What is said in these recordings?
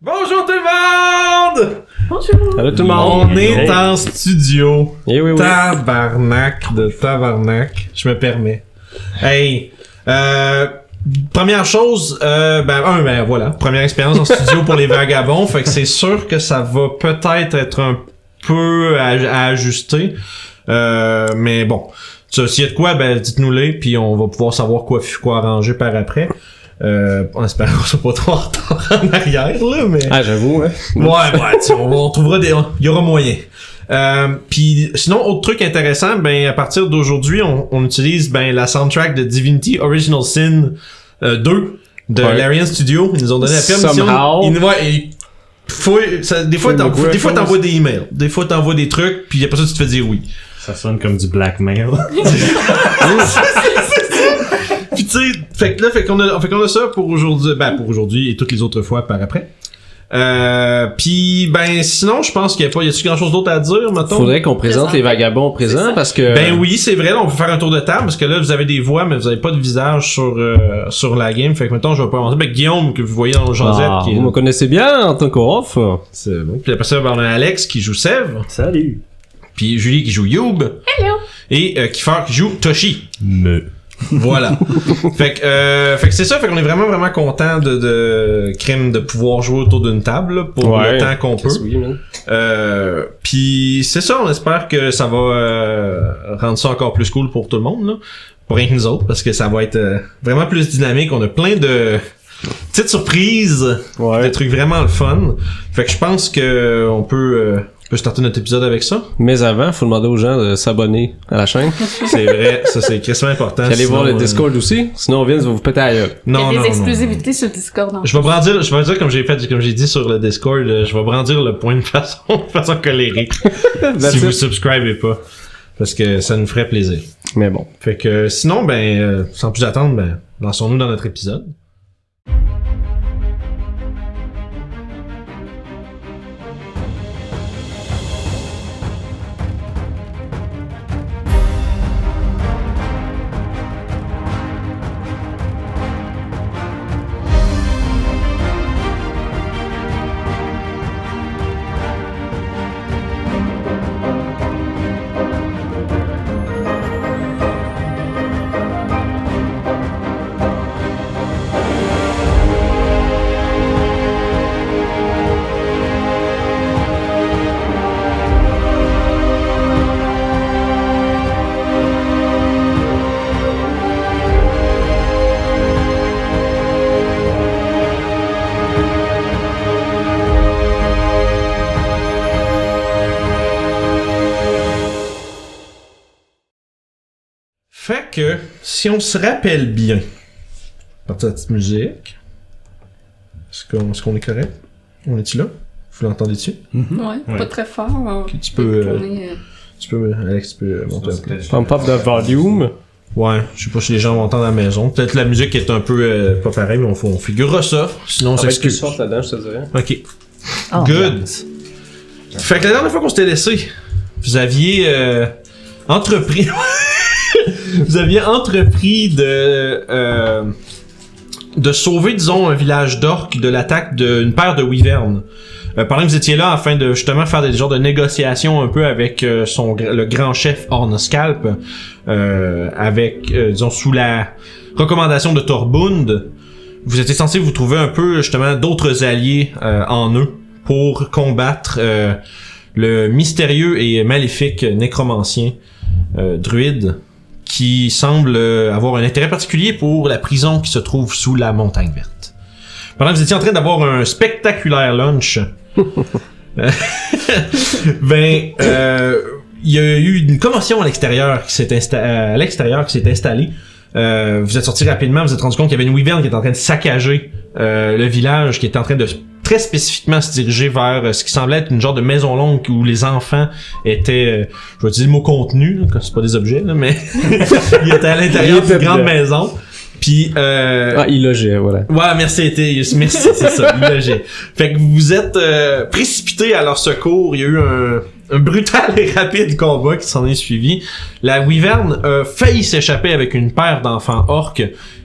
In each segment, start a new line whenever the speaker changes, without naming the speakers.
Bonjour tout le monde!
Bonjour!
Salut tout le monde!
On est en studio.
Eh oui, oui.
Tabarnak de tabarnak. Je me permets. Hey! Euh, première chose, euh, ben, un, ben voilà. Première expérience en studio pour les vagabonds. Fait que c'est sûr que ça va peut-être être un peu à, à ajuster. Euh, mais bon. Ça, S'il y a de quoi, ben dites-nous-les, puis on va pouvoir savoir quoi, quoi arranger par après. Euh, en espérant qu'on soit pas trop en retard en arrière, là, mais...
Ah, j'avoue, hein.
Ouais, ouais, tu sais, on, va- on trouvera des. on- Il y aura moyen. Euh, puis sinon autre truc intéressant ben à partir d'aujourd'hui on, on utilise ben la soundtrack de Divinity Original Sin euh, 2 de
Ouais.
Larian Studio ils nous ont donné la permission
Somehow.
ils nous ouais, ils- faut, ça- des fois
Faut
t'en-
beaucoup,
des fois
je pense.
t'envoies des emails des fois t'envoies des trucs puis après ça tu te fais dire oui
Ça sonne comme du blackmail.
Puis tu sais, fait que là, fait qu'on a, fait qu'on a ça pour aujourd'hui, ben pour aujourd'hui et toutes les autres fois par après. Euh, puis ben sinon, je pense qu'il y a pas, y a-tu grand chose d'autre à dire, mettons?
Faudrait qu'on présente les vagabonds
C'est
présents
ça.
parce que.
Ben oui, c'est vrai, là, on peut faire un tour de table parce que là, vous avez des voix, mais vous avez pas de visage sur euh, sur la game. Fait que mettons, je vais pas avancer. Ben Guillaume que vous voyez en Josette,
Ah,
qui est,
vous me connaissez bien en tant qu'off.
c'est bon. Puis après ça, ben, on a Alex qui joue Sève,
Salut.
puis Julie qui joue Youb
Hello!
et euh, Kiefer qui joue Toshi.
Me.
Voilà. fait que, euh, fait que c'est ça. Fait qu'on est vraiment vraiment content de, de crime de pouvoir jouer autour d'une table là, pour
Ouais.
le temps qu'on peut.
Oui, man.
Euh, Puis c'est ça. On espère que ça va euh, rendre ça encore plus cool pour tout le monde. Là. Pour rien que nous autres, parce que ça va être euh, vraiment plus dynamique. On a plein de petites surprises, des
Ouais.
trucs vraiment le fun. Fait que je pense que euh, on peut, euh, on peut starter notre épisode avec ça.
Mais avant, faut demander aux gens de s'abonner à la chaîne.
C'est vrai, ça c'est extrêmement important.
Puis allez voir
Sinon,
le
euh,
Discord aussi. Sinon, on vient de vous péter à gueule.
Non,
Il y a
non,
des
non, non.
exclusivités sur le Discord.
Je vais brandir, je vais dire comme j'ai fait, comme j'ai dit sur le Discord, euh, je vais brandir le point de façon, de façon colérique. si
it.
vous subscribez pas. Parce que ça nous ferait plaisir.
Mais bon.
Fait que euh, sinon, ben, euh, sans plus attendre, ben, lançons-nous dans notre épisode. Fait que, si on se rappelle bien, partir de la petite musique. Est-ce qu'on est, qu'on est correct? On est-tu là? Vous l'entendez-tu?
Ouais, pas
Ouais.
très fort. hein.
Tu peux, euh,
On est, euh,
tu peux, euh, Alex, tu peux euh, monter un peu.
Pump up de volume.
Ouais, je sais pas si les gens vont entendre à la maison. Peut-être la musique est un peu euh, pas pareille, mais on, f- on figurera ça. Sinon, on s'excuse.
là-dedans, je te dirais.
Ok. Good. Fait que la dernière fois qu'on s'était laissé, vous aviez euh, entrepris. vous aviez entrepris de. euh, de sauver, disons, un village d'orques de l'attaque d'une paire de wyvernes. Euh, pendant que vous étiez là, afin de justement faire des genres de négociations un peu avec euh, son gr- le grand chef Hornoscalp, euh, avec, euh, disons, sous la recommandation de Torbund, vous étiez censé vous trouver un peu justement d'autres alliés euh, en eux pour combattre euh, le mystérieux et maléfique nécromancien euh, druide qui semble euh, avoir un intérêt particulier pour la prison qui se trouve sous la montagne verte. Pendant que vous étiez en train d'avoir un spectaculaire lunch, euh, ben euh, il y a eu une commotion à l'extérieur qui s'est insta- euh, à l'extérieur qui s'est installée. Euh, vous êtes sorti rapidement, vous vous êtes rendu compte qu'il y avait une wyvern qui était en train de saccager euh, le village, qui était en train de très spécifiquement se diriger vers euh, ce qui semblait être une genre de maison longue où les enfants étaient, euh, je vais utiliser le mot contenu, là, que c'est pas des objets, là, mais ils étaient à l'intérieur
Ils étaient
d'une grande
dedans.
maison. Puis euh,
Ah, il logeait, voilà.
Ouais, merci, été- merci, c'est ça, il logeait. Fait que vous êtes euh, précipité à leur secours. Il y a eu un, un brutal et rapide combat qui s'en est suivi. La Wyvern a failli s'échapper avec une paire d'enfants orques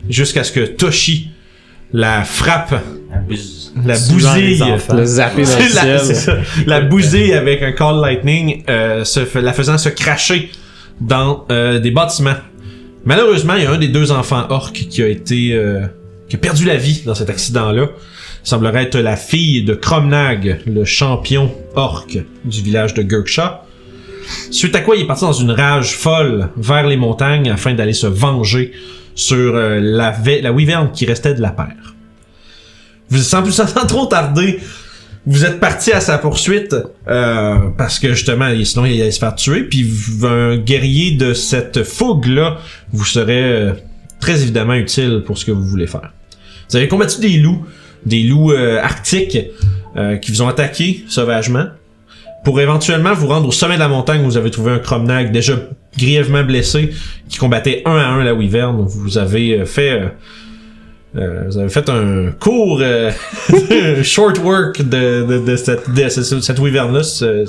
jusqu'à ce que Toshi la frappe la
Souvent, les
bousille.
enfants.
Le zapper dans
C'est la,
le
c'est
ciel.
ça. La bousille avec un call lightning, euh, se fait- la faisant se cracher dans euh, des bâtiments. Malheureusement, il y a un des deux enfants orques qui a été, euh, qui a perdu la vie dans cet accident-là. Il semblerait être la fille de Cromnag, le champion orque du village de Gurksha. Suite à quoi, il est parti dans une rage folle vers les montagnes afin d'aller se venger sur euh, la, ve- la wyvern qui restait de la paire. Vous, sans, plus- sans trop tarder, vous êtes parti à sa poursuite euh, parce que justement, il- sinon il allait se faire tuer. Puis v- un guerrier de cette fougue-là vous serait euh, très évidemment utile pour ce que vous voulez faire. Vous avez combattu des loups, des loups euh, arctiques euh, qui vous ont attaqué sauvagement pour éventuellement vous rendre au sommet de la montagne où vous avez trouvé un Cromnag déjà grièvement blessé qui combattait un à un la Wyvern. Vous avez euh, fait... euh, euh, vous avez fait un court euh, short work de, de, de cette, de ce- cette wyvern-là, ce-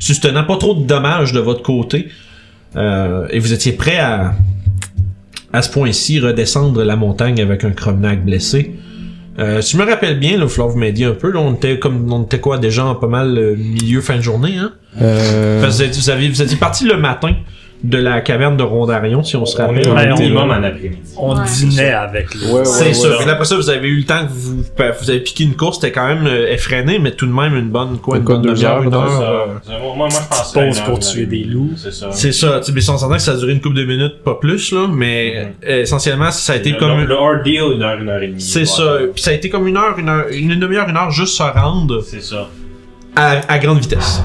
sustenant pas trop de dommages de votre côté. Euh, et vous étiez prêt à, à ce point-ci, redescendre la montagne avec un Cromnac blessé. Euh, si je me rappelle bien, là, il va falloir que vous m'aider un peu. là, on était comme on était quoi déjà en pas mal euh, milieu fin de journée, hein?
Euh,
Parce que vous êtes- vous, avez, vous étiez parti le matin de la caverne de Rondarion, si on se
On
rappelle.
est au
Ouais, on-
minimum en après-midi.
On
Ouais.
dînait avec lui.
Ouais, ouais,
C'est
ouais.
sûr. Puis là, après ça, vous avez eu le temps que vous, ben, vous avez piqué une course, c'était quand même euh, effréné, mais tout de même une bonne quoi,
Un
une
quoi,
bonne
deux
demi-heure,
heures,
une
deux
Ah.
heure. euh,
Moi, moi, je pense
Pause pour tuer des loups.
C'est ça.
C'est ça. Tu sais, mais on s'entend que ça a duré une couple de minutes, pas plus là, mais euh, essentiellement ça a été
Le-
comme
Le, le hard deal, une heure, une heure et demie.
c'est
Ouais.
ça. Puis ça a été comme une heure, une, heure- une demi-heure, une heure juste se rendre
C'est ça.
à, à grande vitesse.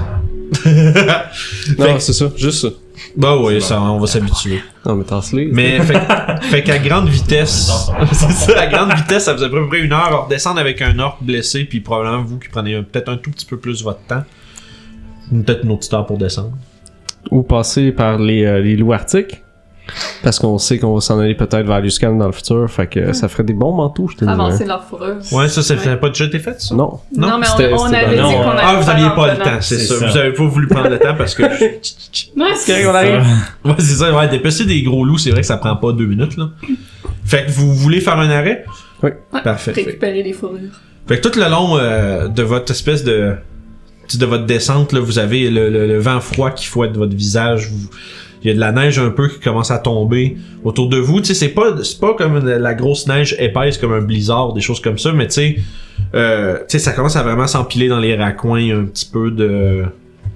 non, c'est ça, juste ça.
bah oui, ça, on va s'habituer.
Non, mais t'en slay.
Mais fait, fait qu'à grande vitesse, c'est ça, à grande vitesse, ça faisait à peu près une heure, redescendre avec un orc blessé, puis probablement vous qui prenez un- peut-être un tout petit peu plus votre temps. Peut-être une autre petite heure pour descendre.
Ou passer par les, euh, les loups arctiques. Parce qu'on sait qu'on va s'en aller peut-être vers l'Uscan dans le futur. Fait que ça ferait des bons manteaux, je te dis.
Avancer leur fourrure.
euh. Ouais, ça, ça
Ouais.
n'a pas déjà été fait, ça?
Non.
Non,
Non,
mais
c'était-
on, on
c'était
avait
dans-
dit
non,
qu'on
on-
allait
Ah, vous
faire
aviez
en
pas le
venant.
temps, c'est
C'est
ça.
ça.
Vous avez pas voulu prendre le temps parce que. ouais,
Ouais,
correct,
c'est
on arrive.
c'est ça, ouais, dépasser des gros loups, c'est vrai que ça prend pas deux minutes, là. Fait que vous voulez faire un arrêt?
Oui.
Parfait.
récupérer les fourrures.
Fait que tout le long euh, de votre espèce de de votre descente, là, vous avez le, le- le vent froid qui fouette votre visage. Vous- Il y a de la neige un peu qui commence à tomber autour de vous. Tu sais, c'est pas c'est pas comme de la grosse neige épaisse comme un blizzard, des choses comme ça, mais tu sais, euh, tu sais, ça commence à vraiment s'empiler dans les raccoins un petit peu de.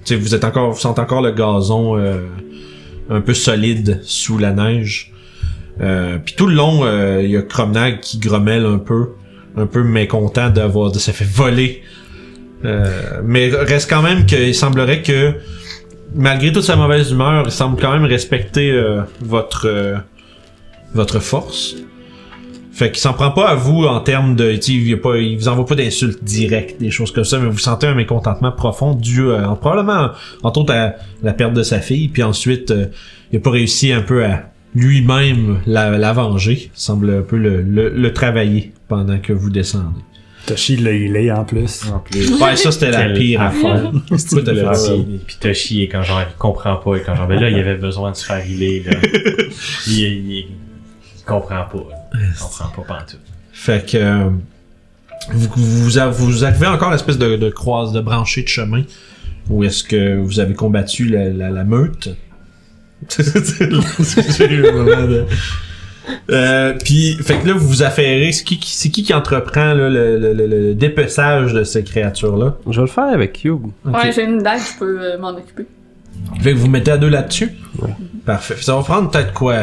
Tu sais, vous êtes encore, vous sentez encore le gazon euh, un peu solide sous la neige. Euh, Puis tout le long, euh, il y a Cromnag qui grommelle un peu un peu mécontent d'avoir de se fait voler. Euh, mais reste quand même qu'il semblerait que malgré toute sa mauvaise humeur, il semble quand même respecter euh, votre euh, votre force. Fait qu'il s'en prend pas à vous en termes de, tu sais, il, y a pas- il vous envoie pas d'insultes directes, des choses comme ça, mais vous sentez un mécontentement profond dû euh, en- probablement entre autres à la perte de sa fille, puis ensuite euh, il a pas réussi un peu à lui-même la, la venger, semble un peu le, le, le travailler pendant que vous descendez.
Toshi l'a huilé en plus.
En plus.
Ouais, ça c'était la
Quelle
pire affaire.
affaire.
Tout à fait ça.
Puis, puis Toshi, et quand genre, il comprend pas, et quand genre, ben là, il avait besoin de se faire healer, là. il, il, il comprend pas, là. Il comprend pas pantoute.
Fait que euh, vous, vous, a- vous arrivez encore à l'espèce de, de croise, de branchée de chemin où est-ce que vous avez combattu la, la, la meute. J'ai eu un moment de- Euh, puis, fait que là, vous vous affairez. C'est qui, qui- c'est qui qui entreprend là, le, le- le- le dépeçage de ces créatures-là
Je vais le faire avec Cube.
Ok.
Ouais, j'ai une dague, je peux euh, m'en occuper.
Fait que vous mettez à deux là-dessus.
Ouais.
Parfait. Ça va prendre peut-être quoi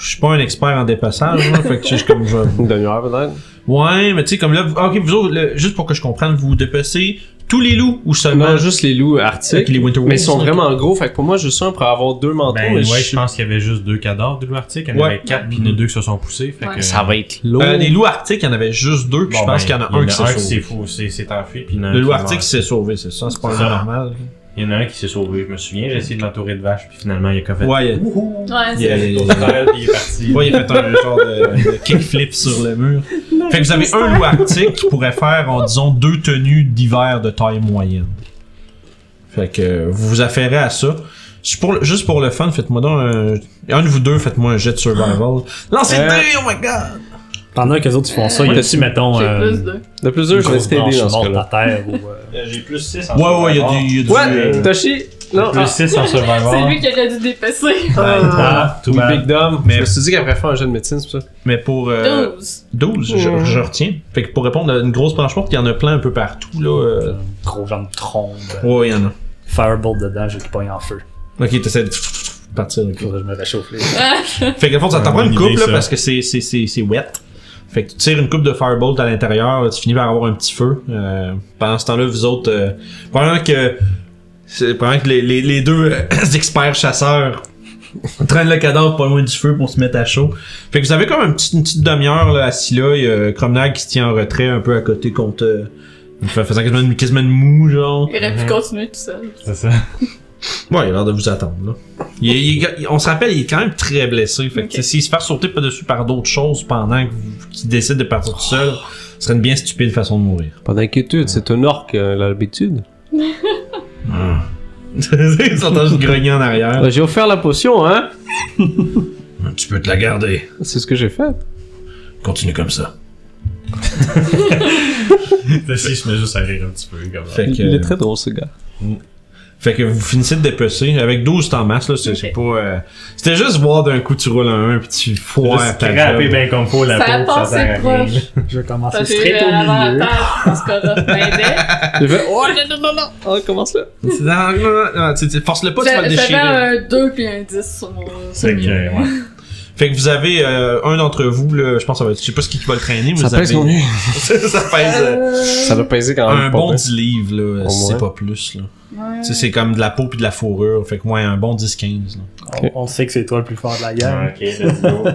Je suis pas un expert en dépeçage, là, fait que je suis comme je,
Une demi-heure peut-être.
Ouais, mais tu sais, comme là, vous- ah, ok, vous autres, là, juste pour que je comprenne, vous dépecez tous les loups ou seulement
Non, juste les loups arctiques.
avec les Winter
Mais ils sont
Wolves?
vraiment gros, fait que pour moi, juste un, on pourrait avoir deux manteaux.
Ben,
mais
ouais,
je-
je pense qu'il y avait juste deux cadavres de loup arctique. Il y en
Ouais.
avait quatre, puis il y en a deux qui se sont poussés. Fait
Ouais.
que...
va être lourd.
Euh, les loups arctiques, il y en avait juste deux, puis
Bon,
je pense
ben,
qu'il y en a un qui s'est sauvé.
s'est fou, c'est- s'est enfui, puis il y en a un
Le
qui
loup
est
arctique
mort.
s'est sauvé, c'est ça, c'est pas
C'est ça.
normal.
Il y en a un qui s'est sauvé, je me souviens, j'ai essayé de l'entourer de vaches, puis finalement, il a qu'à fait.
Ouais, il
Wouhou!
Ouais,
Yeah.
c'est
Il a fait tourner, puis il est parti.
a, ouais, il a fait un genre de, de kickflip sur le mur. Fait que vous avez un loup arctique qui pourrait faire, en disons, deux tenues d'hiver de taille moyenne. Fait que euh, vous vous affairez à ça. Juste pour, le- juste pour le fun, faites-moi donc un... Un de vous deux, faites-moi un jet de survival. Lancez
Euh.
deux, oh my god!
Pendant que les autres ils font ça,
Euh,
il y a aussi, mettons,
J'ai
euh,
plus de.
De plus dur, je vais t'aider dans ce cas-là.
à terre ou. euh,
J'ai plus 6
Ouais, ouais, il y a du. y a du- euh,
Ouais, Toshi! Non, ah.
Plus 6 en survivor.
Ah, C'est lui qui aurait dû dépasser.
Ah, tout
oui,
bad.
Big Dom.
Mais-
Je me suis dit qu'après faire un jeu de médecine, c'est pour ça.
Mais pour. euh,
12.
12, je, je retiens. Fait que pour répondre à une grosse planche morte, il y en a plein un peu partout, là. euh.
un Gros genre de trombe.
Ouais, il y en a.
Firebolt dedans, j'ai qui pogne en feu.
Ok, t'essaies de partir. ok.
Faudrait que je me réchauffe les.
Fait que le fond, ça t'en prend
bonne
une coupe,
idée,
là,
ça.
parce que c'est, c'est, c'est, c'est wet. Fait que tu tires une coupe de Firebolt à l'intérieur, là, tu finis par avoir un petit feu. Euh, pendant ce temps-là, vous autres, euh, probablement que, c'est, probablement que les, les, les deux euh, experts chasseurs traînent le cadavre pas loin du feu pour se mettre à chaud. Fait que vous avez comme une petite, une petite demi-heure là, assis là, il y a Cromnag qui se tient en retrait un peu à côté contre... euh, fa- faisant quasiment une, quasiment une mou, genre.
Il aurait pu continuer tout seul.
C'est ça.
Ouais, il a l'air de vous attendre, là. Il est- il est- il- on se rappelle, il est quand même très blessé. Fait que,
Ok.
tu sais, s'il se fait sauter par-dessus par d'autres choses pendant que vous- qu'il décide de partir tout seul, ce serait une bien stupide façon de mourir.
Pas d'inquiétude, c'est un orc, euh, l'habitude.
il s'entend juste grogner en arrière.
J'ai offert la potion, hein?
Tu peux te la garder.
C'est ce que j'ai fait.
Continue comme ça.
Toshi se met juste à rire un petit peu comme ça.
Fait que,
Il est très drôle, ce gars.
fait que vous finissez de dépecer. Avec 12 en masse, là, c'est c'est pas... euh, C'était juste voir d'un coup, tu roules un 1 puis tu foires
euh, Juste
ta
Craper
job.
bien comme faut la
Ça a
peau, ça sert à
passé
rien.
proche.
Je vais
Ça
Ah,
commencer
j'ai eu
straight au milieu.
l'avantage parce qu'on a m'aidait.
J'ai fait, oh, non, non, non, non, on commence là.
C'est- non, non, non, non, tu- tu- Force-le pas, tu vas le
J'a- J'avais
déchirer.
euh.
un 2 puis un 10 sur mon.
Fait que, ouais.
Fait que vous avez euh, un d'entre vous, là, je pense, que ça va, je sais pas ce qui va le traîner, mais vous
Ça pèse
avez...
combien?
ça pèse euh,
Ça doit peser quand même.
un
pas
bon
mal.
10 livres, là,
Au
si
moins.
c'est pas plus. Là.
Ouais.
Tu sais, c'est comme de la peau puis de la fourrure. Fait que, ouais, un bon 10-15. là.
Ok.
On, on sait que c'est toi le plus fort de la
Ouais,
guerre.
Ok, let's go. Ouais,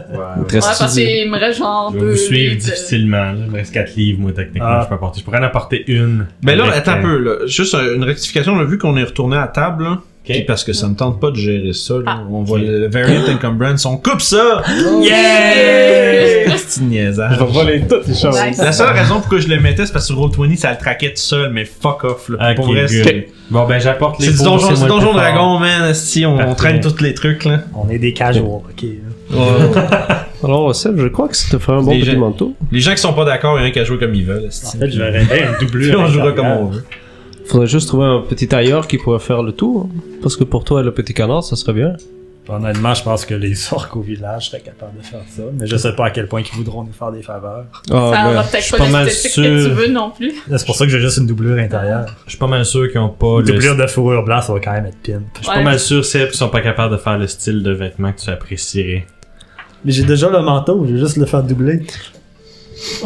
Très
Ouais, parce
studieux.
qu'il me reste genre
Je vais vous
deux euh,
suivre
livres de-
difficilement. là. Il me reste 4 livres, moi, techniquement,
Ah.
je peux apporter. Je pourrais en apporter une.
Mais Ben là,
Avec,
attends un
euh,
peu. Là. Juste euh, une rectification. On a vu qu'on est retourné à table. Là,
Ok.
puis parce que ça me tente pas de gérer ça. là.
Ah.
On voit le Variant Encumbrance. On coupe ça!
Yeah!
C'est une niaisage.
voler toutes les choses.
Nice.
La seule raison pourquoi je le mettais, c'est parce que Roll20, ça le traquait tout seul. Mais fuck off. Là.
Ok,
Pour vrai,
good.
c'est-
Bon, ben, j'apporte les
c'est du
pauvres,
donjon, c'est
moi le
donjon
plus fort.
dragon, man. Si on, on
Parfait.
traîne tous les trucs. là.
On est des casuals, ok. là.
Alors, Seb, je crois que ça te ferait un bon
Les
petit
gens-
manteau.
Les gens qui sont pas d'accord, il y en a qui a joué comme ils veulent. esti.
En fait, je vais régler une
Puis
doublure.
on
à
jouera comme
l'intérieur.
on veut.
Faudrait juste trouver un petit tailleur qui pourrait faire le tour. Parce que pour toi, le petit canard, ça serait bien.
Honnêtement, je pense que les orques au village seraient capables de faire ça, mais je sais pas à quel point ils voudront nous faire des faveurs.
Ah,
Ça
ben,
aura
je
peut-être
suis
pas
pas mal
l'esthétique que
sûr.
tu veux non plus.
Là, C'est pour ça que j'ai juste une doublure intérieure.
Je suis pas mal sûr qu'ils ont pas
Une
Oh, le.
doublure
Je
de fourrure blanche, ça va quand même être pimp.
suis pas
Ouais.
mal sûr, Seb, qu'ils sont pas capables de faire le style de vêtements que tu apprécierais.
Mais j'ai déjà le manteau, je vais juste le faire doubler.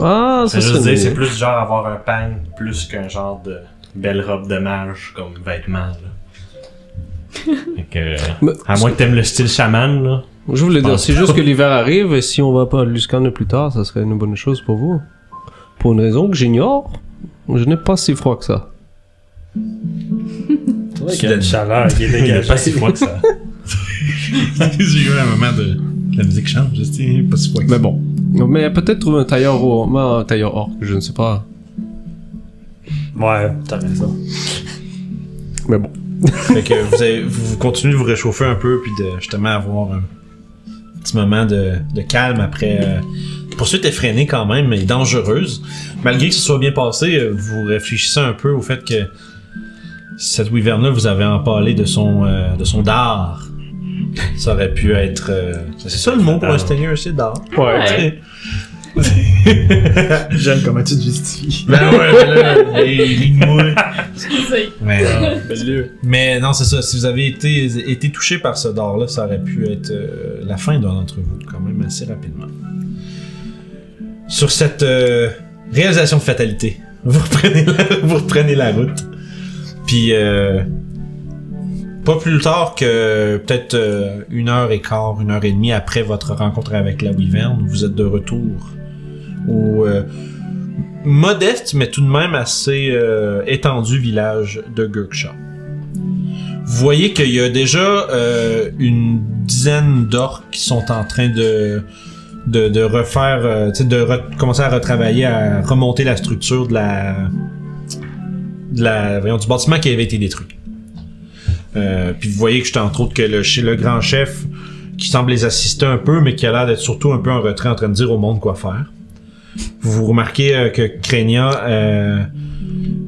ah, ça
C'est juste
serait
dire, c'est
bien.
plus genre avoir un pan plus qu'un genre de belle robe de mage comme vêtement, là. Fait que, euh,
Mais-
à moins que t'aimes le style chaman, là.
Je voulais dire,
pense
c'est
pas.
juste que l'hiver arrive et si on va pas à Luscan plus tard, ça serait une bonne chose pour vous. Pour une raison que j'ignoore, je n'ai pas si froid que ça.
C'est vrai qu'il y a une chaleur qui est
Il a
dégagée.
pas si froid que ça.
J'ai eu un moment de. La musique change, c'est pas si
Mais bon. Mais peut-être trouver un tailleur au... mais un tailleur orc, je ne sais pas.
Ouais, t'as raison.
Mais bon.
Fait que vous, avez- vous continuez de vous réchauffer un peu, puis de justement avoir un petit moment de, de calme après. euh, poursuite effrénée quand même, mais dangereuse. Malgré que ce soit bien passé, euh, vous réfléchissez un peu au fait que cette wyvern-là vous avez empalé de son, euh, de son dard. Ça aurait pu être. euh, c'est ça le mot pour un stinger, c'est dard.
Ouais.
J'aime comment tu te justifies.
Ben ouais, mais là, hey, ligne-moi.
C'est-
Mais, mais non, c'est ça. Si vous avez été, été touché par ce dard-là, ça aurait pu être euh, la fin d'un d'entre vous, quand même, assez rapidement. Sur cette euh, réalisation de fatalité, vous reprenez la, vous reprenez la route. Puis, euh, pas plus tard que peut-être euh, une heure et quart, une heure et demie après votre rencontre avec la Wyvern, vous êtes de retour au euh, modeste, mais tout de même assez euh, étendu village de Gurksha. Vous voyez qu'il y a déjà euh, une dizaine d'orques qui sont en train de de, de refaire, euh, tu sais, de re- commencer à retravailler, à remonter la structure de la, de la voyons, du bâtiment qui avait été détruit. Euh, puis vous voyez que j'étais entre autres que le, che- le grand chef qui semble les assister un peu, mais qui a l'air d'être surtout un peu en retrait en train de dire au monde quoi faire. vous remarquez euh, que Crénia euh,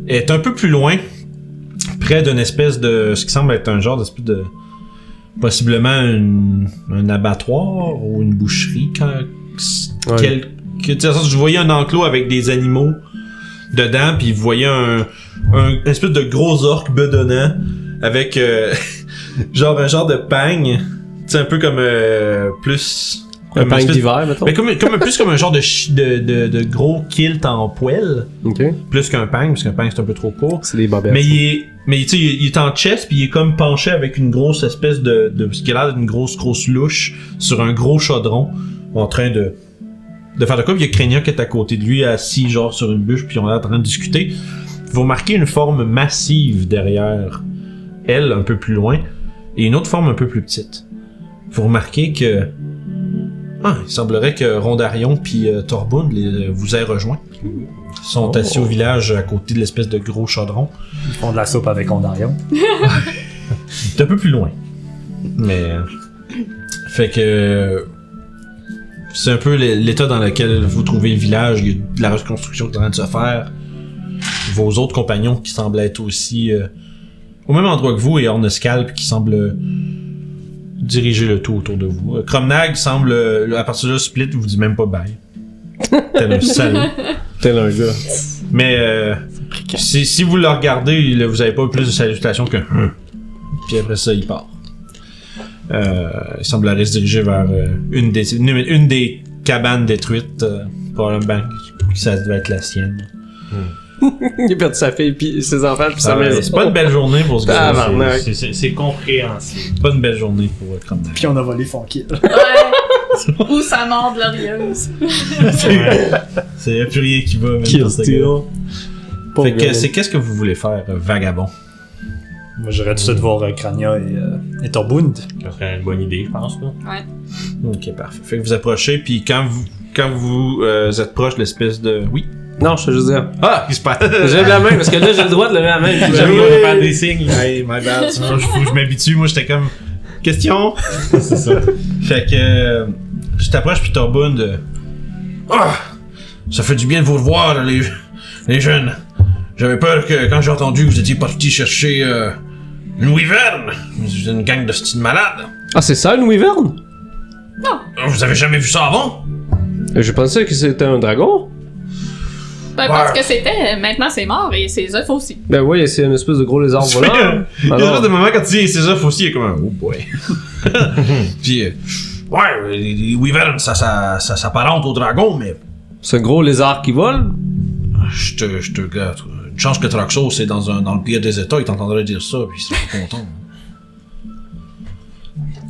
est un peu plus loin, près d'une espèce de. ce qui semble être un genre d'espèce de. possiblement une- un abattoir ou une boucherie. Quand,
Ouais.
quel- que, tu sais, dans le sens, je voyais un enclos avec des animaux dedans, puis vous voyez un, un une espèce de gros orque bedonnant avec euh, genre un genre de pagne. Tu sais, un peu comme euh, plus.
Un
comme une
pain
espèce-
d'hiver, mettons.
mais comme, comme, plus comme un genre de, chi- de, de, de gros kilt en poêle,
Ok.
plus qu'un pang, parce qu'un pang c'est un peu trop court.
C'est des babettes.
Mais il est, mais tu sais, il, il est en chest, puis il est comme penché avec une grosse espèce de, de ce qui a l'air d'une grosse grosse louche sur un gros chaudron, en train de de faire de quoi. Puis il y a Crénia qui est à côté de lui, assis genre sur une bûche, puis on est en train de discuter. Vous remarquez une forme massive derrière elle, un peu plus loin, et une autre forme un peu plus petite. Vous remarquez que ah, il semblerait que Rondarion puis euh, Torbund les- vous aient rejoint. Ils sont
Oh.
assis au village à côté de l'espèce de gros chaudron.
Ils font de la soupe avec Ondarion.
C'est un peu plus loin. Mais. euh, Fait que. C'est un peu l'é- l'état dans lequel vous trouvez le village. Il y a de la reconstruction qui est en train de se faire. Vos autres compagnons qui semblent être aussi euh, au même endroit que vous et Ornescalp qui semble euh, diriger le tout autour de vous. Euh, Cromnag semble, euh, à partir de là, Split vous dit même pas bye. Tel un salaud.
Tel un gars.
Mais euh, si, si vous le regardez, il- vous avez pas plus de salutations que Hum Puis après ça, il part. Euh, il semblerait se diriger vers euh, une, des, une, une des cabanes détruites. euh, probablement que ça devait être la sienne.
il a perdu sa fille, puis ses enfants, puis sa
Ah,
maison.
c'est pas une belle journée pour ce gars.
Ah,
C'est
barnac.
C'est- c'est- C'est compréhensible.
pas une belle journée pour euh, Cromwell.
Puis on a volé son kill.
Ouais. Ou sa mort glorieuse.
C'est y a plus rien qui va. même
Kill
dans ce
Steel.
gars-là.
Pauvre
Fait que
gars.
c'est qu'est-ce que vous voulez faire, euh, vagabond?
Moi, j'aurais tout de suite voir euh, Crania et, euh, et Torbund.
Ça serait une bonne idée, je pense. Là.
Ok, parfait. Fait que vous approchez, puis quand vous, quand vous euh, êtes proche de l'espèce de... Oui?
Non, je te juste dire.
Ah! Il se passe...
J'ai la main, parce que là, j'ai le droit de lever la main. puis
Oui.
j'ai le droit de faire des-
signes. Hey, my bad. Tu vois, je, faut que je m'habitue. Moi, j'étais comme. Question. C'est ça. Fait que. euh, Je t'approche, puis Torbund. de... Ah! Ça fait du bien de vous revoir, les, les jeunes. J'avais peur que quand j'ai entendu que vous étiez parti chercher euh, une wyvern, vous êtes une gang de styles malades.
Ah, c'est ça, une wyvern?
Vous avez jamais vu ça avant?
Je pensais Euh, que c'était un dragon.
Ben, parce que c'était, maintenant c'est mort et ses œufs aussi.
Ben oui, c'est une espèce de gros lézard
Tu fais
volant.
un- Il y a
Alors-
toujours des moments quand tu dis c'est ça, faut aussi, il y a comme un oh boy. Puis, euh, ouais, les, les wyverns, ça, ça, ça s'apparente au dragon, mais
C'est un gros lézard qui vole.
je te, je te gâte. Une chance que Traxos est dans, un, dans le pire des états, il t'entendrait dire ça, puis il serait pas content.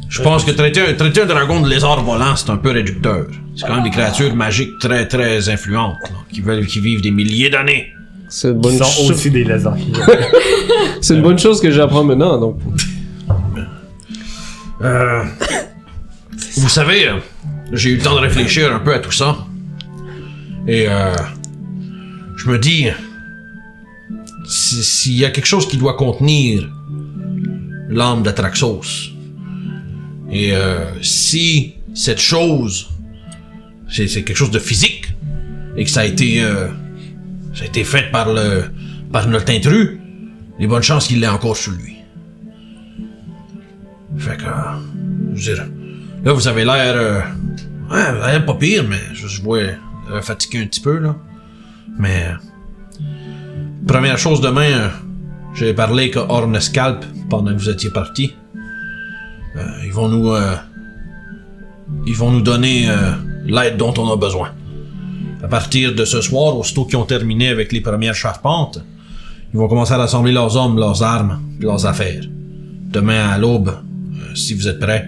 Je pense que traiter, un- traiter un dragon de lézard volant, c'est un peu réducteur. C'est quand même des créatures magiques très, très influentes, là, qui, veulent, qui vivent des milliers d'années.
C'est une
Ils
bonne,
sont
cho-
aussi des lézards.
c'est une bonne chose que j'apprends maintenant, donc.
Euh, vous savez, euh, j'ai eu le temps de réfléchir un peu à tout ça. Et euh, je me dis, si- s'il y a quelque chose qui doit contenir l'âme d'Atraxos, et euh, si cette chose, c'est c'est quelque chose de physique, et que ça a été, euh, ça a été fait par, le, par notre intrus, les bonnes chances qu'il l'ait encore sur lui. Fait que. euh, je veux dire, Là, vous avez l'air. euh, ouais, vous avez l'air pas pire, mais je, je vois. euh, fatigué un petit peu, là. Mais. euh, Première chose demain, euh, j'ai parlé que Hornescalp pendant que vous étiez parti. ils vont nous. euh, ils vont nous donner euh, l'aide dont on a besoin. À partir de ce soir, aussitôt qu'ils ont terminé avec les premières charpentes, ils vont commencer à rassembler leurs hommes, leurs armes, leurs affaires. Demain à l'aube, euh, si vous êtes prêts,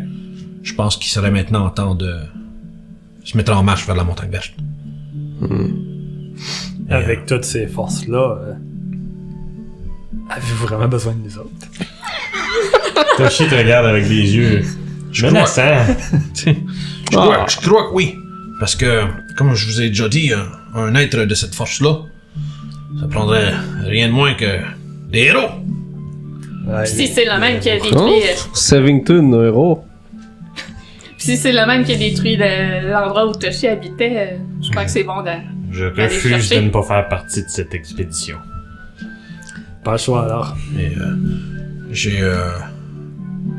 je pense qu'il serait maintenant temps de se mettre en marche vers la montagne verte.
Avec toutes ces forces-là, euh, avez-vous vraiment besoin de nous autres?
Toshi te regarde avec des yeux
Je crois,
menaçants.
je crois-
Ah.
je crois que oui. Parce que, comme je vous ai déjà dit, un, un être de cette force-là, ça prendrait rien de moins que des héros.
Ouais,
Puis si c'est le même qui a
Oh,
détruit, euh,
Savington, un héros.
puis si c'est le même qui a détruit le- l'endroit où Toshi habitait, euh, je crois que c'est bon de
Je
Allez
refuse
chercher.
de ne pas faire partie de cette expédition.
Pas le choix alors.
Mais euh, j'ai euh,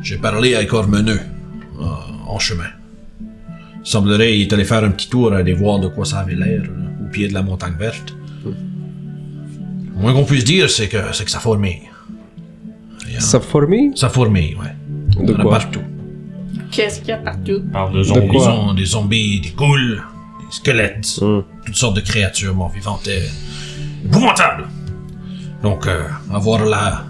j'ai parlé à Cormeneux euh, en chemin. Il semblerait qu'il est allé faire un petit tour, aller voir de quoi ça avait l'air euh, au pied de la montagne verte. Le moins qu'on puisse dire, c'est que c'est que ça fourmille. Et, euh,
Ça fourmille?
ça fourmille, ouais. Il
De
y en a
quoi?
partout.
Qu'est-ce qu'il y a partout?
Parle de
De
zombies.
Ils
quoi?
ont des zombies, des ghouls, des squelettes,
Hum.
toutes sortes de créatures mort vivantes euh, épouvantables. Donc, euh, avoir la.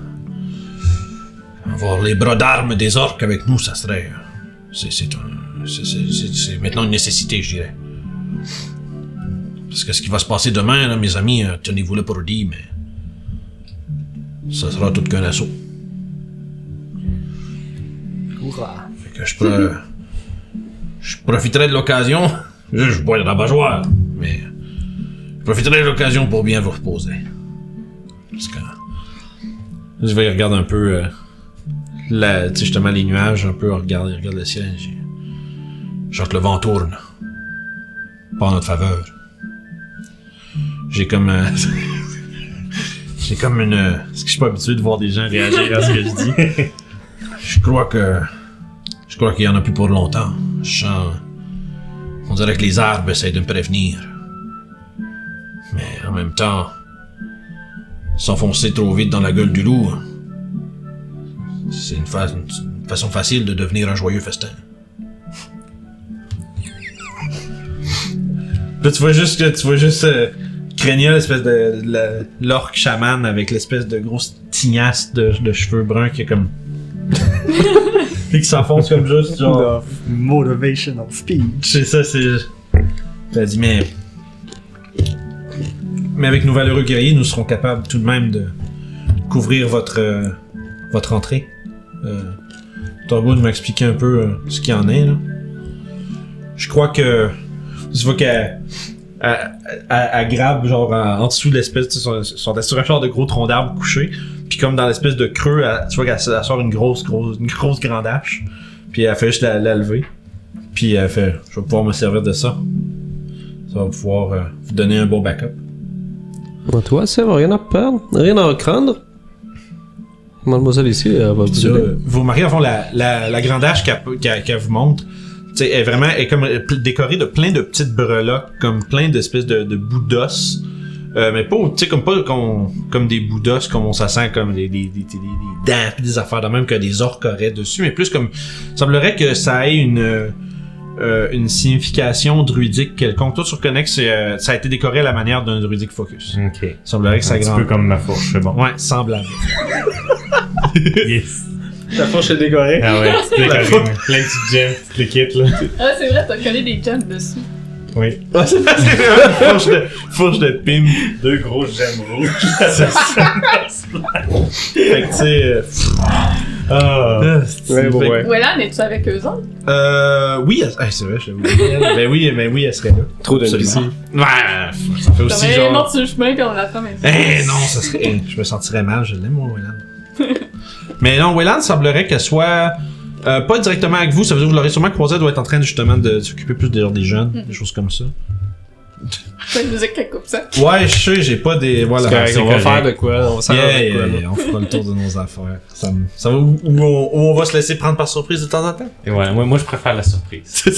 avoir les bras d'armes des orques avec nous, ça serait. euh, C'est, c'est, un- c'est- c'est- c'est- c'est maintenant une nécessité, je dirais. Parce que ce qui va se passer demain, là, mes amis, euh, tenez-vous le pour dit, mais. ça sera tout qu'un assaut.
Hourra.
Fait que je, pre- je profiterai de l'occasion. Je, je bois de la joie, mais je profiterai de l'occasion pour bien vous reposer. Parce que je vais regarder un peu euh, la, tu sais, justement les nuages, un peu, on regarde, il regarde le ciel. j'ai- Je sens que le vent tourne. Pas en notre faveur. J'ai comme. euh, J'ai comme une. euh,
Parce que je suis pas habitué de voir des gens réagir à ce que je dis.
Je crois que. Je crois qu'il y en a plus pour longtemps. Je sens- On dirait que les arbres essaient de me prévenir. Mais en même temps. S'enfoncer trop vite dans la gueule du loup. hein, C'est une, fa- une façon facile de devenir un joyeux festin.
Là, tu vois juste, que- tu vois juste euh, Craignol, l'espèce de, de la- l'orque chaman avec l'espèce de grosse tignasse de, de cheveux bruns qui est comme. Puis qui s'enfonce comme juste, genre.
Of motivational speech.
C'est ça, c'est. T'as dit, mais. Mais avec nos valeureux guerriers, nous serons capables tout de même de couvrir votre, euh, votre entrée. Euh, Torgoud m'a expliqué un peu euh, ce qu'il en est, là. Je crois que. Tu vois qu'elle. Elle, elle- elle grabe, genre, en, en dessous de l'espèce. tu sais, Sont, sont sur un genre de gros tronc d'arbre couché. Puis, comme dans l'espèce de creux, elle- tu vois qu'elle elle sort une grosse, grosse, une grosse grande hache. Puis, elle fait juste la, la lever. Puis elle fait, je vais pouvoir me servir de ça. Ça va pouvoir euh, vous donner un bon backup.
Bon, toi, ça va rien à perdre, rien à craindre. Mademoiselle ici, elle va vous
Ça,
aider.
euh, vous remarquez, en fond, la, la, la grande hache qu'elle qu'elle- qu'elle vous montre, tu sais, elle est vraiment elle est comme euh, pl- décorée de plein de petites breloques, comme plein d'espèces de, de bouts d'os. Euh, mais pas, tu sais, comme pas qu'on- comme des bouts d'os, comme on s'en sent comme des, des, des, des- des- des dents, pis des affaires de même que des orques auraient dessus, mais plus comme, semblerait que ça ait une, euh, euh, une signification druidique quelconque. Toi, tu reconnais que c'est, euh, ça a été décoré à la manière d'un druidique focus.
Ok.
Semblerait que
C'est
Ben, ça
un petit
grand.
peu comme ma fourche, c'est bon.
Ouais, semblable.
yes.
La fourche est décorée.
Ah ouais, c'est
La
décoré,
fourche.
ouais. Plein de petites gemmes, toutes les kits, là.
Ah, c'est vrai, t'as collé des jumps dessus.
Oui.
Ouais, c'est parce que c'est vraiment une fourche de, fourche de pim.
Deux grosses gemmes rouges.
Fait que tu sais. euh, pff,
Ah.
ah, c'est-
Ouais, bon,
fait que-
ouais.
Où elle en est-tu avec eux autres?
Euh. Oui, elle- ah, c'est vrai, je l'avais oublié. ben oui, mais oui, elle serait là.
Trop
Absolument.
d'NPC.
Ouais, pff, ça fait
T'aurais
aussi
les morts
genre.
sur le chemin puis on la promet.
Eh non, ça serait. eh, je me sentirais mal, je l'aime, moi, Wayland. mais non, Wayland semblerait qu'elle soit. euh, pas directement avec vous, ça veut dire que vous l'aurez sûrement croisée, elle doit être en train justement de s'occuper plus des, des jeunes, des choses comme ça.
C'est une musique qui coupe ça.
Ouais, je sais, j'ai pas des. Voilà.
Correct,
c'est
on va
correct.
faire de quoi, on va s'en
Yeah,
rendre de
yeah,
quoi. là.
yeah, on fera le tour de nos affaires. Ça, me- ça va où, où on, où on va se laisser prendre par surprise de temps en temps?
Et voilà, moi, moi, je préfère la surprise. Ah,
C'est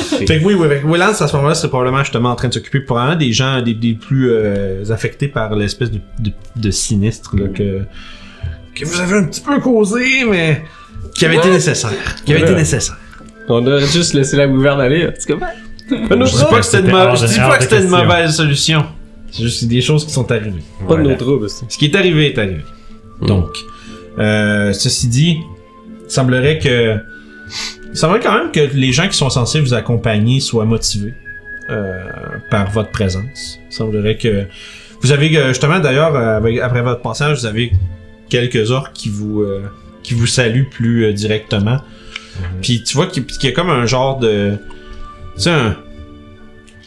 ça. fait que oui, oui, fait que Willan, à ce moment-là, c'est probablement justement en train de s'occuper probablement des gens des, des plus euh, affectés par l'espèce de, de, de sinistre là, que, que vous avez un petit peu causé, mais qui avait été nécessaire. Qui avait
Ouais.
été nécessaire.
On a juste laissé la gouverne aller, en tout cas.
Je dis pas que c'était une,
C'était
mau-
hors de-
je dis
hors
pas
de
que c'était une
question.
mauvaise solution. C'est juste des choses qui sont arrivées.
Pas de
Voilà.
nos troubles, c'est.
Ce qui est arrivé est arrivé. Donc, euh, ceci dit, il semblerait que. Il semblerait quand même que les gens qui sont censés vous accompagner soient motivés euh, par votre présence. Il semblerait que. Vous avez euh, justement d'ailleurs, euh, avec- après votre passage, vous avez quelques orques qui vous, euh, qui vous saluent plus euh, directement. Puis tu vois qu'il qu'il y a comme un genre de. Tu sais, un,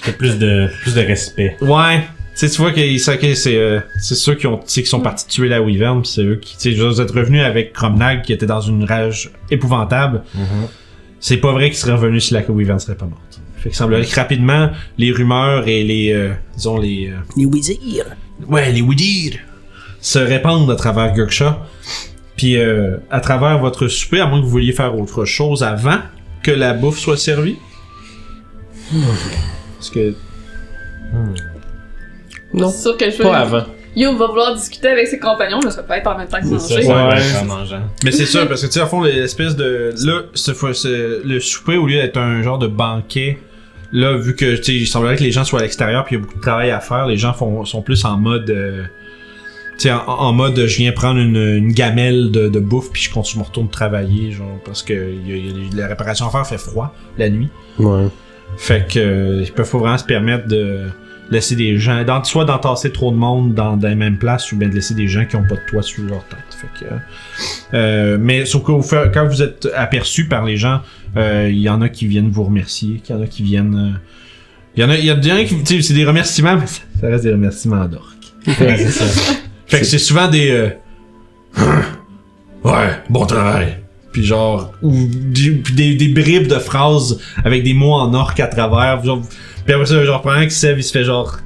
J'ai plus de, plus de respect.
Ouais. Tu sais, tu vois que c'est ok, c'est euh, c'est ceux qui ont tu sais, qui sont partis tuer la Wyvern, pis c'est eux qui tu sais, je veux dire, vous êtes revenus avec Cromnag qui était Mm-hmm. dans une rage épouvantable. C'est pas vrai qu'ils seraient revenus si la Wyvern serait pas morte. Fait qu'il semblerait que rapidement, les rumeurs et les, euh, disons, les... euh,
Les Wizirs.
ouais, les Ouidir se répandent à travers Gurksha. Puis euh, à travers votre souper, à moins que vous vouliez faire autre chose avant que la bouffe soit servie. Hmm. Parce que
Non,
C'est sûr que je veux.
pas avant.
Yo va vouloir discuter avec ses compagnons, mais ça peut être en même temps que
C'est
manger.
ça,
Ouais.
ça, en mangeant.
Mais c'est ça, parce que tu sais, à fond, l'espèce de. Là, cette fois, ce- le souper, au lieu d'être un genre de banquet, là, vu que, tu sais, il semblerait que les gens soient à l'extérieur, puis il y a beaucoup de travail à faire, les gens font, sont plus en mode. euh, tu sais, en, en mode, je viens prendre une, une gamelle de, de bouffe, puis je continue, je me retourne travailler, genre, parce que il y a, il y a des- la réparation à faire, fait froid la nuit.
Ouais.
Fait que, euh, ils peuvent pas vraiment se permettre de laisser des gens, dans, soit d'entasser trop de monde dans, dans la même place, ou bien de laisser des gens qui ont pas de toit sur leur tête. Fait que, euh, mais sauf que vous faites- quand vous êtes aperçu par les gens, euh, il y en a qui viennent vous remercier, il y en a qui viennent... euh, il y en a, il y en a des gens qui, tu sais, c'est des remerciements, mais ça, ça reste des remerciements d'orc. fait que c'est souvent des, euh,
Ouais, bon travail.
puis genre ou du- puis des, des bribes de phrases avec des mots en orc à travers genre puis après ça genre pendant qu'il sève il se fait genre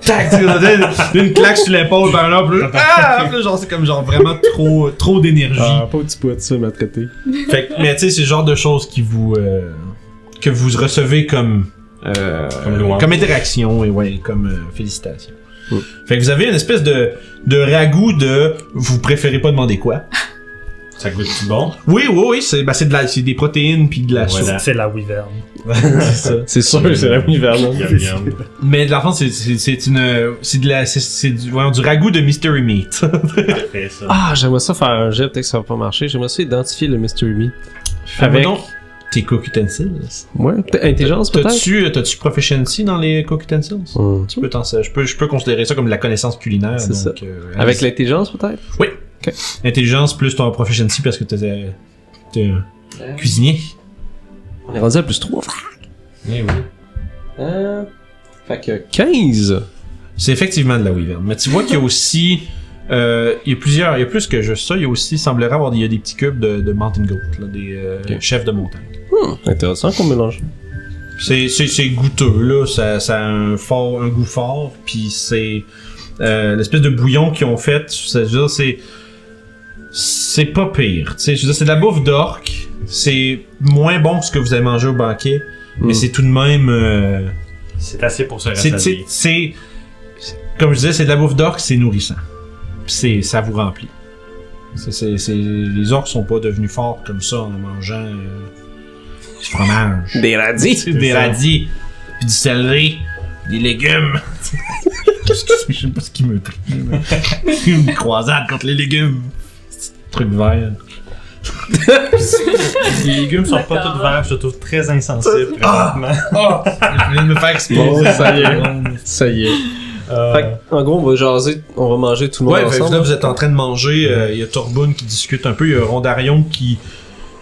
tac tu sais, dans la tête, une claque sur l'épaule par là puis là, ah puis là, genre c'est comme genre vraiment trop trop d'énergie
Ah, pas au petit poids de ça, m'a traité.
fait que, mais tu sais c'est le genre de choses qui vous euh, que vous recevez comme euh,
Comme louange.
comme interaction et ouais comme euh, félicitations
Mm.
fait que vous avez une espèce de de ragoût de vous préférez pas demander quoi
Ça goûte-tu bon?
oui oui oui c'est bah, c'est de la c'est des protéines puis de la
Voilà.
C'est la wyvern.
C'est sûr, c'est la Vernon.
Yum yum.
Mais de l'enfant, c'est c'est- c'est une. C'est de la. c'est- C'est du, voyons, du ragoût de Mystery Meat.
Parfait, ça.
Ah, j'aimerais ça faire un jet, peut-être que ça va pas marcher. J'aimerais ça identifier le Mystery Meat.
Fais-moi donc Tes cook utensils.
Ouais, peut-être intelligence peut-être?
T'as-tu t'as-tu proficiency dans les cook utensils
Hmm.
Tu peux t'en sa- je peux, je peux considérer ça comme de la connaissance culinaire.
C'est
donc, euh,
Avec l'intelligence peut-être?
Intelligence plus ton proficiency parce que t'es. euh, T'es un cuisinier.
On est rendu à plus 3.
Eh oui.
Euh, fait que 15!
C'est effectivement de la wyvern. Mais tu vois qu'il y a aussi. euh, il y a plusieurs. Il y a plus que juste ça. Il y a aussi, il semblerait avoir il y a des petits cubes de, de mountain goat, là, des euh,
Ok.
chefs de montagne.
Intéressant qu'on mélange.
C'est, c'est, c'est goûteux, là. Ça, ça a un, fort, un goût fort. Puis c'est. euh, l'espèce de bouillon qu'ils ont fait, ça veut dire, c'est. C'est pas pire. tu sais. Je veux dire, c'est de la bouffe d'orque. C'est moins bon que ce que vous avez mangé au banquet. Mais
Mm.
c'est tout de même. euh,
C'est assez pour se
c'est, c'est,
rassasier.
c'est- c'est- Comme je disais, c'est de la bouffe d'orque, c'est nourrissant. Puis c'est, ça vous remplit. C'est, c'est, c'est- les orques sont pas devenus forts comme ça en mangeant euh, du fromage
Des radis!
des radis, puis du céleri, des légumes. Excuse-moi, je sais pas ce qui me trie. là. Une croisade contre les légumes. C'est un Truc vert.
Les légumes sont pas
D'accord.
tous verts, je te trouve très insensible présentement.
Oh! Je viens de me faire
Bon,
exploser.
ça y est. ça y est.
Euh,
Fait que, en gros, on va jaser, on va manger tout le monde
Ouais, ben, fait que
ensemble.
là, vous êtes en train de manger. euh, Il y a Torbun qui discute un peu. Il y a Rondarion qui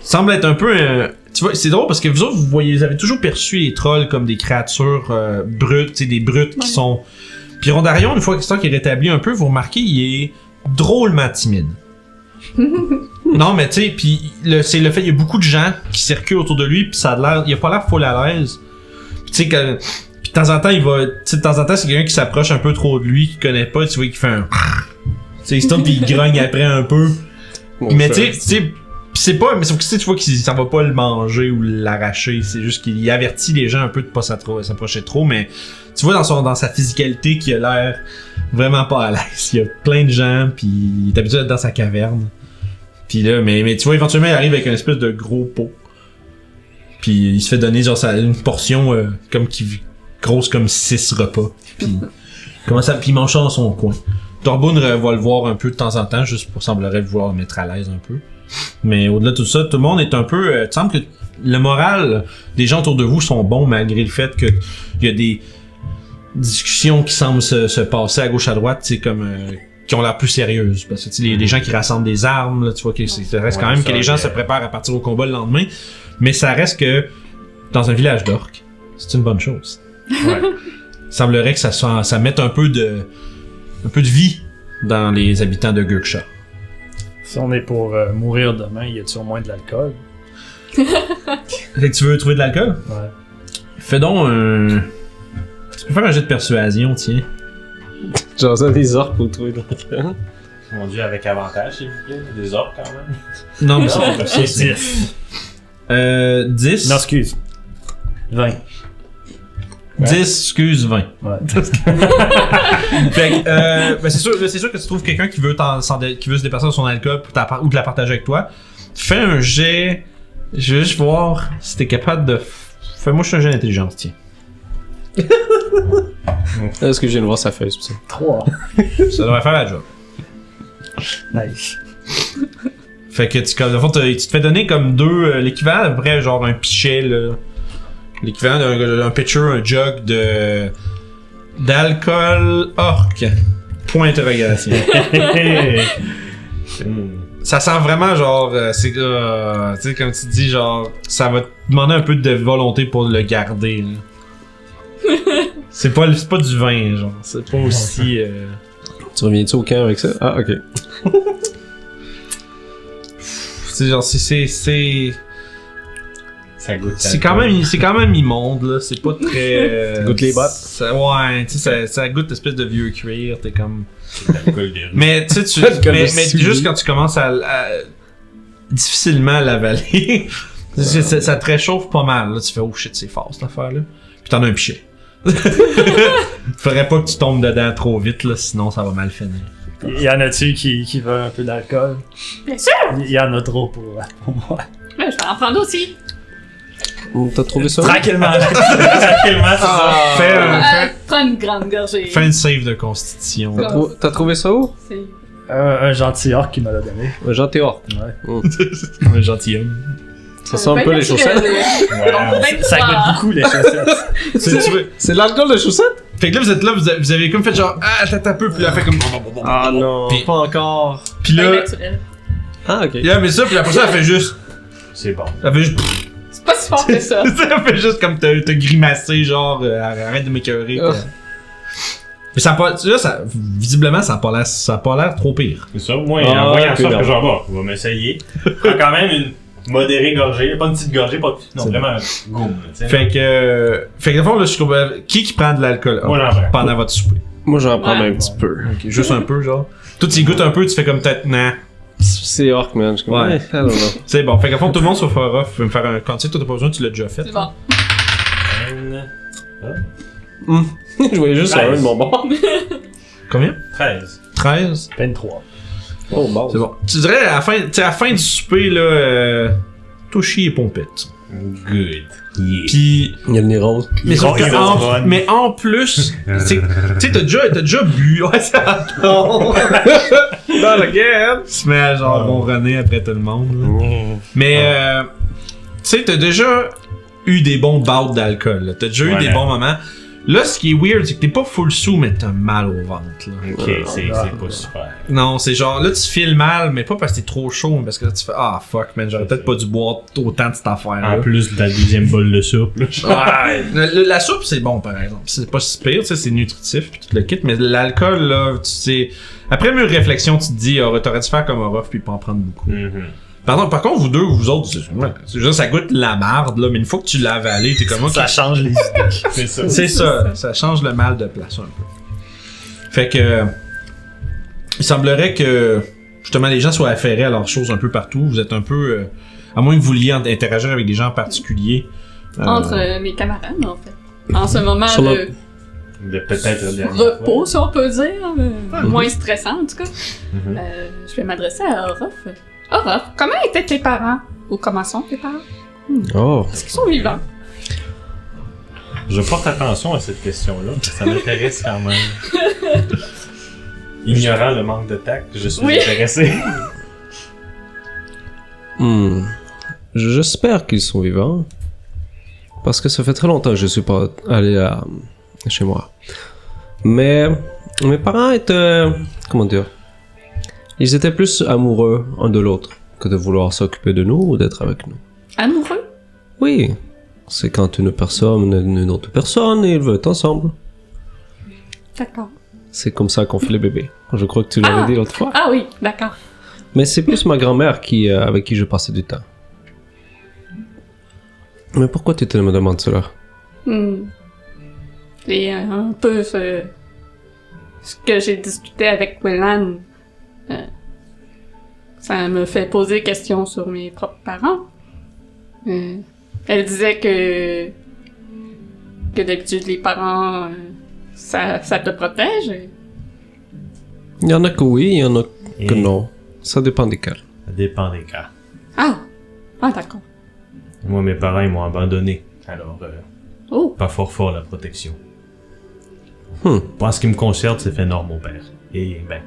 semble être un peu. un- Tu vois, c'est drôle parce que vous autres, vous voyez, vous avez toujours perçu les trolls comme des créatures euh, brutes, tu sais, des brutes qui
Ouais.
sont. Puis Rondarion, une fois que c'est ça qui est rétabli un peu, vous remarquez, il est drôlement timide. non, mais tu sais, puis le- c'est le fait, il y a beaucoup de gens qui circulent autour de lui, puis ça a l'air, il a pas l'air full à l'aise. Puis tu sais, quand- puis de temps en temps, il va, tu sais, de temps en temps, c'est quelqu'un qui s'approche un peu trop de lui, qui connaît pas, tu vois, qui fait un. Tu sais, il se tourne, puis il grogne après un peu.
Bon,
mais
ça-
tu sais, tu sais, pis c'est pas, mais sauf que tu sais, tu vois qu'il s'en va pas le manger ou l'arracher, c'est juste qu'il avertit les gens un peu de pas s'attro- s'approcher trop, mais tu vois dans son, dans sa physicalité qu'il a l'air vraiment pas à l'aise. Il y a plein de gens, puis il est habitué d'être dans sa caverne. Puis là, mais, mais tu vois, éventuellement, il arrive avec un espèce de gros pot. Puis il se fait donner genre sa- une portion euh, comme qui grosse comme six repas. Puis comment ça, puis il mange ça dans son coin. Torbun euh, va le voir un peu de temps en temps, juste pour semblerait vouloir le mettre à l'aise un peu. Mais au-delà de tout ça, tout le monde est un peu. euh, il semble que le moral des gens autour de vous sont bons malgré le fait que il y a des discussions qui semblent se, se passer à gauche à droite, c'est comme euh, qui ont l'air plus sérieuses. Parce que tu sais, les, les gens qui rassemblent des armes, là, tu vois que c'est- ça reste quand
Mm. Ouais,
même
ça,
que les gens
euh,
se préparent à partir au combat le lendemain. Mais ça reste que dans un village d'orques, c'est une bonne chose.
Ouais.
semblerait que ça, soit- ça mette un peu de un peu de vie dans les habitants de Gurksha.
Si on est pour euh, mourir demain, y a-t-il au moins de l'alcool?
Fait que tu veux trouver de l'alcool?
Ouais.
Fais donc un. Tu peux faire un jet de persuasion, tiens.
J'en ai des orques pour trouver dans le camp.
Mon dieu, avec avantage, s'il vous plaît. Des orques quand même.
Non, mais c'est.
C'est 10.
Euh, 10.
Non, excuse. 20.
10, excuse, 20.
Ouais.
Fait que, euh, ben c'est sûr, c'est sûr que tu trouves quelqu'un qui veut, t'en- s'en dé- qui veut se dépasser de son alcool pour t'en par- ou de la partager avec toi. Fais un jet. Je veux juste voir si t'es capable de. f- Fais-moi juste un jet d'intelligence, tiens.
Est-ce que je viens de voir sa feuille, c'est pour ça.
3.
Ça devrait faire la job.
Nice.
Fait que tu, comme, dans le fond, t'as- tu te fais donner comme deux. euh, L'équivalent à peu près, genre un pichet, là. L'équivalent d'un d'un pitcher, un jug de. d'alcool orc. Point d'interrogation. ça sent vraiment genre euh, c'est euh, tu sais comme tu dis genre ça va te demander un peu de volonté pour le garder là. c'est pas c'est pas du vin genre c'est pas aussi euh,
Tu reviens-tu au camp avec ça? Ah, ok.
c'est genre c'est c'est c'est
Ça goûte.
c'est quand même c'est quand même immonde là c'est pas très euh,
goûte les bottes.
ça- ouais tu sais ça, ça goûte espèce de vieux cuir t'es comme
l'alcool des rues.
Mais tu sais, tu-
Alcool
mais,
de
mais
souris.
juste quand tu commences à, à- difficilement l'avaler, ça, ça- ça te réchauffe pas mal. Là, tu fais oh shit, c'est fort cette affaire-là. Puis t'en as un pichet. Faudrait pas que tu tombes dedans trop vite, là, sinon ça va mal finir.
Y en a-tu qui, qui veulent un peu d'alcool?
Bien sûr!
Y y en a trop pour, euh, pour moi.
Ouais, je vais en prendre aussi.
Hum, T'as trouvé ça?
Tranquillement. Tranquillement, c'est ça.
Fais, un-
Euh, prends une grande gorgée.
fais une save de constitution.
T'as trou- T'as trouvé ça où? Euh,
C'est-
Un, un gentil orc qui me l'a donné.
Jean Théor.
Ouais.
un gentilhomme.
Ça sent un peu les chaussettes.
Wow.
Ça
Ah.
goûte beaucoup les chaussettes.
C'est- tu veux-
C'est de l'alcool de chaussettes?
Fait que là, vous êtes là, vous avez, vous avez comme fait genre, ah, attends un peu, puis là, fait comme.
Ah non,
Puis-
pas encore.
Puis
C'est
là,
naturel.
Ah, ok.
il a mis ça, puis après ça, elle fait juste.
C'est bon.
Elle fait juste.
C'est pas si fort que ça.
ça fait juste comme te, te grimacer, genre, euh, arrête de m'écœurer.
Oh.
pis- Mais ça a pas, là, ça, visiblement, ça a pas l'air, ça a pas l'air trop pire.
C'est ça, moi,
Ah,
en voyant
ok,
ça,
bon.
que genre, bon, on va m'essayer. Prends quand même une modérée gorgée, pas une petite gorgée, pas non,
C'est
vraiment un goût. tu sais.
Fait que, euh, fait que, dans le fond, là, je suis comme- qui qui prend de l'alcool Ah,
Moi, j'en prends.
pendant votre souper?
Moi, j'en prends
Ouais.
un petit peu.
Ok, juste un peu, genre. Toi, tu y goûtes un peu, tu fais comme peut-être, non.
C'est orc, man. Je suis comme,
Ouais.
ouais. I don't know.
C'est bon. Fait qu'à fond, tout le monde sauf Farah, peut me faire un quantité, toi, t'as pas besoin, tu l'as déjà fait.
C'est bon.
je voyais juste
Nice.
un de mon bord.
Combien?
13.
13?
23.
Oh, bon.
C'est bon. Tu dirais, à la fin, tu sais, à la fin du souper, là, euh, Toshi et Pompette.
Good. Yeah.
Pis,
Il y a le nez rose.
Mais,
Ils
sauf
vont-
que
ils vont
en-
se run.
mais en plus, tu sais, tu sais, t'as déjà, t'as déjà bu. Ouais, ça tombe. Not again. Tu te mets à genre ronronner après tout le monde. là. Mais, euh, tu sais, t'as déjà eu des bons bouts d'alcool. là. T'as déjà eu
Ouais.
des bons moments. Là, ce qui est weird, c'est que t'es pas full sous, mais t'as mal au ventre. Là.
Ok, c'est c'est pas super.
Non, c'est genre, là, tu files mal, mais pas parce que t'es trop chaud, mais parce que là, tu fais Ah, fuck, man, j'aurais peut-être pas dû boire autant de cette affaire-là.
En plus de la deuxième boule de soupe, là.
Ouais. Le- le- la soupe, c'est bon, par exemple. C'est pas si pire, tu sais, c'est nutritif, puis tout le kit. Mais l'alcool, là, tu sais... Après mûre réflexion, tu te dis, Ah, t'aurais dû faire comme Orof, puis pas en prendre beaucoup.
Mm-hmm.
Mhm.
Pardon, par contre, vous deux, vous autres, c'est ouais, c'est juste, ça goûte la marde, là, mais une fois que tu l'as avalé, t'es comme, OK,
Ça change les idées.
C'est ça.
c'est ça. Ça change le mal de place, un peu. Fait que... Il semblerait que, justement, les gens soient affairés à leurs choses un peu partout. Vous êtes un peu... euh, à moins que vous vouliez en- interagir avec des gens en particulier. euh,
Entre euh, mes camarades, en fait. En ce moment
Sur
de
De peut-être la dernière fois.
repos, si on peut dire, euh, moins stressant, en tout cas,
Mhm.
euh, je vais m'adresser à Orof. Orof, comment étaient tes parents? Ou comment sont tes parents?
Oh.
Est-ce qu'ils sont vivants?
Je porte attention à cette question-là, parce que ça m'intéresse quand même. Ignorant le manque de tact, je suis
Oui.
intéressé.
Hmm. J'espère qu'ils sont vivants. Parce que ça fait très longtemps que je suis pas allé à... chez moi. Mais mes parents étaient... Comment dire Ils étaient plus amoureux un de l'autre que de vouloir s'occuper de nous ou d'être avec nous.
Amoureux?
Oui, c'est quand une personne aime une autre personne et ils veulent être ensemble.
D'accord.
C'est comme ça qu'on fait les bébés. Je crois que tu l'avais
Ah.
dit l'autre fois.
Ah oui, d'accord.
Mais c'est plus ma grand-mère qui, euh, avec qui je passais du temps. Mais pourquoi tu te me demandes cela
Hmm. C'est un peu ce, ce que j'ai discuté avec Willan. Euh, ça me fait poser question sur mes propres parents. Euh, elle disait que que d'habitude les parents euh, ça, ça te protège.
Il y en a que oui, il y en a que
Et-
non. Ça dépend des cas.
Ça dépend des cas.
Ah ah d'accord.
Moi, mes parents, ils m'ont abandonné. Alors, euh,
Oh
pas fort fort la protection.
Hmm.
Pour en ce qui me concerne, c'est fait norme, mon père. Et ben,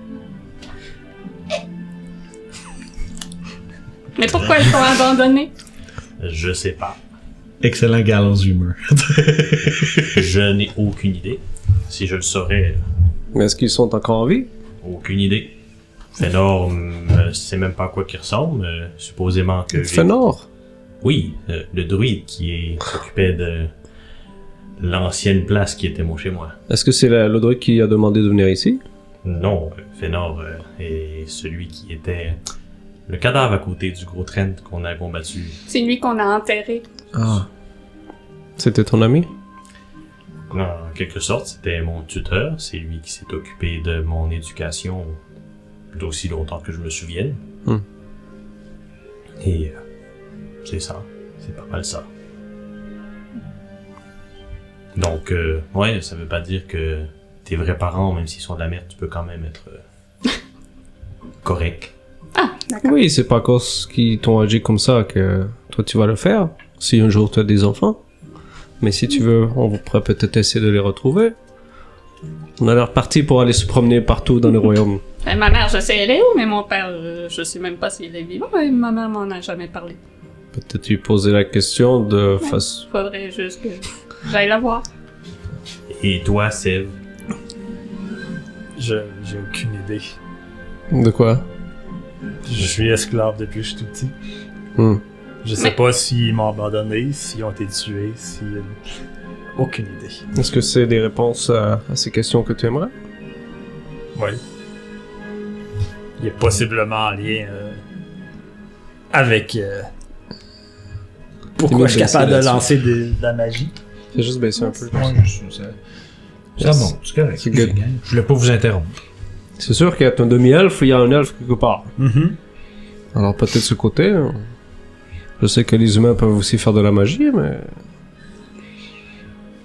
mais pourquoi ils t'ont abandonné
je sais pas.
Excellent galons humeur.
Je n'ai aucune idée. Si je le saurais,
Mais est-ce qu'ils sont encore en vie
aucune idée. Fénor, je sais même pas à quoi qu'il ressemble. euh, supposément que. j'ai-
Fenor
Oui, euh, le druide qui est- s'occupait de l'ancienne place qui était mon chez moi.
Est-ce que c'est la- le druide qui a demandé de venir ici
Non, euh, Fénor euh, est celui qui était le cadavre à côté du gros train qu'on a combattu.
C'est lui qu'on a enterré.
Ah. C'était ton ami
En quelque sorte, c'était mon tuteur. C'est lui qui s'est occupé de mon éducation d'aussi longtemps que je me souvienne.
Hmm.
Et euh, c'est ça. C'est pas mal ça. Donc, euh, ouais, ça veut pas dire que tes vrais parents, même s'ils sont de la merde, tu peux quand même être euh, correct.
D'accord.
Oui, c'est pas à cause qu'ils t'ont agi comme ça que toi tu vas le faire. Si un jour tu as des enfants. Mais si tu veux, on pourrait peut-être essayer de les retrouver. On a l'air parti pour aller se promener partout dans le royaume.
Euh, ma mère je sais elle est où mais mon père euh, je sais même pas s'il est vivant et ma mère m'en a jamais parlé.
Peut-être lui poser la question de face.
Faudrait juste que j'aille la voir.
Et toi, Sève,
Je- J'ai aucune idée.
De quoi
Je suis esclave depuis que je suis tout petit.
Hmm.
Je sais
Mais-
pas s'ils m'ont abandonné, s'ils ont été tués, si. Aucune idée.
Est-ce que c'est des réponses à, à ces questions que tu aimerais
Oui. Il est possiblement en lien euh, avec. euh,
mieux
pourquoi je suis
de
capable de
laisser
lancer des- de la magie
Fais juste baisser un peu.
Ouais, je- ça- Ça monte, c'est correct.
C'est good.
Je voulais pas vous interrompre.
C'est sûr qu'il y a un demi-elfe, il y a un elfe quelque part.
Mm-hmm.
Alors peut-être ce côté. hein. Je sais que les humains peuvent aussi faire de la magie, mais...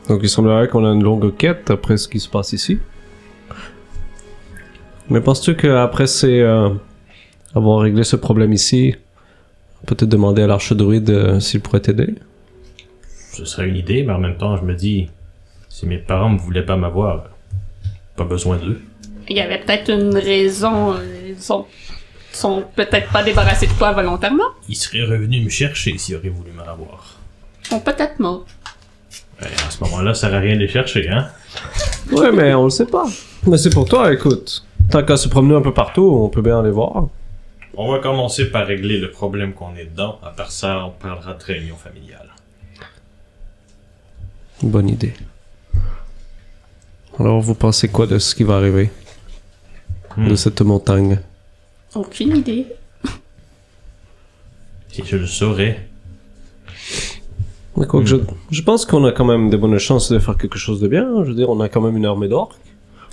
Donc il semblerait qu'on a une longue quête après ce qui se passe ici. Mais penses-tu qu'après c'est... avoir réglé ce problème ici, peut-être demander à l'archedruide euh, s'il pourrait t'aider
ce serait une idée, mais en même temps, je me dis, si mes parents ne voulaient pas m'avoir, pas besoin d'eux.
Il y avait peut-être une raison. euh, Ils sont, sont peut-être pas débarrassés de toi volontairement.
Il serait revenu me chercher s'il aurait voulu me revoir.
Ils sont peut-être morts.
Ben, à ce moment-là, ça sert à rien de les chercher, hein?
Ouais, mais on le sait pas. Mais c'est pour toi, écoute. Tant qu'à se promener un peu partout, on peut bien aller voir.
On va commencer par régler le problème qu'on est dedans. À part ça, on parlera de réunion familiale.
Bonne idée. Alors, vous pensez quoi de ce qui va arriver
Hmm.
De cette montagne
Aucune idée.
Si je le saurais.
Mais quoi que je, je pense qu'on a quand même des bonnes chances de faire quelque chose de bien. hein. Je veux dire, on a quand même une armée d'orques.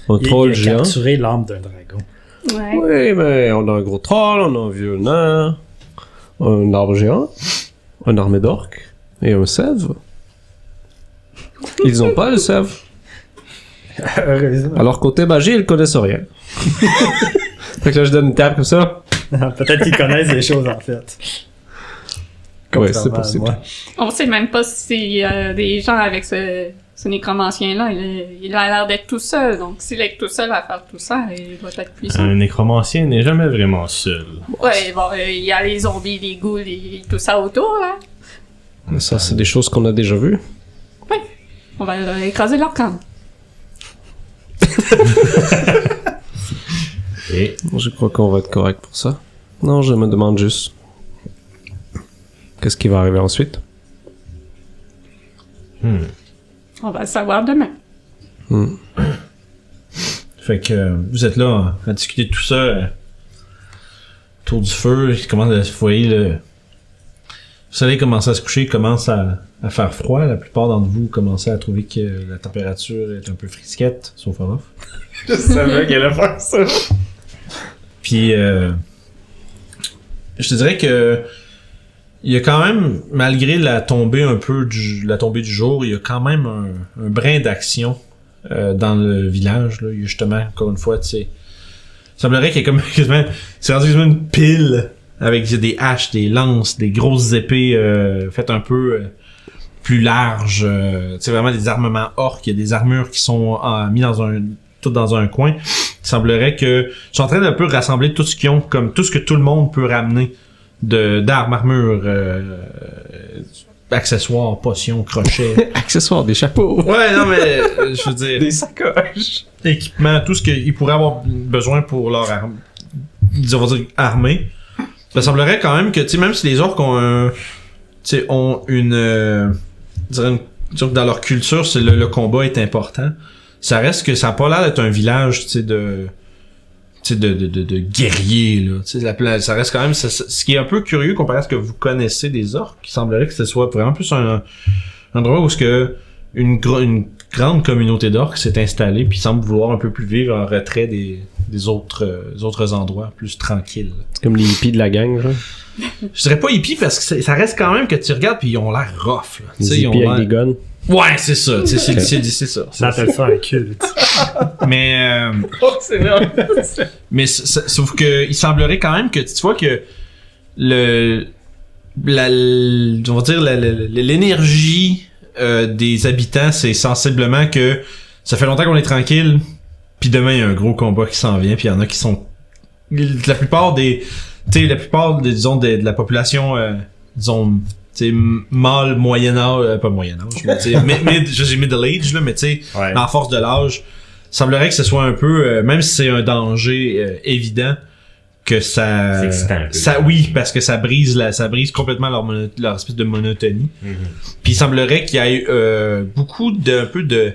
Un
Il-
troll
Il a
géant.
capturé l'âme d'un dragon.
Ouais.
Oui, mais on a un gros troll, on a un vieux nain, un arbre géant, une armée d'orques et un sève. Ils ont pas le sève.
Heureusement.
Alors côté magie, ils connaissent rien. fait que là, je donne une tape comme ça.
Peut-être qu'ils connaissent des choses en fait.
Ouais, c'est
Contrairement à
possible.
moi.
On sait même pas si euh, des gens avec ce, ce nécromancien-là, il, il a l'air d'être tout seul. Donc s'il est tout seul à faire tout ça, il doit être puissant.
Un nécromancien n'est jamais vraiment seul.
Ouais, bon, euh, il y a les zombies, les ghouls et tout ça autour, là.
Mais ça, c'est des choses qu'on a déjà vues.
On va euh, écraser leur camp.
Et
Je crois qu'on va être correct pour ça. Non, je me demande juste. Qu'est-ce qui va arriver ensuite
On va le savoir demain.
Fait que euh, vous êtes là à discuter de tout ça euh, autour du feu, qui commence à se foyer le, Le soleil commence à se coucher, commence à, à faire froid. La plupart d'entre vous commencez à trouver que la température est un peu frisquette, sauf Orof.
Je savais qu'elle allait faire ça.
Puis, euh, je te dirais que il y a quand même, malgré la tombée un peu du, la tombée du jour, il y a quand même un, un brin d'action euh, dans le village. Là. Il y a justement, encore une fois, tu sais, il semblerait qu'il y ait comme quasiment, c'est rendu quasiment une pile avec des haches, des lances, des grosses épées euh, faites un peu euh, plus larges. euh, tu sais, vraiment des armements orques. Il y a des armures qui sont euh, mis dans un, tout dans un coin. Il semblerait que ils sont en train d'un peu rassembler tout ce qu'ils ont, comme tout ce que tout le monde peut ramener de d'armes, armures, euh, euh, accessoires, potions, crochets.
Accessoires, des chapeaux,
ouais, non mais euh, je veux dire
des sacoches.
équipement, tout ce qu'ils pourraient avoir besoin pour leur arme, disons, on va dire armée. Ça semblerait quand même que, tu sais, même si les orques ont un, tu sais, ont une, euh, je dirais une- disons que dans leur culture, c'est le, le combat est important. Ça reste que ça n'a pas l'air d'être un village, tu sais, de, tu sais, de, de, de, de guerriers, là. Tu sais, la pla- ça reste quand même, ça- ça- ce qui est un peu curieux comparé à ce que vous connaissez des orques, il semblerait que ce soit vraiment plus un, un endroit où ce que, une, gro- une grande communauté d'orques s'est installée puis semble vouloir un peu plus vivre en retrait des, des autres, euh, des autres endroits, plus tranquilles.
C'est comme les hippies de la gang, genre.
Je dirais pas hippie parce que c'est- ça reste quand même que tu regardes puis ils ont l'air rough. Là. Tu sais,
Les
ils ont
hippies avec des
l'air-
guns.
Ouais, c'est ça. tu sais, C'est c'est- c'est ça.
Ça appelle ça un culte.
Mais, euh, mais s- s- sauf que il semblerait quand même que tu vois que le la, l- on va dire la- la- la- l'énergie euh, des habitants c'est sensiblement que ça fait longtemps qu'on est tranquille puis demain il y a un gros combat qui s'en vient puis il y en a qui sont la plupart des tu sais la plupart des, disons des- de la population euh, disons tu sais m- mâle moyen âge euh, pas moyen âge mais tu sais mid, mid- je dis middle age là mais tu sais
Ouais.
mais en force de l'âge, semblerait que ce soit un peu, euh, même si c'est un danger euh, évident, que ça,
C'est excitant, un peu.
ça, oui, parce que ça brise, la, ça brise complètement leur, mono- leur espèce de monotonie.
Mm-hmm.
Puis il semblerait qu'il y ait euh, beaucoup d'un peu de,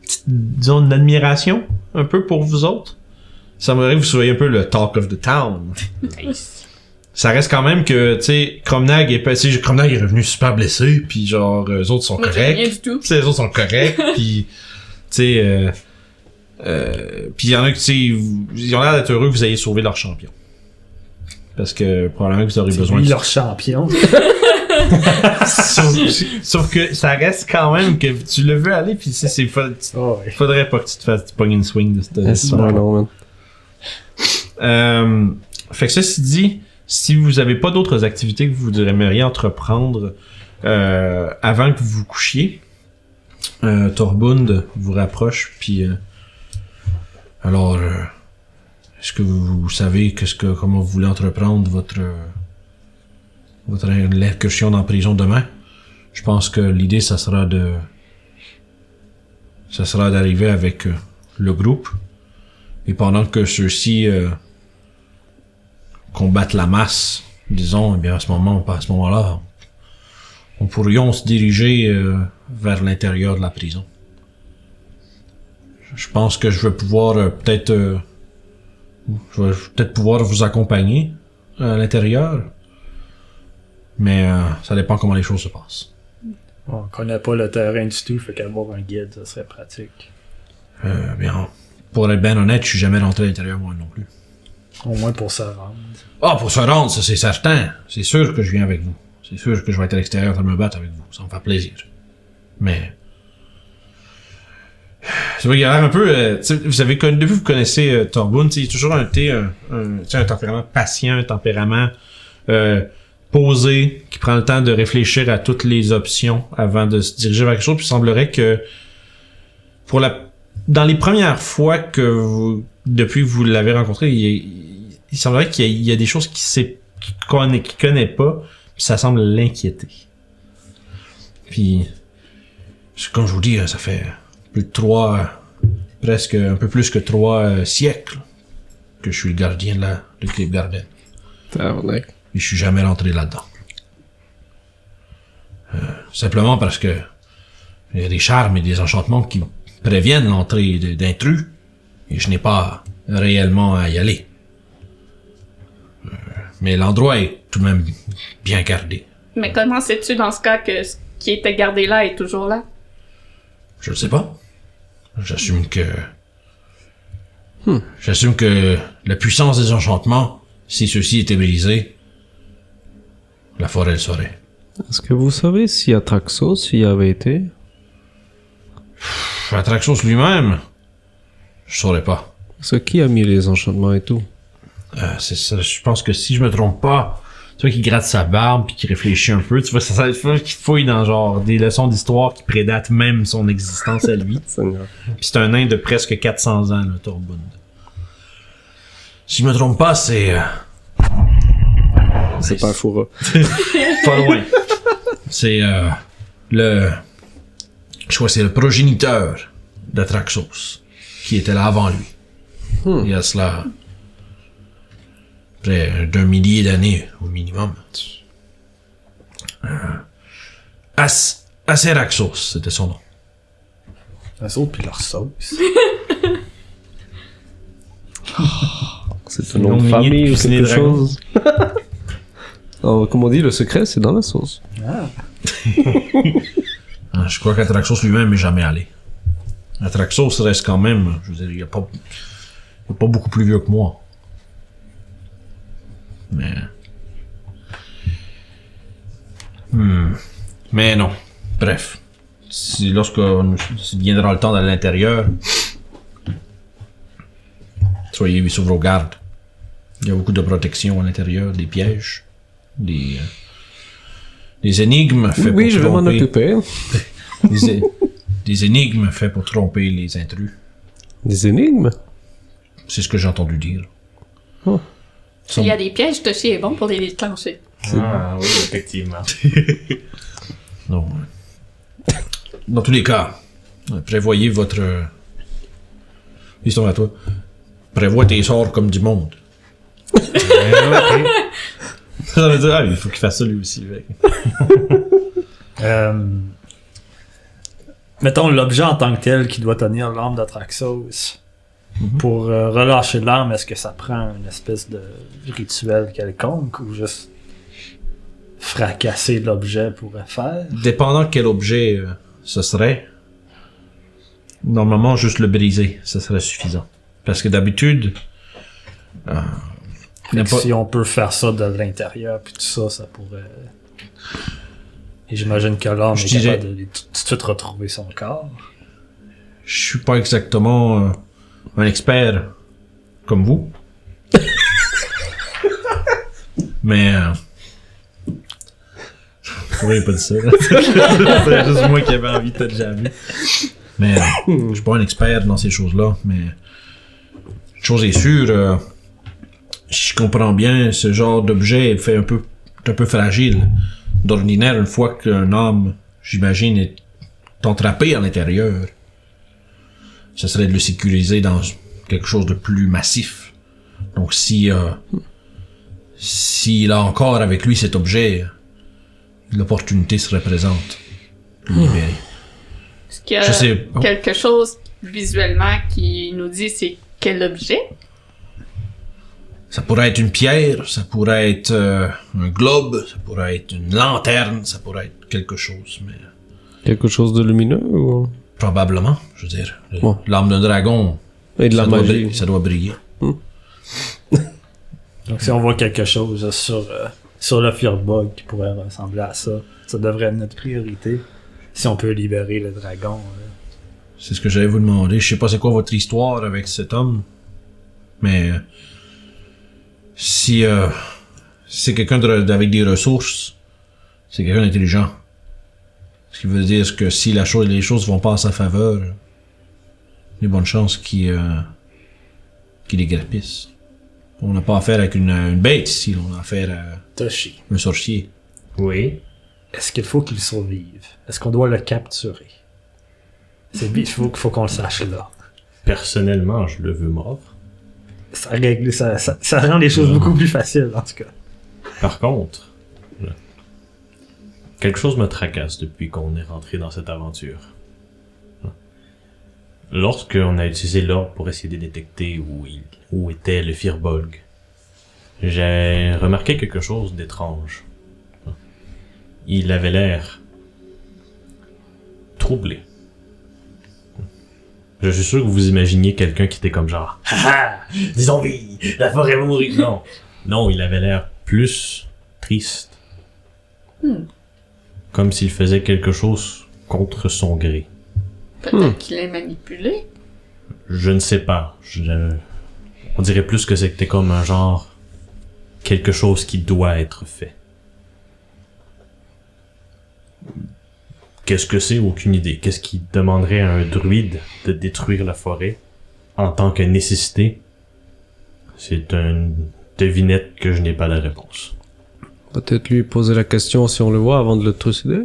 petite, disons, d'admiration un peu pour vous autres. Il semblerait que vous soyez un peu le talk of the town.
Nice.
Ça reste quand même que, tu sais, Cromnag est, pas- tu sais, Cromnag est revenu super blessé, puis genre, eux autres sont
Moi, j'ai
corrects.
rien du tout.
Pis les autres sont corrects, puis tu sais, euh, euh, puis il y en a qui, tu sais, vous- ils ont l'air d'être heureux que vous ayez sauvé leur champion. Parce que probablement que vous aurez besoin.
Lui,
de-
leur champion.
sauf, sauf que ça reste quand même que tu le veux aller, puis c'est, c'est fa-
Oh, ouais.
faudrait pas que tu te fasses du pognes une swing de cette.
Ah, c'est vraiment long, man.
Euh, fait que ceci dit, si vous avez pas d'autres activités que vous aimeriez entreprendre euh, avant que vous vous couchiez, euh, Torbund vous rapproche, puis... euh, alors, euh, est-ce que vous, vous savez qu'est-ce que, comment vous voulez entreprendre votre... euh, votre incursion dans la prison demain? Je pense que l'idée, ça sera de... Ça sera d'arriver avec euh, le groupe. Et pendant que ceux-ci euh, combattent la masse, disons, eh bien à ce moment, à ce moment-là, on pourrions se diriger euh, vers l'intérieur de la prison. Je pense que je vais pouvoir euh, peut-être, euh, je vais peut-être pouvoir vous accompagner à l'intérieur, mais euh, ça dépend comment les choses se passent.
On connaît pas le terrain du tout, fait qu'avoir un guide, ça serait pratique.
Euh, bien, pour être bien honnête, je suis jamais rentré à l'intérieur moi non plus.
Au moins pour se rendre.
Ah, pour se rendre, ça c'est certain. C'est sûr que je viens avec vous. C'est sûr que je vais être à l'extérieur en train de me battre avec vous. Ça me fait plaisir. Mais. C'est vrai qu'il a l'air un peu. euh, tu sais, vous avez connu, depuis que vous connaissez euh, Torbun, tu sais, il est toujours un, thé, un, un- tu sais, un tempérament patient, un tempérament euh, posé, qui prend le temps de réfléchir à toutes les options avant de se diriger vers quelque chose. Puis il semblerait que pour la dans les premières fois que vous, depuis que vous l'avez rencontré, il, il- il semblerait qu'il y, a- il y a des choses qui sait, qu'il connaît, qu'il connaît pas, puis ça semble l'inquiéter. Puis, c'est comme je vous dis, hein, ça fait plus de trois, presque un peu plus que trois euh, siècles que je suis le gardien de la, de Cave Garden.
Tabarnak.
Et je suis jamais rentré là-dedans. Euh, simplement parce que il y a des charmes et des enchantements qui préviennent l'entrée de- d'intrus, et je n'ai pas réellement à y aller. Euh, mais l'endroit est tout de même bien gardé.
Mais comment sais-tu dans ce cas que ce qui était gardé là est toujours là?
Je ne sais pas. J'assume que. J'assume que la puissance des enchantements, si ceux-ci étaient brisés, la forêt le saurait.
Est-ce que vous savez si Atraxos y avait été
Pff, Atraxos lui-même, je saurais pas.
Ce qui a mis les enchantements et tout
Euh, c'est ça, je pense que si je me trompe pas, tu vois qu'il gratte sa barbe puis qu'il réfléchit un peu, tu vois, ça, ça fait qu'il fouille dans genre des leçons d'histoire qui prédatent même son existence à lui. Puis c'est un nain de presque 400 ans, le Torbund. Si je me trompe pas, c'est euh,
C'est pas Foura.
pas loin. c'est euh, le... Je crois que c'est le progéniteur d'Atraxos qui était là avant lui. Il y a cela près d'un millier d'années au minimum. Euh, As Aceraxos, c'était son nom.
Eux autres, puis leur sauce.
C'est un nom de
nom mignon de
famille ou
cuisiner
quelque
dragon.
chose. Alors, comme on dit, le secret, c'est dans la sauce.
Hein, Je crois qu'Atraxos lui-même est jamais allé. Atraxos reste quand même, je veux dire, il n'est pas, il est pas beaucoup plus vieux que moi. Mais. Hmm. Mais non. Bref. Si, lorsque on- s'il viendra le temps d'aller à l'intérieur, soyez sur vos gardes. Il y a beaucoup de protection à l'intérieur, des pièges, des, euh, des énigmes. faites
Oui,
pour
je vais m'en
tromper
occuper.
des, é- des énigmes faites pour tromper les intrus.
Des énigmes
C'est ce que j'ai entendu dire.
Oh.
Il y a des pièges, Toshi est bon pour les déclencher.
Ah oui, effectivement.
Non. euh, Dans tous les cas, euh, prévoyez votre. euh, Histoire à toi. Prévois tes sorts comme du monde.
Ça veut dire, ah, il faut qu'il fasse ça lui aussi. mec.
Euh, mettons l'objet en tant que tel qui doit tenir l'arme d'Atraxos.
Mhm.
Pour euh, relâcher l'arme, est-ce que ça prend une espèce de rituel quelconque ou juste fracasser l'objet pourrait faire
Dépendant quel objet euh, ce serait, normalement juste le briser, ce serait suffisant. Parce que d'habitude, euh,
Fait que
n'importe-
Si on peut faire ça de l'intérieur puis tout ça, ça pourrait. Et j'imagine que l'arme
Je
est
dirais-
capable de tout de suite retrouver son corps.
Je suis pas exactement euh, un expert comme vous. Mais. Euh... Pourquoi il a pas dit ça? là?
C'est juste moi qui avais envie de te jammer.
Mais euh, je suis pas un expert dans ces choses-là. Mais. Une chose est sûre, euh, si je comprends bien, ce genre d'objet est fait un peu, est un peu fragile. D'ordinaire, une fois qu'un homme, j'imagine, est entrapé à l'intérieur, ce serait de le sécuriser dans quelque chose de plus massif. Donc si euh, s'il a encore avec lui cet objet, l'opportunité serait présente. de le libérer.
Est-ce qu'il y a
Je sais- oh.
quelque chose visuellement qui nous dit c'est quel objet?
Ça pourrait être une pierre, ça pourrait être euh, un globe, ça pourrait être une lanterne, ça pourrait être quelque chose, mais
Quelque chose de lumineux ou...
probablement, je veux dire, le-
Bon.
l'âme d'un dragon,
Et de la
ça, doit
magie.
bri- ça doit briller.
Donc si on voit quelque chose euh, sur, euh, sur le Firebug qui pourrait ressembler à ça, ça devrait être notre priorité. Si on peut libérer le dragon. euh.
C'est ce que j'allais vous demander. Je sais pas c'est quoi votre histoire avec cet homme, mais euh, si euh, c'est quelqu'un de- avec des ressources, c'est quelqu'un d'intelligent. Ce qui veut dire que si la chose, les choses vont pas en sa faveur, il y a bonne chance qu'il euh, qu'il les grappisse. On n'a pas affaire avec une, une bête ici, on a affaire à
Toshi,
un sorcier.
Oui.
est-ce qu'il faut qu'il survive Est-ce qu'on doit le capturer C'est bi- il faut, faut qu'on le sache là.
Personnellement, je le veux mort.
Ça, règle, ça, ça, ça rend les choses beaucoup plus faciles en tout cas.
Par contre, là, quelque chose me tracasse depuis qu'on est rentré dans cette aventure. Lorsqu'on a utilisé l'orbe pour essayer de détecter où, il, où était le Firbolg, j'ai remarqué quelque chose d'étrange. Il avait l'air troublé. Je suis sûr que vous imaginiez quelqu'un qui était comme genre Ah ah, des zombies, la forêt va mourir. Non, non, il avait l'air plus triste.
Hmm.
Comme s'il faisait quelque chose contre son gré.
Peut-être
Hmm.
qu'il est manipulé.
Je ne sais pas. Je- je- on dirait plus que c'était comme un genre quelque chose qui doit être fait. Qu'est-ce que c'est Aucune idée. Qu'est-ce qui demanderait à un druide de détruire la forêt en tant que nécessité C'est une devinette que je n'ai pas la réponse.
Peut-être lui poser la question si on le voit avant de le trucider.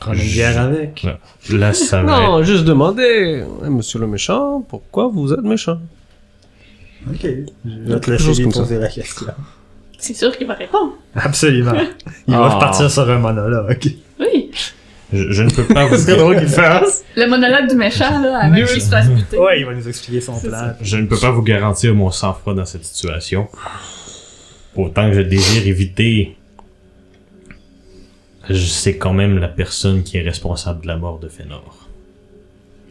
Prendre une bière avec.
Là, ça va être-
Non, juste demander, Eh, monsieur le méchant, pourquoi vous êtes méchant
Ok. Je vais te
Quelque chose
laisser lui
comme ça.
poser la question.
C'est sûr qu'il va répondre.
Absolument. Il
Ah.
va repartir sur un monologue.
Oui.
je, je ne peux pas
C'est
vous
serait drôle qu'il le
hein.
fasse.
Le monologue du méchant, là, avant qu'il se fasse buter.
Ouais, il va nous expliquer son
C'est
plan.
Je ne peux pas vous garantir mon sang-froid dans cette situation. Autant que je désire éviter, je sais quand même la personne qui est responsable de la mort de Fénor.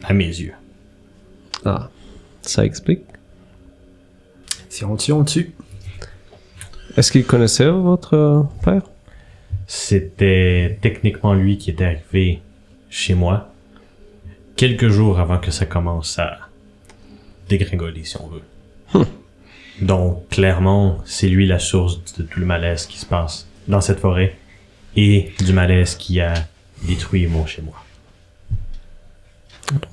À mes yeux.
Ah, ça explique.
Si on tue, on tue.
Est-ce qu'il connaissait votre euh, père
C'était techniquement lui qui était arrivé chez moi quelques jours avant que ça commence à dégringoler, si on veut. Donc, clairement, c'est lui la source de tout le malaise qui se passe dans cette forêt et du malaise qui a détruit mon chez moi.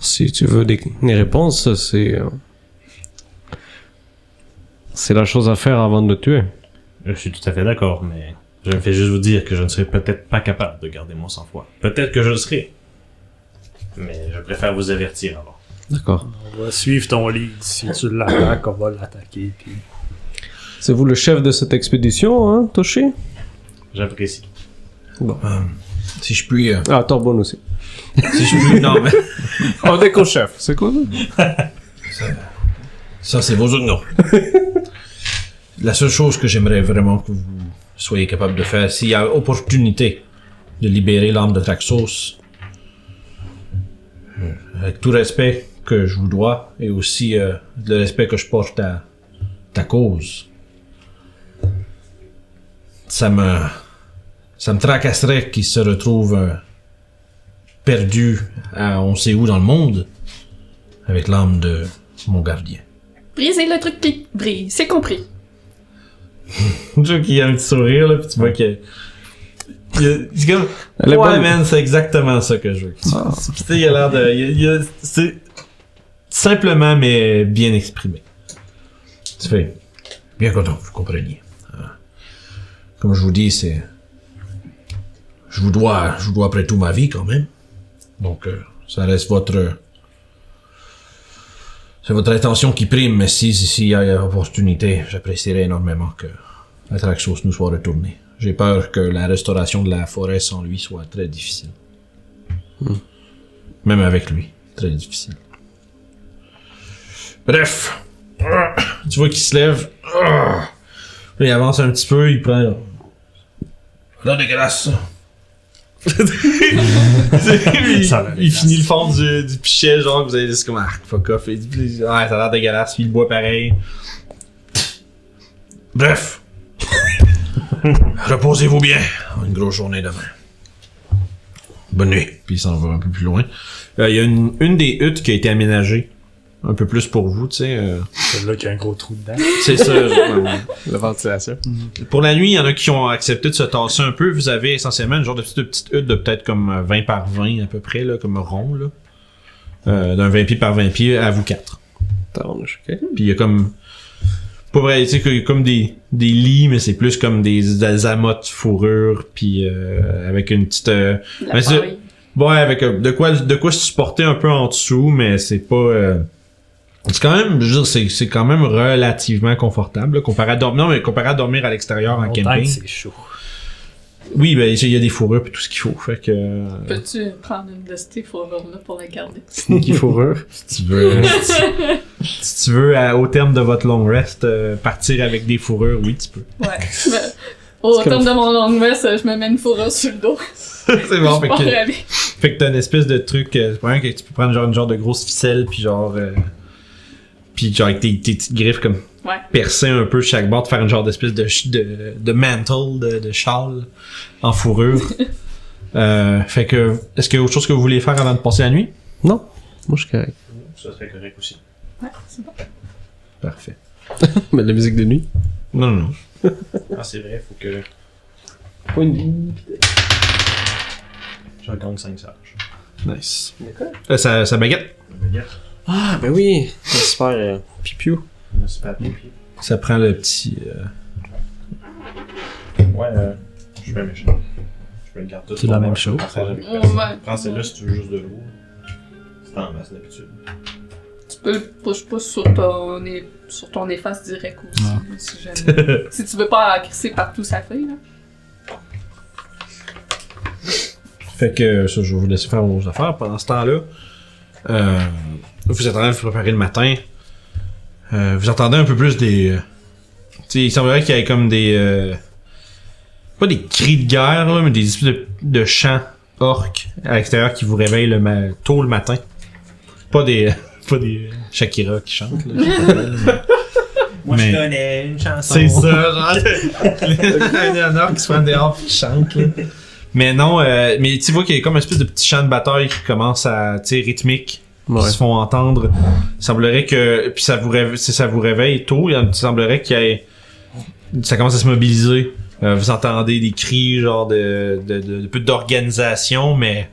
Si tu veux des, des réponses, c'est. euh, C'est la chose à faire avant de le tuer.
Je suis tout à fait d'accord, mais je me fais juste vous dire que je ne serais peut-être pas capable de garder mon sang-froid. Peut-être que je le serai. Mais je préfère vous avertir avant.
D'accord.
On va suivre ton lead. Si tu l'attaques, on va l'attaquer. Puis...
C'est vous le chef de cette expédition, hein, Toshi
J'apprécie.
Si je puis. euh,
Ah, Torbonne aussi.
si je puis. Non, mais.
Oh, dès qu'on chef. C'est quoi ça
Ça, c'est vos autres noms. La seule chose que j'aimerais vraiment que vous soyez capable de faire, s'il y a opportunité de libérer l'âme de Traxos, euh, avec tout respect que je vous dois et aussi euh, le respect que je porte à ta cause, ça me, ça me tracasserait qu'il se retrouve euh, perdu à on sait où dans le monde avec l'âme de mon gardien.
Briser le truc qui brille. C'est compris.
Joe qui a un petit sourire, là, pis tu vois que. Il a- C'est comme.
Elle est
ouais,
bonne.
man, c'est exactement ça que je veux.
Ah.
Pis tu sais, il a l'air de. il a- il a- c'est simplement, mais bien exprimé.
Ça fait bien content que vous compreniez. Euh, Comme je vous dis, c'est. Je vous dois, je vous dois après tout ma vie quand même. Donc, euh, ça reste votre. C'est votre intention qui prime, mais si, si, s'il y a opportunité, j'apprécierais énormément que la Traxos nous soit retournée. J'ai peur que la restauration de la forêt sans lui soit très difficile. Même avec lui, très difficile. Bref,
Tu vois qu'il se lève. Ah! Là, il avance un petit peu, il prend.
là, dégueulasse.
il,
Ça va,
il finit le fond du, du pichet, genre, vous allez juste comme, ah, fuck off. Et, puis, ouais, ah, ça a l'air dégueulasse, puis il le boit pareil.
Bref. Reposez-vous bien. Une grosse journée demain. Bonne nuit.
Puis il s'en va un peu plus loin. Euh, Il y a une, une des huttes qui a été aménagée. Un peu plus pour vous, tu sais. euh,
C'est là qu'il y a un gros trou dedans.
c'est ça. genre, euh,
La ventilation.
Pour la nuit, il y en a qui ont accepté de se tasser un peu. Vous avez essentiellement une genre de petite, de petite hutte de peut-être comme euh, 20 par 20 à peu près, là, comme rond, là. Euh, d'un 20 pieds par 20 pieds à vous quatre.
ok.
Puis il y a comme... Pas vrai, tu sais, qu'il y a comme des, des lits, mais c'est plus comme des, des amas de fourrure, puis euh, avec une petite... euh,
La
Mais c'est-
paille.
Ouais, avec euh, de quoi de quoi supporter un peu en dessous, mais c'est pas. euh, c'est quand même, je veux dire, c'est, c'est quand même relativement confortable là, comparé à dormir. Non, mais comparé à dormir à l'extérieur en
Montagne,
camping.
c'est chaud.
Oui, ben il y a des fourrures et tout ce qu'il faut. Fait que. euh,
Peux-tu prendre une de ces fourrures-là pour la garder?
Sneaky fourrure.
Si tu veux, euh, si, si tu veux, à- au terme de votre long rest, euh, partir avec des fourrures, oui, tu peux.
Ouais. Mais Au
C'est comme-
terme de mon long rest, je me mets une fourrure sur le dos.
c'est bon,
je
fait
pars
que,
avec.
fait que t'as une espèce de truc. euh, c'est pas rien que tu peux prendre genre une genre de grosse ficelle, puis genre. euh, puis genre avec tes, tes petites griffes comme
Ouais.
percer un peu chaque bord, de faire une genre d'espèce de, ch- de, de mantle, de, de châle en fourrure. Euh, fait que, est-ce qu'il y a autre chose que vous voulez faire avant de passer la nuit?
Non, moi je suis correct.
Ça serait correct aussi.
Ouais, c'est bon.
Parfait.
Mais de la musique de nuit.
Non, non, non.
Ah, c'est vrai, faut que. J'en gagne 5 sages.
Nice. Euh, ça, ça baguette.
Ah, ben oui. J'espère. Euh, pipiou.
C'est pas pipi.
Ça prend le petit. euh,
Ouais, euh, je suis pas méchant. Je me le garde tout.
C'est la même chose.
Ouais.
Prends celle-là si tu veux juste de l'eau. C'est en masse d'habitude.
Tu peux le push pas sur ton, é- sur ton efface direct aussi. Si, jamais. si tu veux pas crisser partout sa feuille, là.
Fait que euh, ça, je vais vous laisser faire vos affaires pendant ce temps-là. Euh, vous êtes en train de vous préparer le matin. Euh, vous entendez un peu plus des. euh, tu sais, il semblerait qu'il y ait comme des. euh, pas des cris de guerre, là, mais des espèces de, de chants orques à l'extérieur qui vous réveillent le ma- tôt le matin. Pas des. Pas des euh, Shakira qui chantent. là.
Moi,
Mais-
je connais une chanson.
C'est ça, genre. Il y en a qui se prennent dehors et qui chantent, là. Mais non, euh, mais tu vois qu'il y a comme un espèce de petit chant de bataille qui commence à, tu sais, rythmique,
Ouais.
qui se font entendre. Il semblerait que, puis ça vous réveille, ça vous réveille tôt, il en- semblerait qu'il y ait, ça commence à se mobiliser. Euh, vous entendez des cris, genre de, de, de, de peu d'organisation, mais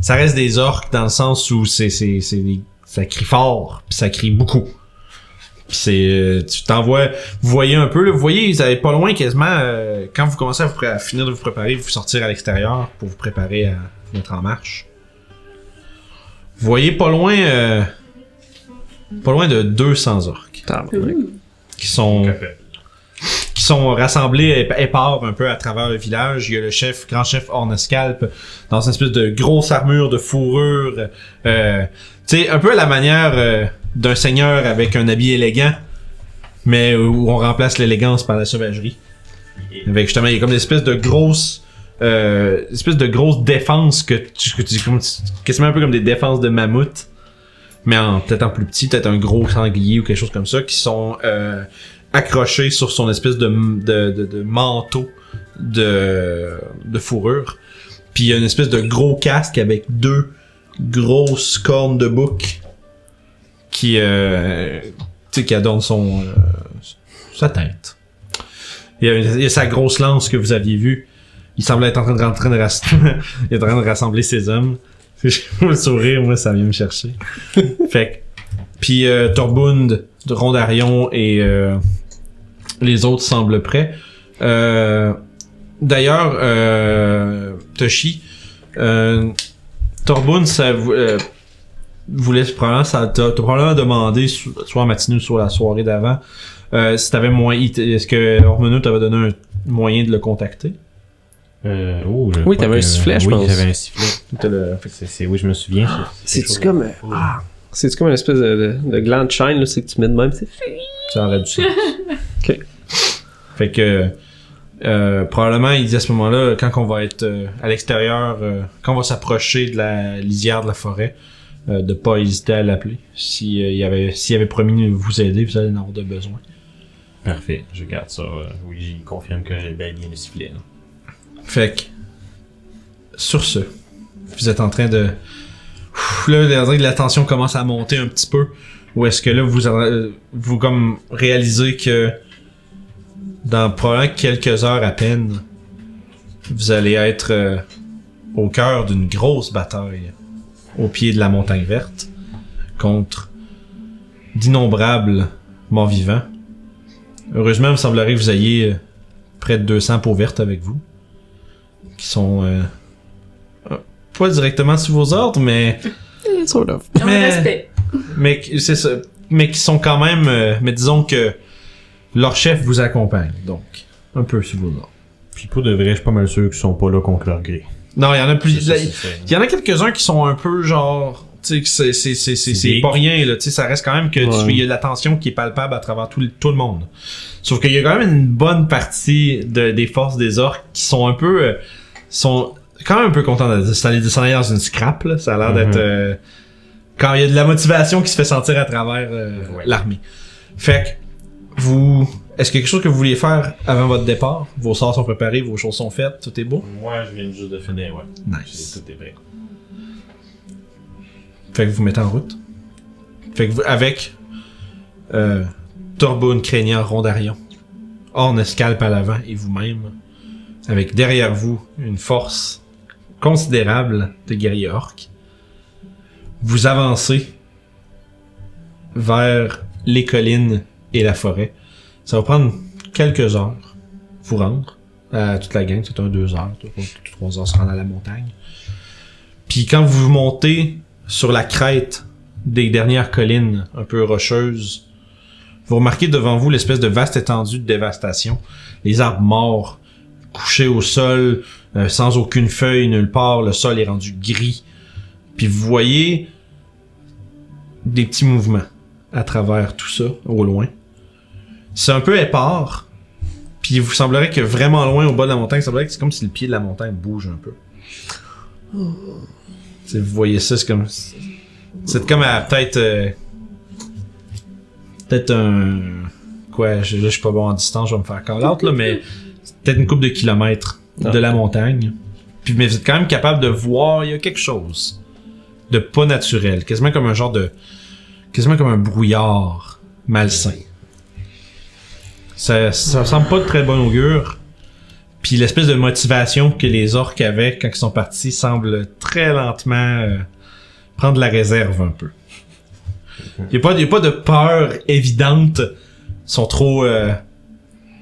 ça reste des orques dans le sens où c'est, c'est, c'est des- ça crie fort, puis ça crie beaucoup. Puis c'est, euh, tu t'envoies, vous voyez un peu, là, vous voyez, ils avaient pas loin quasiment, euh, quand vous commencez à, vous pré- à finir de vous préparer, vous sortir à l'extérieur pour vous préparer à vous mettre en marche. Vous voyez pas loin, euh, pas loin de 200 orques
Tabarnak.
qui sont,
Café.
qui sont rassemblés ép- épars un peu à travers le village. Il y a le chef, grand chef Ornescalp, dans une espèce de grosse armure de fourrure. Euh, tu sais, un peu à la manière euh, d'un seigneur avec un habit élégant, mais où on remplace l'élégance par la sauvagerie. Avec justement, il y a comme une espèce de grosse. euh, espèce de grosse défense que tu, que tu- comme tu- quasiment un peu comme des défenses de mammouth mais en peut-être en plus petit peut-être un gros sanglier ou quelque chose comme ça qui sont euh, accroché sur son espèce de, de, de- de manteau de, de fourrure. Puis il y a une espèce de gros casque avec deux grosses cornes de bouc qui, euh, tu sais, qui adorne son, euh, sa tête. Il y, a, il y a sa grosse lance que vous aviez vue. Il semblait être en train de, en train de, ras- il est en train de rassembler ses hommes. Le sourire, moi, ça vient me chercher. fait que puis euh, Torbund, Rondarion et euh, les autres semblent prêts. Euh, D'ailleurs, euh, Toshi, euh, Torbund, ça vous, euh, vous laisse probablement, ça t'a t'a probablement demandé, so- soit en matinée ou sur la soirée d'avant, euh, si t'avais moyen, il t- est-ce que Ormenu t'avait donné un moyen de le contacter?
Euh, oh, je
Oui,
crois
t'avais un
que-
sifflet, je pense.
Oui, j'avais un sifflet.
Ou t'as le- fait que
C'est, c'est- oui, je me souviens. c'est- c'est
C'est-tu
quelque
comme.
chose-
euh, Ah! C'est-tu comme une espèce de, de, de gland de chaîne, là, c'est que tu mets de même, c'est
Ça aurait du sens.
Ok.
Fait que euh, probablement il dit à ce moment-là, quand on va être euh, à l'extérieur, euh, quand on va s'approcher de la lisière de la forêt, euh, de pas hésiter à l'appeler. Si euh, il avait s'il avait promis de vous aider, vous allez en avoir de besoin.
Parfait, je garde ça. euh, oui, j'y confirme que j'ai bel et bien le sifflet. là.
Fait que sur ce, vous êtes en train de. Ouf, Là, on dirait que la tension commence à monter un petit peu. Ou est-ce que là, vous, euh, vous comme réalisez que dans probablement quelques heures à peine, vous allez être euh, au cœur d'une grosse bataille au pied de la montagne verte contre d'innombrables morts-vivants. Heureusement, il me semblerait que vous ayez euh, près de 200 peaux vertes avec vous qui sont euh, euh, pas directement sous vos ordres, mais
sort of.
On
Mais-
respect.
mais qui- c'est ça, mais qui sont quand même, euh, mais disons que leur chef vous accompagne, donc un peu sous vos ordres.
Puis pour de vrai, je suis pas mal sûr qu'ils sont pas là contre leur gré.
Non, il y en a plus,
Ça, ça,
il
ça, ça.
y en a quelques uns qui sont un peu genre tu sais, que c'est- c'est- c'est- c'est-
C'est
c'est
big.
pas rien, là. Tu sais, ça reste quand même que tu- il y a de la tension qui est palpable à travers tout, le- tout le monde. Sauf qu'il y a quand même une bonne partie de- des forces des orques qui sont un peu. euh, sont quand même un peu contents de s'aller s'aller dans une scrap, là. Ça a l'air d'être. euh, quand il y a de la motivation qui se fait sentir à travers euh,
Ouais.
l'armée. Fait que, vous. Est-ce qu'il y a quelque chose que vous vouliez faire avant votre départ Vos sorts sont préparés, vos choses sont faites, tout est beau
Moi, je viens juste de finir, ouais.
Nice.
Tout est vrai.
Fait que vous vous mettez en route. Fait que vous, avec euh, Torbone, Craignant, Rondarion, Hornescalpe à l'avant et vous-même, avec derrière vous une force considérable de guerriers orques, vous avancez vers les collines et la forêt. Ça va prendre quelques heures vous rendre à toute la gang. C'est un deux heures, trois- trois heures se rendre à la montagne. Puis quand vous montez sur la crête des dernières collines un peu rocheuses, vous remarquez devant vous l'espèce de vaste étendue de dévastation. Les arbres morts, couchés au sol, euh, sans aucune feuille nulle part, le sol est rendu gris. Puis vous voyez des petits mouvements à travers tout ça, au loin. C'est un peu épars. Puis il vous semblerait que vraiment loin au bas de la montagne, il semblerait que c'est comme si le pied de la montagne bouge un peu. Tu sais, vous voyez ça, c'est comme. C'est comme à peut-être. euh, peut-être un. Quoi, je, là, je suis pas bon en distance, je vais me faire call out, là, mais c'est peut-être une coupe de kilomètres de la montagne. Puis, mais vous êtes quand même capable de voir, il y a quelque chose de pas naturel, quasiment comme un genre de. quasiment comme un brouillard malsain. Ça, ça semble pas de très bon augure. Puis l'espèce de motivation que les orques avaient quand ils sont partis semble très lentement euh, prendre la réserve un peu. Il n'y a, pas de peur évidente. Ils sont trop. euh,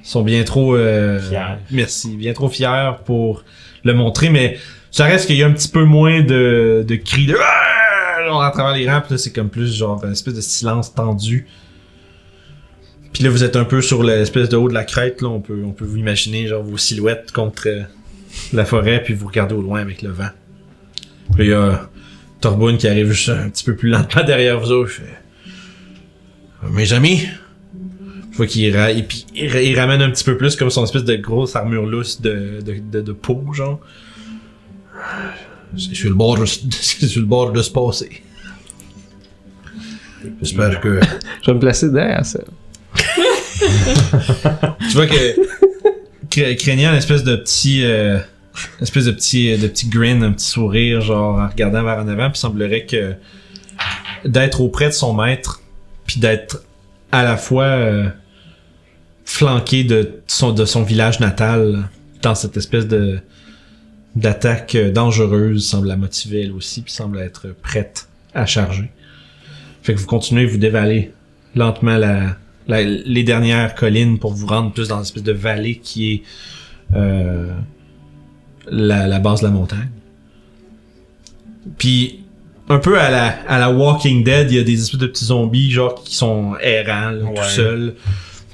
sont bien trop. euh,
Fiers.
Merci. Bien trop fiers pour le montrer, mais ça reste qu'il y a un petit peu moins de, de cris de. Ah! genre à travers les rangs, puis là, c'est comme plus genre une espèce de silence tendu. Puis là, vous êtes un peu sur l'espèce de haut de la crête, là. On peut, on peut vous imaginer, genre, vos silhouettes contre euh, la forêt, puis vous regardez au loin avec le vent. Puis il y a Torbone qui arrive juste un petit peu plus lentement derrière vous autres. il fait, Mes amis, je vois qu'il ra- il, puis il ra- il ramène un petit peu plus comme son espèce de grosse armure lousse de, de, de, de peau, genre. C'est sur le bord de, c'est sur le bord de se passer. J'espère que.
Je vais me placer derrière ça.
Tu vois que Cra- craignant une espèce de petit euh, espèce de petit de petit grin, un petit sourire genre en regardant vers en avant, puis semblerait que d'être auprès de son maître, puis d'être à la fois euh, flanqué de son de son village natal dans cette espèce de d'attaque euh, dangereuse semble la motiver elle aussi, puis semble être prête à charger. Fait que vous continuez, vous dévalez lentement la, la- les dernières collines pour vous rendre plus dans une espèce de vallée qui est euh, la, la base de la montagne. Puis, un peu à la, à la Walking Dead, il y a des espèces de petits zombies genre qui sont errants, là, tout seuls.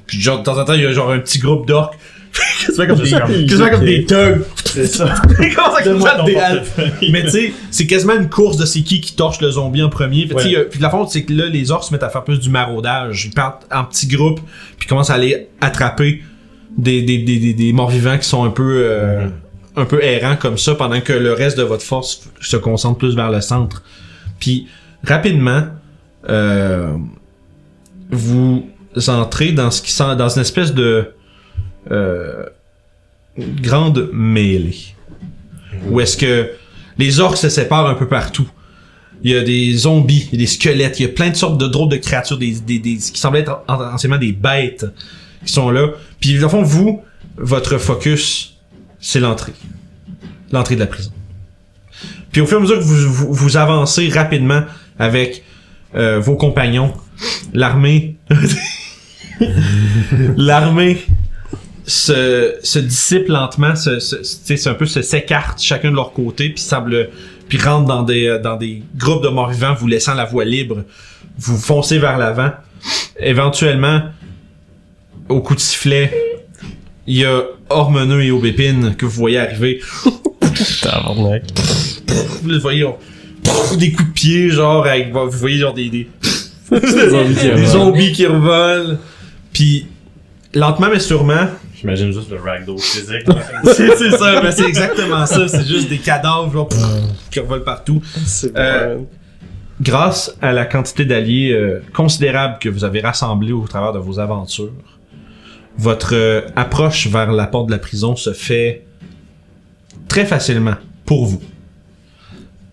Puis genre, de temps en temps, il y a genre un petit groupe d'orques. Quasiment comme, des- quasiment comme des thugs.
C'est ça.
Ils commencent à
Donne-moi
combattre
ton
des
portefeuille.
Mais tu sais, c'est quasiment une course de c'est qui qui torche le zombie en premier. Fait, tu sais,
Ouais.
euh, puis de la faute, c'est que là, les orques se mettent à faire plus du maraudage. Ils partent en petits groupes, puis commencent à aller attraper des, des, des, des, des morts-vivants qui sont un peu, euh,
Mm-hmm.
un peu errants comme ça, pendant que le reste de votre force f- se concentre plus vers le centre. Puis rapidement, euh, vous entrez dans ce qui sent, dans une espèce de euh, grande mêlée. Où est-ce que les orques se séparent un peu partout. Il y a des zombies, il y a des squelettes, il y a plein de sortes de drôles de créatures, des, des, des- qui semblent être en- en- anciennement des bêtes qui sont là. Puis, au fond, vous, votre focus, c'est l'entrée. L'entrée de la prison. Puis, au fur et à mesure que vous, vous, vous avancez rapidement avec euh, vos compagnons, l'armée. l'armée se, se dissipe lentement, se, se- se- tu sais, c'est un peu se s'écarte chacun de leur côté, puis semble, puis rentre dans des euh, dans des groupes de morts vivants, vous laissant la voie libre. Vous foncez vers l'avant. Éventuellement, au coup de sifflet, il y a Ormeneux et Aubépine que vous voyez arriver.
Tabarnak.
Vous les voyez, on- pouf, des coups de pied, genre, avec, vous voyez, genre, des, des,
Des zombies qui
des
arrivent.
zombies qui revolent. Puis, lentement mais sûrement,
J'imagine juste le ragdoll physique.
c'est c'est ça, mais c'est exactement ça, c'est juste des cadavres, genre, pouf, qui revolent partout.
C'est
Euh, grâce à la quantité d'alliés euh, considérable que vous avez rassemblés au travers de vos aventures, votre euh, approche vers la porte de la prison se fait très facilement pour vous.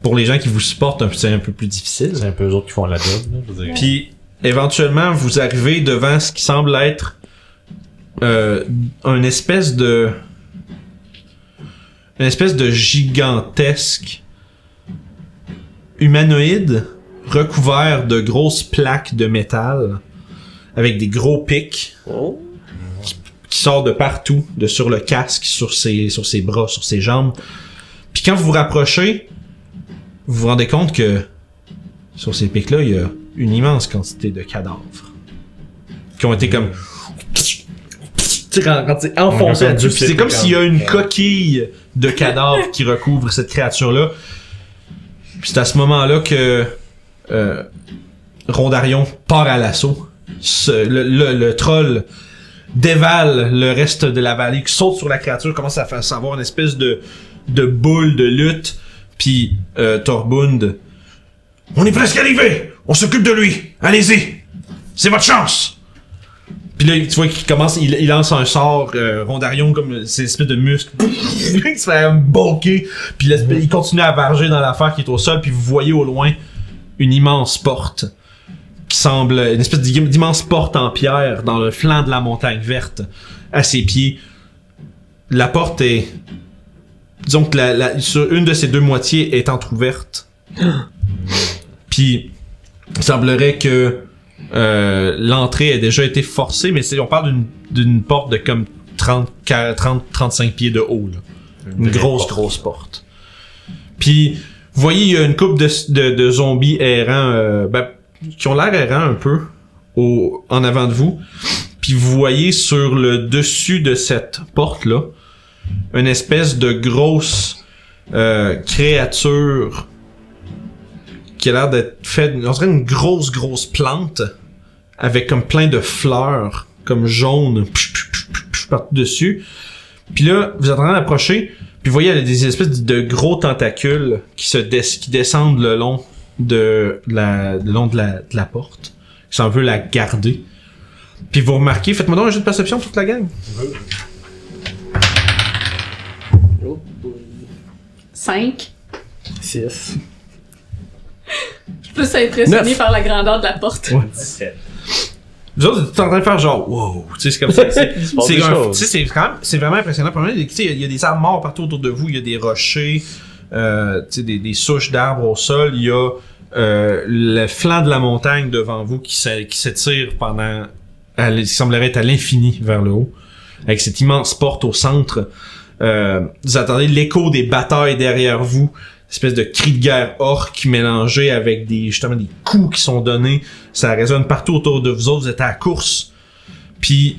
Pour les gens qui vous supportent, un- c'est un peu plus difficile.
C'est un peu eux autres qui font la job. Là, je veux dire.
Puis éventuellement, vous arrivez devant ce qui semble être euh, une espèce de une espèce de gigantesque humanoïde recouvert de grosses plaques de métal avec des gros pics
Oh.
qui sortent de partout, de sur le casque, sur ses, sur ses bras, sur ses jambes. Puis quand vous vous rapprochez, vous vous rendez compte que sur ces pics-là, il y a une immense quantité de cadavres qui ont été comme. Tu sais, quand, quand c'est enfoncé
Ouais,
là-dessus,
comme
puis c'est comme s'il y a une coquille de cadavres qui recouvre cette créature-là. Puis c'est à ce moment-là que euh, Rondarion part à l'assaut. Ce- Le, le- le troll dévale le reste de la vallée, qui saute sur la créature, commence à faire savoir une espèce de, de boule de lutte. Puis euh, Torbund, on est presque arrivé. On s'occupe de lui. Allez-y. C'est votre chance. Puis là, tu vois qu'il commence, il, il lance un sort euh, rondarion comme ces espèces de muscles qui se fait bonker. Puis l'espèce- il continue à varger dans l'affaire qui est au sol. Puis vous voyez au loin une immense porte qui semble une espèce d'im- d'immense porte en pierre dans le flanc de la montagne verte à ses pieds. La porte est, disons que la, la- sur une de ses deux moitiés est entr'ouverte. Puis il semblerait que euh, l'entrée ait déjà été forcée, mais c'est- on parle d'une- d'une porte de comme 30, 40, 30, 35 pieds de haut. là. Une grosse, grosse porte. Puis, vous voyez, il y a une coupe de, de, de zombies errants, euh, ben, qui ont l'air errants un peu, au, en avant de vous. Puis vous voyez sur le dessus de cette porte-là, une espèce de grosse euh, créature qui a l'air d'être faite, on dirait une grosse, grosse plante avec comme plein de fleurs, comme jaunes, pch, pch, pch, pch, pch, partout dessus. Puis là, vous êtes en train d'approcher, puis vous voyez, elle a des espèces de gros tentacules qui se des- qui descendent le long de la, le long de la, de la porte. Si on veut la garder. Puis vous remarquez, faites-moi donc un jeu de perception toute la gang.
5.
6.
Je suis plus impressionnée
Neuf.
par la grandeur de la porte.
Vous autres, vous êtes en train de faire genre, wow, tu sais, c'est comme ça. C'est c'est un- tu sais, c'est quand même, c'est vraiment impressionnant. Premièrement, tu sais, il y a- il y a des arbres morts partout autour de vous, il y a des rochers, euh, tu sais, des, des souches d'arbres au sol, il y a euh, le flanc de la montagne devant vous qui s'é- qui s'étire pendant, à l- qui semblerait être à l'infini vers le haut, avec cette immense porte au centre. Euh, vous entendez l'écho des batailles derrière vous, espèce de cri de guerre orque mélangé avec des justement des coups qui sont donnés ça résonne partout autour de vous autres, vous êtes à la course. Puis,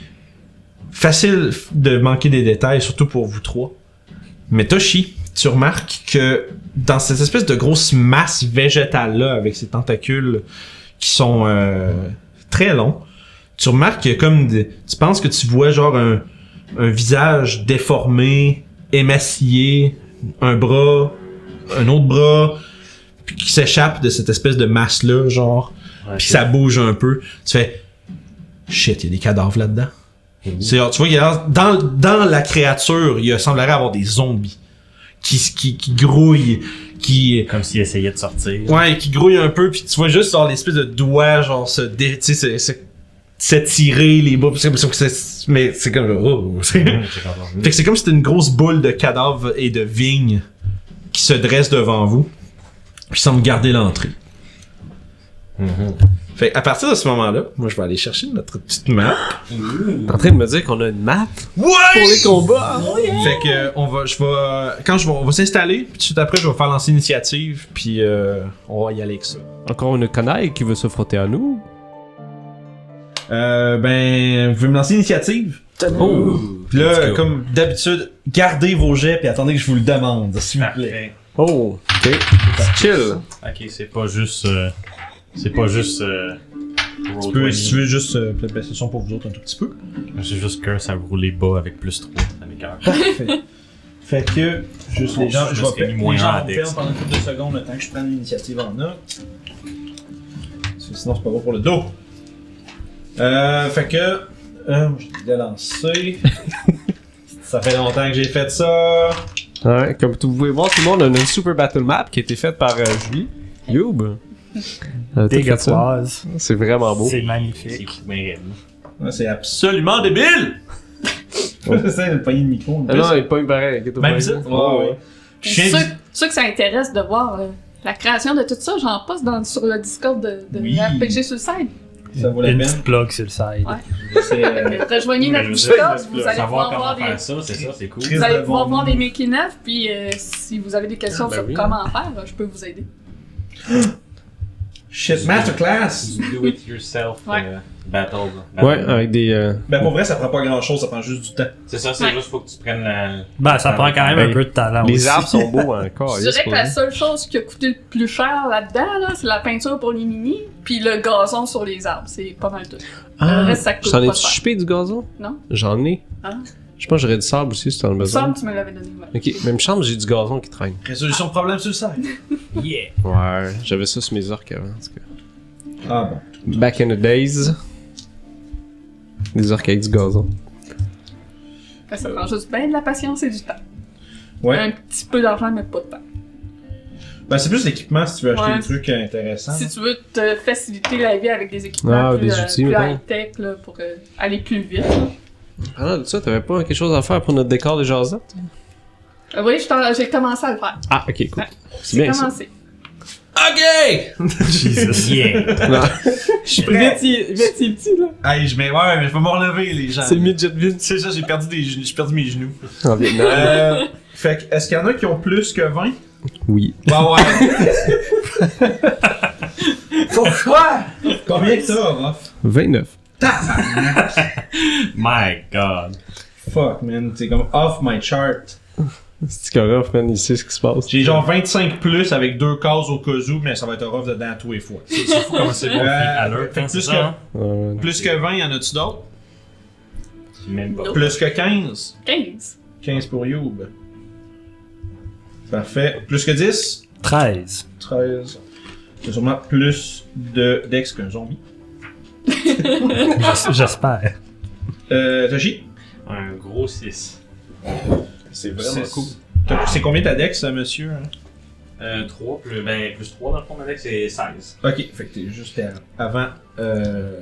facile de manquer des détails, surtout pour vous trois. Mais Toshi, tu remarques que dans cette espèce de grosse masse végétale-là, avec ses tentacules qui sont euh, très longs, tu remarques qu'il y a comme... des- tu penses que tu vois genre un, un visage déformé, émacié, un bras, un autre bras, puis qui s'échappe de cette espèce de masse-là, genre puis ça bouge un peu. Tu fais shit, il y a des cadavres là-dedans. C'est genre, tu vois, il y a l'air- dans, dans la créature, il semblerait avoir des zombies qui, qui, qui grouillent, qui
Comme s'il essayait de sortir.
ouais, qui grouillent un peu. Puis tu vois juste genre l'espèce de doigt genre se dé- tu sais se- se- s'étirer les bras. puis c'est comme ça que c'est- mais c'est comme oh, c'est- fait que c'est comme si c'était une grosse boule de cadavres et de vignes qui se dresse devant vous, puis semble garder l'entrée. Mm-hmm. Fait que à partir de ce moment-là, moi je vais aller chercher notre petite map.
T'es en train de me dire qu'on a une map
Ouais!
pour les combats?
Fait que euh, on va, je vais, quand je vais, on va s'installer, puis tout de suite après je vais faire lancer l'initiative, puis euh, on va y aller avec ça.
Encore une canaille qui veut se frotter à nous?
Euh, ben, vous pouvez me lancer l'initiative.
Oh!
Puis là,
Let's go.
comme d'habitude, gardez vos jets puis attendez que je vous le demande, s'il vous plaît.
Oh, ok. C'est chill.
Ok, c'est pas juste. euh, c'est pas juste. euh,
Tu
roll
peux,
20.
si tu veux, juste euh, peut-être baisser le son pour vous autres un tout petit peu.
J'ai juste curse à rouler bas avec plus 3 à mes
Ah,
cœurs.
Parfait. fait que, juste les gens,
Je
je
me
vais
serais mis
pe-
moins
les gens
en
vont
texte.
perdre pendant quelques secondes le temps que je prenne l'initiative en note. Parce que Sinon, c'est pas bon pour le dos. Euh, fait que, euh, je l'ai lancé. ça fait longtemps que j'ai fait ça.
Ouais, comme vous pouvez voir, tout le monde a une super battle map qui a été faite par euh, Julie. Youb. Elle a tout fait ça.
Dégatoise.
C'est vraiment beau.
C'est
C'est
magnifique.
fou, mais
Ouais, C'est absolument débile! J'essaie de pogner le micro. une
Ah
piste.
non, il est pas une pareil. inquiète-toi
Même
pas.
ça?
Ouais, ouais.
Je
Chien
suis
du-
sûr, sûr que ça intéresse de voir euh, la création de tout ça. J'en poste dans, sur le Discord de, de
Oui.
RPG Suicide.
Ça vaut la
Une
peine.
petite plug sur le side.
Ouais.
C'est euh,
Fait que Rejoignez
Mais
notre
je veux
Discord,
dire,
vous allez pouvoir
Savoir
voir
comment
des...
faire ça, c'est ça, c'est cool.
Chris
Vous allez
de
pouvoir
bon
voir
monde.
des making of, puis euh, si vous avez des questions
Ah, ben
sur
oui.
comment faire, euh, je peux vous aider.
Shit, masterclass!
Do it yourself
Ouais.
euh, battle.
Ouais,
Battle.
avec des. euh,
Ben pour vrai, ça prend pas grand chose, ça prend juste du temps.
C'est ça, c'est
Ouais.
juste faut que tu prennes la.
Ben, ça prend quand même
Hey.
un peu de talent
Ah
Les
aussi.
arbres sont beaux encore. hein,
Je dirais que la seule chose qui a coûté le plus cher là-dedans, là, c'est la peinture pour les mini, puis le gazon sur les arbres. C'est pas mal tout. le reste, ça coûte
Ah, J'en
pas
ai-tu
cher.
chupé du gazon?
Non.
J'en ai.
Ah.
Je pense que j'aurais du sable aussi si t'en as
Il me
besoin.
semble que tu me l'avais donné. ouais.
Ok, mais il me semble que j'ai du gazon qui traîne.
Résolution de problème sur le site.
Yeah!
Ouais, j'avais ça sur mes orques avant. en tout cas.
Ah bon.
Back in the days. Des orques avec du gazon.
Fait que Ça prend juste bien de la patience et du temps.
Ouais.
Un petit peu d'argent, mais pas de temps.
Ben c'est plus l'équipement si tu veux acheter
Ouais.
des trucs euh, intéressants.
Si tu veux te faciliter la vie avec des équipements
Ah,
plus,
des
euh,
outils,
plus
mettons.
high-tech là, pour euh, aller plus vite. là.
Ah non, ça, t'avais pas quelque chose à faire pour notre décor de jasette?
Euh, oui, je t'en- j'ai commencé à le faire.
Ah, ok, cool.
Ouais.
C'est bien ça.
commencé.
OK!
Jesus.
Yeah!
Non.
Hey, je mets. Ouais, mais je vais me relever, les gens.
Ah. C'est midget vite.
C'est ça, j'ai perdu, des... j'ai perdu mes genoux.
En Vietnam.
Euh. fait que, est-ce qu'il y en a qui ont plus que 20?
Oui.
Bah ouais. Pourquoi? Combien que t'as, Ruff?
29.
My god!
Fuck, man. T'es comme off my chart.
C'est que rough, man, il sait ce qui se passe.
J'ai genre 25 plus avec deux cases au cas où, mais ça va être rough dedans à tous les fois.
Oh, C'est fou comment c'est bon,
Euh,
à l'heure,
fait que
c'est
plus
ça?
que-
hein?
Ouais.
Plus que 20, y en a-tu d'autres?
Même pas.
Non.
Plus que 15?
15.
15 pour Youb. Parfait. Plus que 10?
13.
13. C'est sûrement plus de Dex qu'un zombie.
J'es- J'espère.
Euh, Toshi?
Un gros 6.
C'est
vraiment cool.
C'est combien ta Dex, euh, monsieur? hein?
Euh, 3 plus, ben, plus 3 dans le fond, avec c'est 16.
Ok, fait que t'es juste à- avant euh,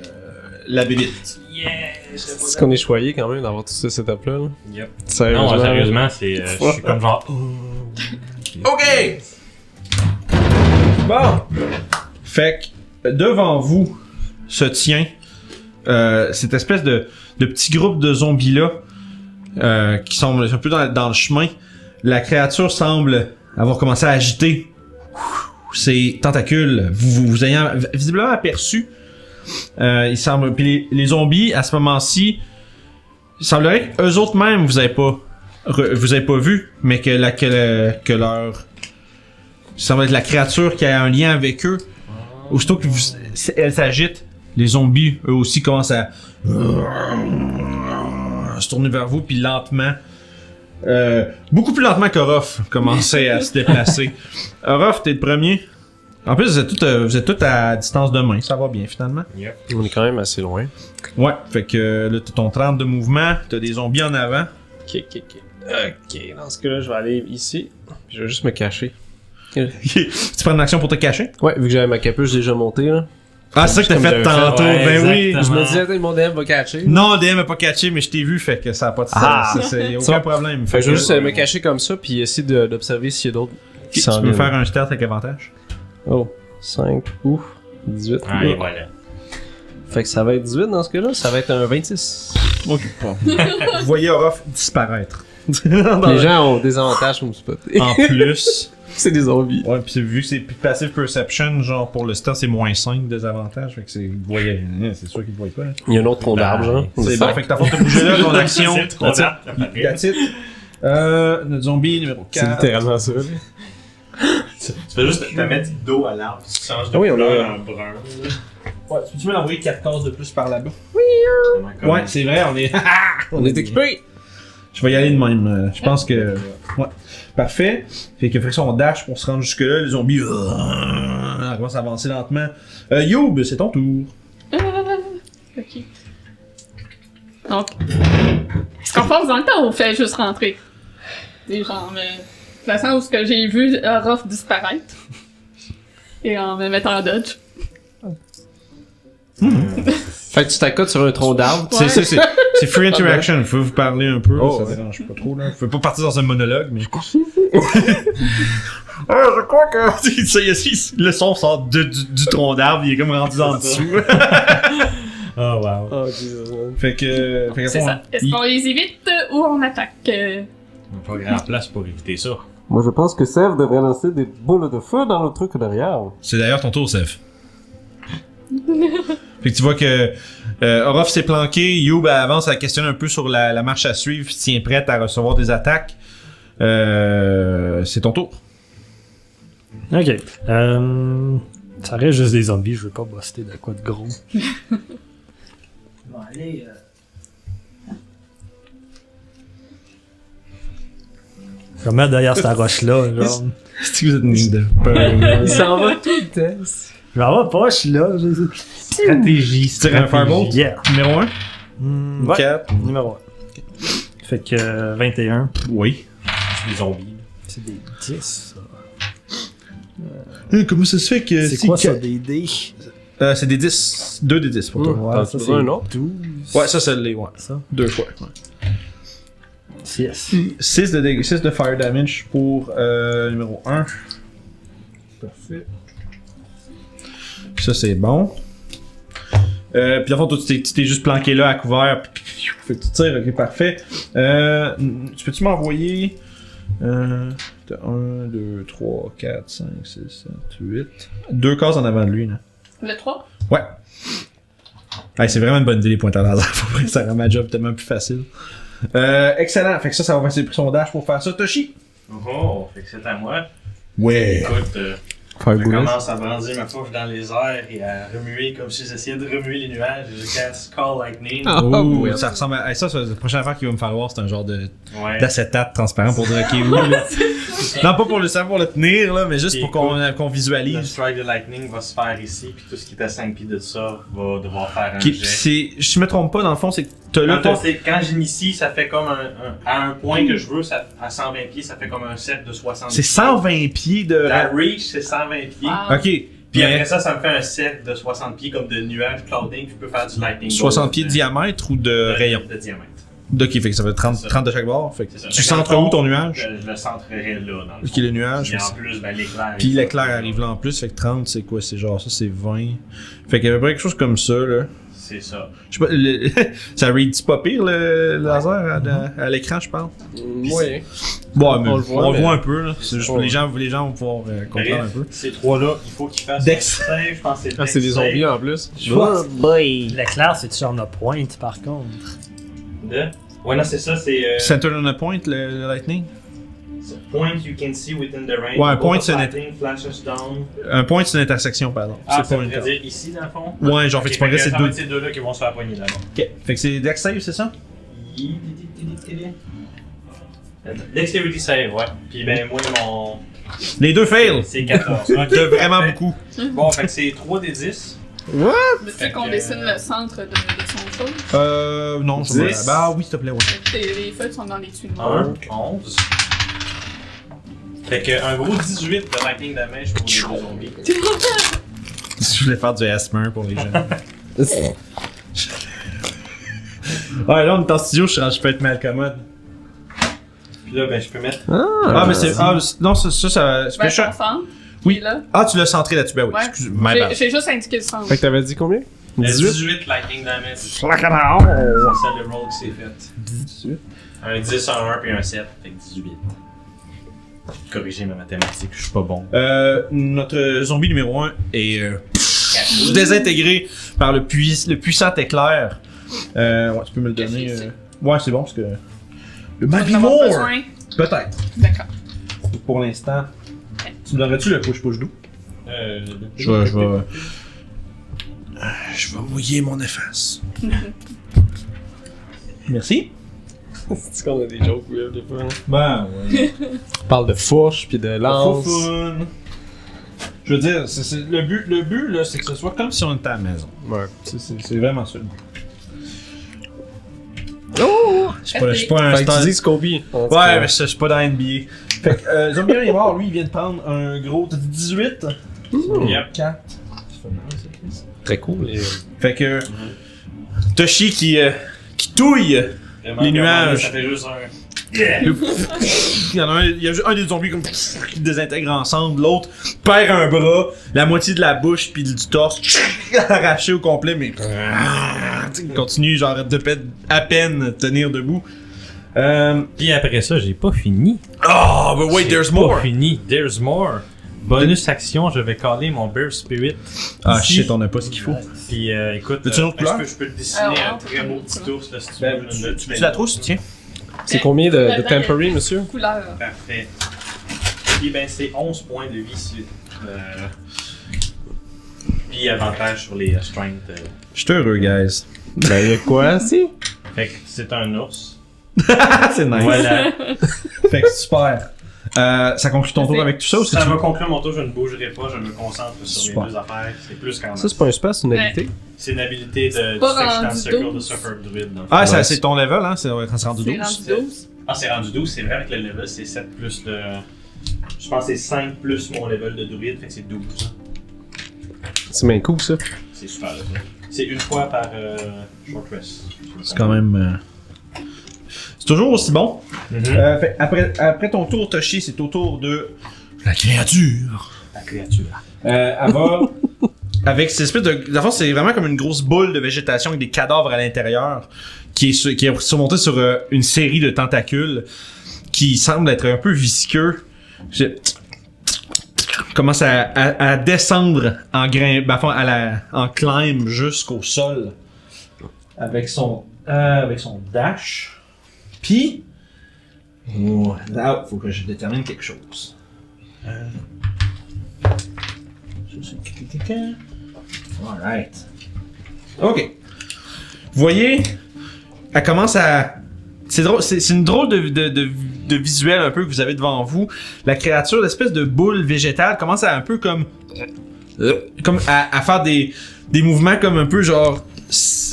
la bébite.
Yeah! je sais
C'est
pas
qu'on est choyé quand même d'avoir tout ce setup-là. là.
là. Yep.
Sérieusement.
Non, ouais, sérieusement, c'est. euh, je suis comme genre.
Ok! Bon! Fait que devant vous se tient euh, cette espèce de, de petit groupe de zombies-là euh, qui sont un peu dans, dans le chemin. La créature semble avoir commencé à agiter ses tentacules, vous, vous, vous ayant visiblement aperçu. Euh, il semble, puis les, les zombies, à ce moment-ci, il semblerait qu'eux autres même vous avez pas re- vous avez pas vu, mais que, la, que, le- que leur. Ça va être la créature qui a un lien avec eux. Aussitôt que vous, elle s'agite, les zombies, eux aussi, commencent à. se tourner vers vous, puis lentement. euh, beaucoup plus lentement qu'Orof commençait à se déplacer. Orof, t'es le premier. En plus, vous êtes tous euh, vous êtes tous à distance de main, ça va bien finalement.
On est quand même assez loin.
Ouais, fait que euh, là, t'as ton 30 de mouvement, t'as des zombies en avant.
Ok, ok, ok. Ok, dans ce cas-là, je vais aller ici. Puis je vais juste me cacher.
tu prends une action pour te cacher?
Ouais, vu que j'avais ma capuche déjà montée, là.
Ah, c'est ça que t'as
Comme
fait
j'avais fait,
tantôt,
ouais,
ben oui!
exactement.
Je me disais, attends, mon DM va catcher.
Non, DM a pas catché, mais je t'ai vu, fait que ça a pas de sens.
Ah.
ça, c'est y a
Ça-
aucun problème.
Fait que je vais
que-
juste euh, me cacher comme ça, puis essayer de- d'observer s'il y a d'autres
Ok, tu
qui s'en
peux
viennent.
faire un start avec avantage.
Oh, 5 ou 18.
Ah, et voilà.
Fait que ça va être 18 dans ce cas-là, ça va être un 26.
Vous voyez Orof disparaître.
Les gens ont des avantages pour me spotter.
En plus,
c'est des zombies.
ouais, pis vu que c'est passive perception, genre pour le start, c'est moins 5 des avantages, fait que c'est. vous voyez, C'est sûr qu'ils te voient pas. hein.
Il y a un autre tronc d'arbre, là.
C'est bon, fait que t'as fort te bouger là, ton action. That's it. Euh, notre zombie numéro
C'est
4.
littéralement ça, là.
Tu fais juste te mettre d'eau à l'arbre, tu changes de
Ah oui, on
couleur
a-
en brun.
Ouais, tu peux m'envoyer 4 cases de plus par là-bas?
Vraiment comme-
Ouais, c'est vrai, on est.
On est équipés!
Je vais y aller de même. euh, Je pense que. Ouais. Parfait. Fait que, fait que ça, on dash pour se rendre jusque-là. Les zombies. euh, on commence à avancer lentement. Euh, Youb, c'est ton tour.
Euh, ok. Donc, est-ce qu'on passe dans le temps ou on fait juste rentrer? C'est genre, me plaçant où ce que j'ai vu Orof disparaître. Et en me mettant en dodge.
Fait que tu t'accotes sur un tronc d'arbre.
Ouais.
C'est- c'est- C'est free interaction. Vous pouvez vous parler un peu.
Oh,
ça
ouais.
dérange pas trop. Là. Vous pouvez pas partir dans un monologue, mais.
Euh,
Tu sais, il y a- il- le son sort de- du, du tronc d'arbre. Il est comme rendu en dessous. Ah,
Oh, wow.
Oh, Jesus, man.
fait que. Fait que
C'est
on-
ça. Est-ce
il-
qu'on les évite euh, ou on attaque? euh?
On a pas grand place pour éviter ça.
Moi, je pense que Sev devrait lancer des boules de feu dans le truc derrière.
C'est d'ailleurs ton tour, Sef. fait que tu vois que euh, Orof s'est planqué, Youb avance à questionner un peu sur la, la marche à suivre, s'il est prête à recevoir des attaques. Euh, c'est ton tour.
Ok. Euh, ça reste juste des zombies, je veux pas buster de quoi de gros. bon, allez. Je me mets derrière cette roche-là. genre.
cest que vous êtes de
Il s'en va tout le temps.
Je m'en vais pas, je suis là. je-
Stratégie. C'est un fireball.
Yeah.
Numéro 1.
Hmm, ouais,
Quatre.
numéro 1. Fait que euh, 21.
Oui.
C'est des zombies.
C'est des 10. ça.
Eh, comment ça se fait que.
C'est quoi ça, des dés?
Euh, c'est des 10. 2 des 10 pour toi.
Mmh. T'en veux un autre?
12.
Ouais, ça, c'est les. Ouais.
ça.
Deux fois.
Yes.
6 de, dég- six de fire damage pour euh, numéro 1. Parfait. Ça, c'est bon. Euh, puis en fond, toi, tu t'es- tu t'es juste planqué là à couvert. puis- puis- Fait que tu tires, ok, parfait. Euh, tu peux-tu m'envoyer. euh, 1, 2, 3, 4, 5, 6, 7, 8. Deux cases en avant de lui, là.
Le 3?
Ouais. Hey, c'est vraiment une bonne idée, les pointeurs laser. Pour vrai, ça rend ma job tellement plus facile. Euh, excellent. Fait que ça, ça va passer son dash pour faire ça. Toshi.
Oh, fait que c'est à moi.
Ouais.
Écoute, euh,
Faire
je commence à brandir ma fourche dans les airs et à remuer comme si j'essayais de remuer les nuages jusqu'à Skull Lightning.
Ah,
Oh,
ouais.
ça ressemble à hey, ça, ça, la prochaine affaire qu'il va me falloir, c'est un genre de-
Ouais.
d'acétate transparent pour dire ok oui. là. non pas pour le savoir pour le tenir là, mais juste pour qu'on qu'on
Le
visualise.
strike de lightning va se faire ici, puis tout ce qui est à 5 pieds de ça va devoir faire un
Ok, pis
jet.
c'est, je me trompe pas dans le fond, c'est que t'as là
Quand,
ton-
c'est- quand j'initie, ça fait comme un, un- à un point que je veux, ça, à 120 pieds, ça fait comme un set de 60
c'est 120 pieds de.
La reach, c'est 120 pieds.
Ah.
Wow.
Ok. Puis
Puis après ça, ça me fait un set de 60 pieds comme de nuages clouding, puis je peux faire du lightning.
60
bolt. euh,
pieds de diamètre ou
De-
de rayon.
De diamètre.
Ok, fait que ça fait 30,
C'est ça.
30 de chaque bord. Fait que
C'est ça.
tu
Fait qu'en
centres où
fond,
ton nuage?
Je, je le centrerai là, dans le
Qui est
fond.
le nuage.
Puis
mais
en
c'est-
plus, ben, l'éclair.
Puis
est-
l'éclair arrive là en plus, fait que 30, c'est quoi? C'est genre ça, c'est 20. Fait qu'il y avait pas quelque chose comme ça, là.
C'est ça.
Je sais pas, le- ça read pas pire le laser à, à l'écran, je parle.
Moyen.
Bon, mais
On le voit, mais-
un peu, là. C'est juste pour les gens, les gens vont pouvoir euh, comprendre un
Bref,
peu.
ces trois-là, il faut qu'ils fassent.
Dex.
un save, Je pense que c'est
Ah, c'est des
Dex save
zombies en plus.
L'éclair, c'est sur nos pointe, par contre.
de- Ouais, non, c'est ça, c'est. euh,
Center on a point, le, le lightning.
C'est Point you can see within the range.
Ouais, un point,
Bolt of
c'est net.
lightning flashes down.
Un point, c'est une intersection, pardon.
Ah,
c'est
ça
pas
veut
une carte.
dire ici, dans le fond.
Ouais, genre, fait que tu prendrais ces deux.
C'est deux-là qui vont se faire poigner là-bas.
Ok. Fait que c'est Dex Save, c'est ça?
Dexterity save, ouais. Puis ben, moi, mon.
Les deux fails!
C'est 14.
De vraiment
parfait.
beaucoup.
Bon, fait que c'est 3 des 10.
Mais c'est qu'on
que-
dessine le centre de, de son feu.
Euh, non, je vois.
Dix.
Bah oui, s'il te plaît, ouais.
Les, les feuilles sont dans les tuyaux.
1, 11. Fait que un gros 18 de lightning damage pour les deux zombies.
Je voulais faire du ASMR pour les gens. ouais, là, on est en studio, je, je peux être mal commode.
Puis là, ben, je peux mettre.
Ah, mais c'est. Ah, c'est- non, ça, ça, ça c'est
Ben,
pas
son
cher.
centre.
Oui.
il est là.
Ah, tu l'as centré là-dessus. Ben oui,
Ouais.
excuse moi
J'ai- J'ai juste indiqué le centre.
Fait que t'avais dit combien?
euh,
18?
18 lightning damage. C'est ça le roll qui s'est fait. Un 10, un 1 puis un 7. Fait que 18. Corriger ma mathématique, je suis pas bon.
Euh, notre zombie numéro 1 est euh,
Quatre.
désintégré par le, puis- le puissant éclair. Euh, ouais, tu peux me le donner.
Qu'est-ce que
euh. Ouais, c'est bon parce que. Le Might
On
be
en a
more!
besoin.
Peut-être.
D'accord.
Pour l'instant. Tu me donnerais-tu le push-push doux?
Euh,
Je vais, je vais. euh, Je vais mouiller mon efface.
Merci.
C'est qu'on a des jokes, oui, des fois. hein.
Ben, ouais.
On parle de fourche, puis de lance.
Foufoune. Je veux dire, c'est- c'est- le but, le but là, c'est que ce soit comme si on était à la maison.
Ouais.
C'est- C'est c'est vraiment ça. le but. Je suis pas, je suis
Ok.
pas un
Oh! Fait que
star-
tu dis Scobie.
Ouais, mais je je suis pas dans la NBA. Fait que euh, Zombie est mort, lui, il vient de prendre un gros t'as dit 18.
Yep.
4. Ça fait mal, ça, Chris.
Très cool.
Fait que. Toshi qui, euh, qui touille.
vraiment,
Les
vraiment,
nuages.
Ça fait juste un.
Il y en a un, il y a juste un des zombies comme qui désintègre ensemble. L'autre perd un bras, la moitié de la bouche puis du torse arraché au complet, mais tu sais, il continue genre de pe- à peine tenir debout. Euh,
Puis après ça, j'ai pas fini.
oh, but wait,
J'ai
there's
pas
more.
fini. There's more. Bonus action, je vais caler mon Bear Spirit.
Ah
Si.
shit, on a pas ce qu'il faut.
Puis euh, écoute.
Veux-tu une
euh,
autre
Je
couleur?
peux, je peux te dessiner
Ah,
un
ouais,
très
ouais,
beau
ouais.
petit ours là, si tu
Ben,
veux.
tu,
Là,
tu
mets-
la trouves, tiens.
C'est combien de, de
Attends,
temporary, monsieur?
Couleur.
Parfait. Et ben c'est 11 points de vie sur. Euh... Puis avantage sur les euh, strength. euh.
Je suis heureux, guys.
Ben, y'a quoi, si?
Fait que c'est un ours.
Ah, c'est nice.
Voilà.
Fait que super. Euh, ça conclut ton tour avec tout ça ou c'est
Ça va conclure mon tour, je ne bougerai pas, je me concentre sur
Super.
mes deux affaires. C'est plus quand
Ça,
même.
c'est pas un space, c'est une
Ouais.
habilité.
C'est une habilité de
Pas
du Sextant
rendu
Circle de
12.
Superb Druid. dans le fond.
Ah, ça, c'est ton level, hein? C'est ouais, c'est rendu
C'est
12.
rendu 12.
Ah, c'est rendu 12, c'est vrai, avec le level, c'est 7 plus le. Je pense que c'est 5 plus mon level de druide, fait que c'est 12.
C'est bien cool, ça.
C'est super là. C'est une fois par euh, short rest.
C'est quand même. euh, C'est toujours aussi bon. Euh, fait- après, après ton tour, Toshi, c'est au tour de.
La créature.
La créature.
Euh, elle va. avec cette espèce de. Dans le fond, c'est vraiment comme une grosse boule de végétation avec des cadavres à l'intérieur qui est, sur- qui est surmontée sur euh, une série de tentacules qui semblent être un peu visqueux. Je... Commence à, à- à descendre en grain, ben, à fond, à la, en climb jusqu'au sol avec son, euh, avec son dash. Puis, Oh, là, faut que je détermine quelque chose. Alright. Ok. Vous voyez, elle commence à. C'est drôle, c'est c'est une drôle de, de- de- de visuel un peu que vous avez devant vous. La créature, l'espèce de boule végétale, commence à un peu comme. euh, comme à, à faire des, des mouvements comme un peu genre.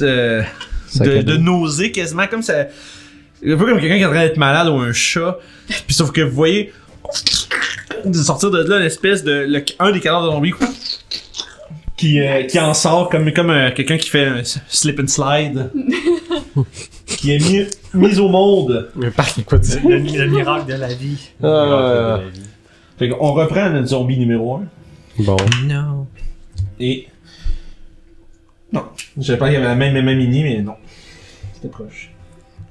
euh, de,
Saccadé.
de nausée quasiment, comme ça. Un peu comme quelqu'un qui est en train d'être malade ou un chat. Puis sauf que vous voyez. de sortir de là l'espèce de. le- un des cadavres de zombie qui, euh, qui en sort comme, comme euh, quelqu'un qui fait un s- slip and slide. qui est mis, mis au monde.
Un parc aquatique.
Le, le miracle de la vie.
Ah,
Euh,
Fait qu'on reprend notre zombie numéro 1.
Bon.
Non.
Et. Non. Je savais pas qu'il y avait la même mini, mais non. C'était proche.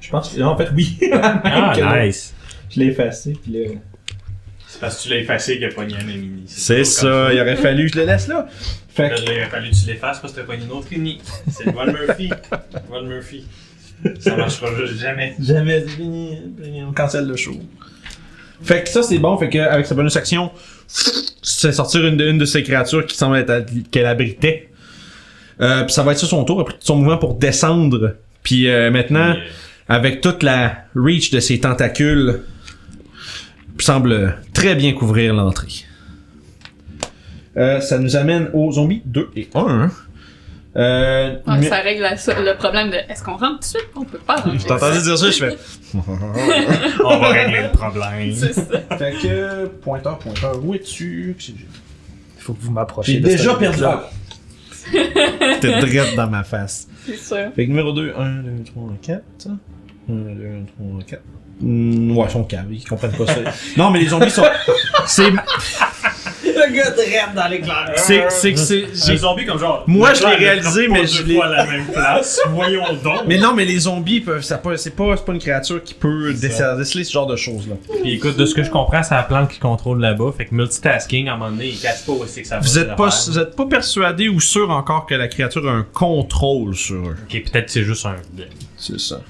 Je pense que. En fait, oui. la même que l'autre.
Ah, nice.
Je l'ai effacé, puis là.
C'est parce que tu l'as effacé qu'il a pogné un mini.
C'est ça, il aurait fallu que je le laisse là. Fait que.
Il a fallu que tu l'effaces parce que t'as pogné une autre ennemie. C'est le Von Murphy. Von Murphy. Ça marchera juste jamais.
Jamais c'est fini, on cancelle le show. Fait que ça c'est bon, fait que avec sa bonus action, c'est sortir une de, une de ces créatures qui semble être à- qu'elle abritait. Euh, puis ça va être ça son tour, après son mouvement pour descendre. Puis euh, maintenant,
Puis, euh,
avec toute la reach de ses tentacules, semble très bien couvrir l'entrée. Euh, ça nous amène aux zombies 2 et 1. Euh,
Ah,
mais-
Ça règle la- le problème de est-ce qu'on rentre tout de suite? On peut pas rentrer.
Je t'entendais dire ça, je fais.
On va régler le problème.
C'est ça.
Fait que, pointeur, pointeur, où es-tu? Qu'est-ce que j'ai-
Faut que vous m'approchiez.
J'ai
de
déjà
cette
perdu
là.
la. T'es drette dans ma face.
C'est sûr.
Fait que numéro 2, 1, 2, 3, 4. 1, 2, 3, 4. Hmm, ouais, ils sont caves, ils comprennent pas ça. non, mais les zombies sont. C'est.
Le gars te rêve dans l'éclair.
C'est c'est que c'est.
J'ai
j'ai-
zombie comme genre.
Moi,
le
je
plan
l'ai
ne
réalisé,
frappe pas
mais je
deux
l'ai-
fois à la même place. Voyons donc.
Mais non, mais les zombies peuvent. ça peut- C'est pas, c'est pas une créature qui peut décer- déceler ce genre de choses-là.
Puis écoute, de ce que je comprends, c'est la plante qui contrôle là-bas. Fait que multitasking, à un moment donné, il casse pas où c'est que ça va.
Vous êtes
cette
pas,
affaire.
vous êtes pas persuadé ou sûr encore que la créature a un contrôle sur eux.
Ok, peut-être que c'est juste un.
C'est ça.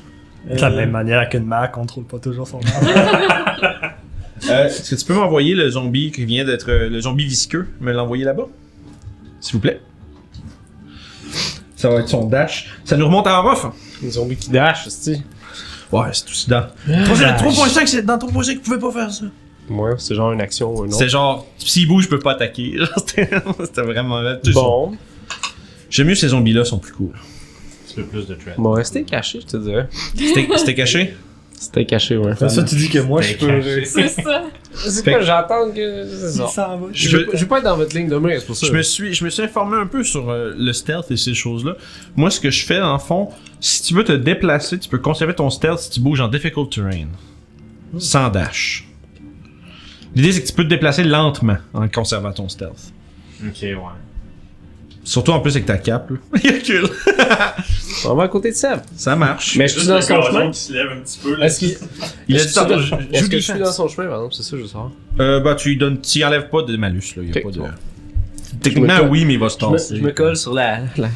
De la même manière qu'une mère contrôle pas toujours son arme.
Euh, Est-ce que tu peux m'envoyer le zombie qui vient d'être. euh, le zombie visqueux Me l'envoyer là-bas S'il vous plaît. Ça va être son dash. Ça nous remonte à off.
Les zombies qui dash, aussi.
Ouais, c'est tout dedans. Prochain- 3.5, c'est dans 3.5 vous pouvez pas faire ça.
Ouais, c'est genre une action ou une autre.
C'est genre, s'il bouge, je peux pas attaquer. Genre, C'était c'était vraiment mal.
Bon,
J'aime mieux ces zombies-là, sont plus cool.
Tu veux plus de trap.
Bon, restez caché, je te dirais.
C'était c'était caché?
C'était caché, ouais.
ça, tu dis que moi, je
C'était
peux.
C'est ça.
C'est
Fait
quoi,
que-
j'entends que. c'est ça. Je
Je
veux,
peux-
je veux pas être dans votre ligne de mire, c'est pour ça.
Je me suis, je me suis informé un peu sur euh, le stealth et ces choses-là. Moi, ce que je fais, en fond, si tu veux te déplacer, tu peux conserver ton stealth si tu bouges en difficult terrain.
Hmm.
Sans dash. L'idée, c'est que tu peux te déplacer lentement en conservant ton stealth.
Ok, ouais.
Surtout en plus avec ta cape, là. Il recule.
On va à côté de Seb.
Ça marche.
Mais je suis dans son chemin.
qui se lève un petit peu. Là.
Ah,
Est-ce qu'il-
Il a
est-ce
dit
que
tantôt,
je-
je-
Est-ce
joue
que je suis
défense.
dans son chemin, par exemple? C'est ça, je veux savoir.
Euh, bah, tu lui donnes, tu y enlèves pas de malus, là. Il y a
Ok,
pas de.
bon.
Techniquement,
colle-
oui, mais il va se tasser.
colle sur la.
Parce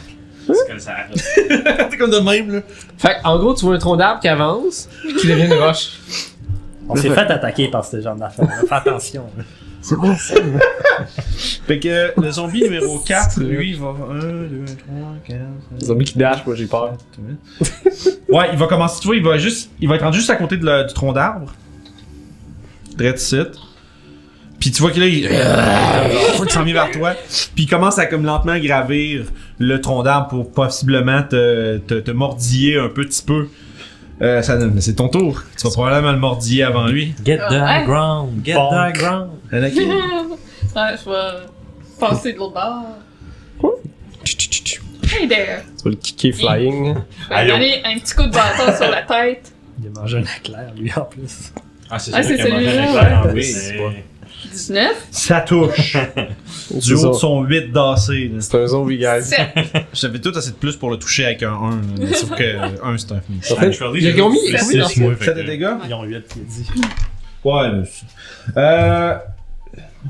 que ça arrête.
T'es comme de même, là.
Fait que, en gros, tu vois un tronc d'arbre qui avance, qui devient une roche.
On s'est fait attaquer par ce genre d'affaires. Fais attention.
Fait que euh, le zombie numéro 4, lui, il va. 1, 2, 3, 4, 5.
Les zombies qui dash, moi j'ai peur.
Ouais, il va commencer, tu vois, il va juste, il va être rendu juste à côté de la- du tronc d'arbre. Dread sit. Puis tu vois qu'il il, il s'en vient vers toi. Puis il commence à comme lentement gravir le tronc d'arbre pour possiblement te, te, te mordiller un petit peu. Euh, ça, mais c'est ton tour. Tu vas probablement le mordiller avant lui.
Get
the high
ground, get
the high
ground.
Anakin.
ouais, je vais passer de l'autre bord.
Tch, tch, tch, tch.
Hey there.
tu vas le kicker flying.
Je vais donner un petit coup de bâton sur la tête.
Il a mangé un éclair, lui, en plus.
Ah, c'est
Ah,
sûr
c'est
qu'il y a Marie
celui-là.
Claire,
Ouais.
oui.
C'est
C'est-
19,
Ça touche. du
C'est
haut
ça.
de son 8 dansé. là.
C'est un zombie, guys.
7.
J'avais tout assez de plus pour le toucher avec un 1. là, mais Sauf que 1 c'est un fini.
En fait,
Actually,
il y a
j'ai
combien-
juste
combien
six, moi, fait
Ça te
que-
dégâts?
Ils ont 8 qui dit.
Ouais, mais c'est- Euh.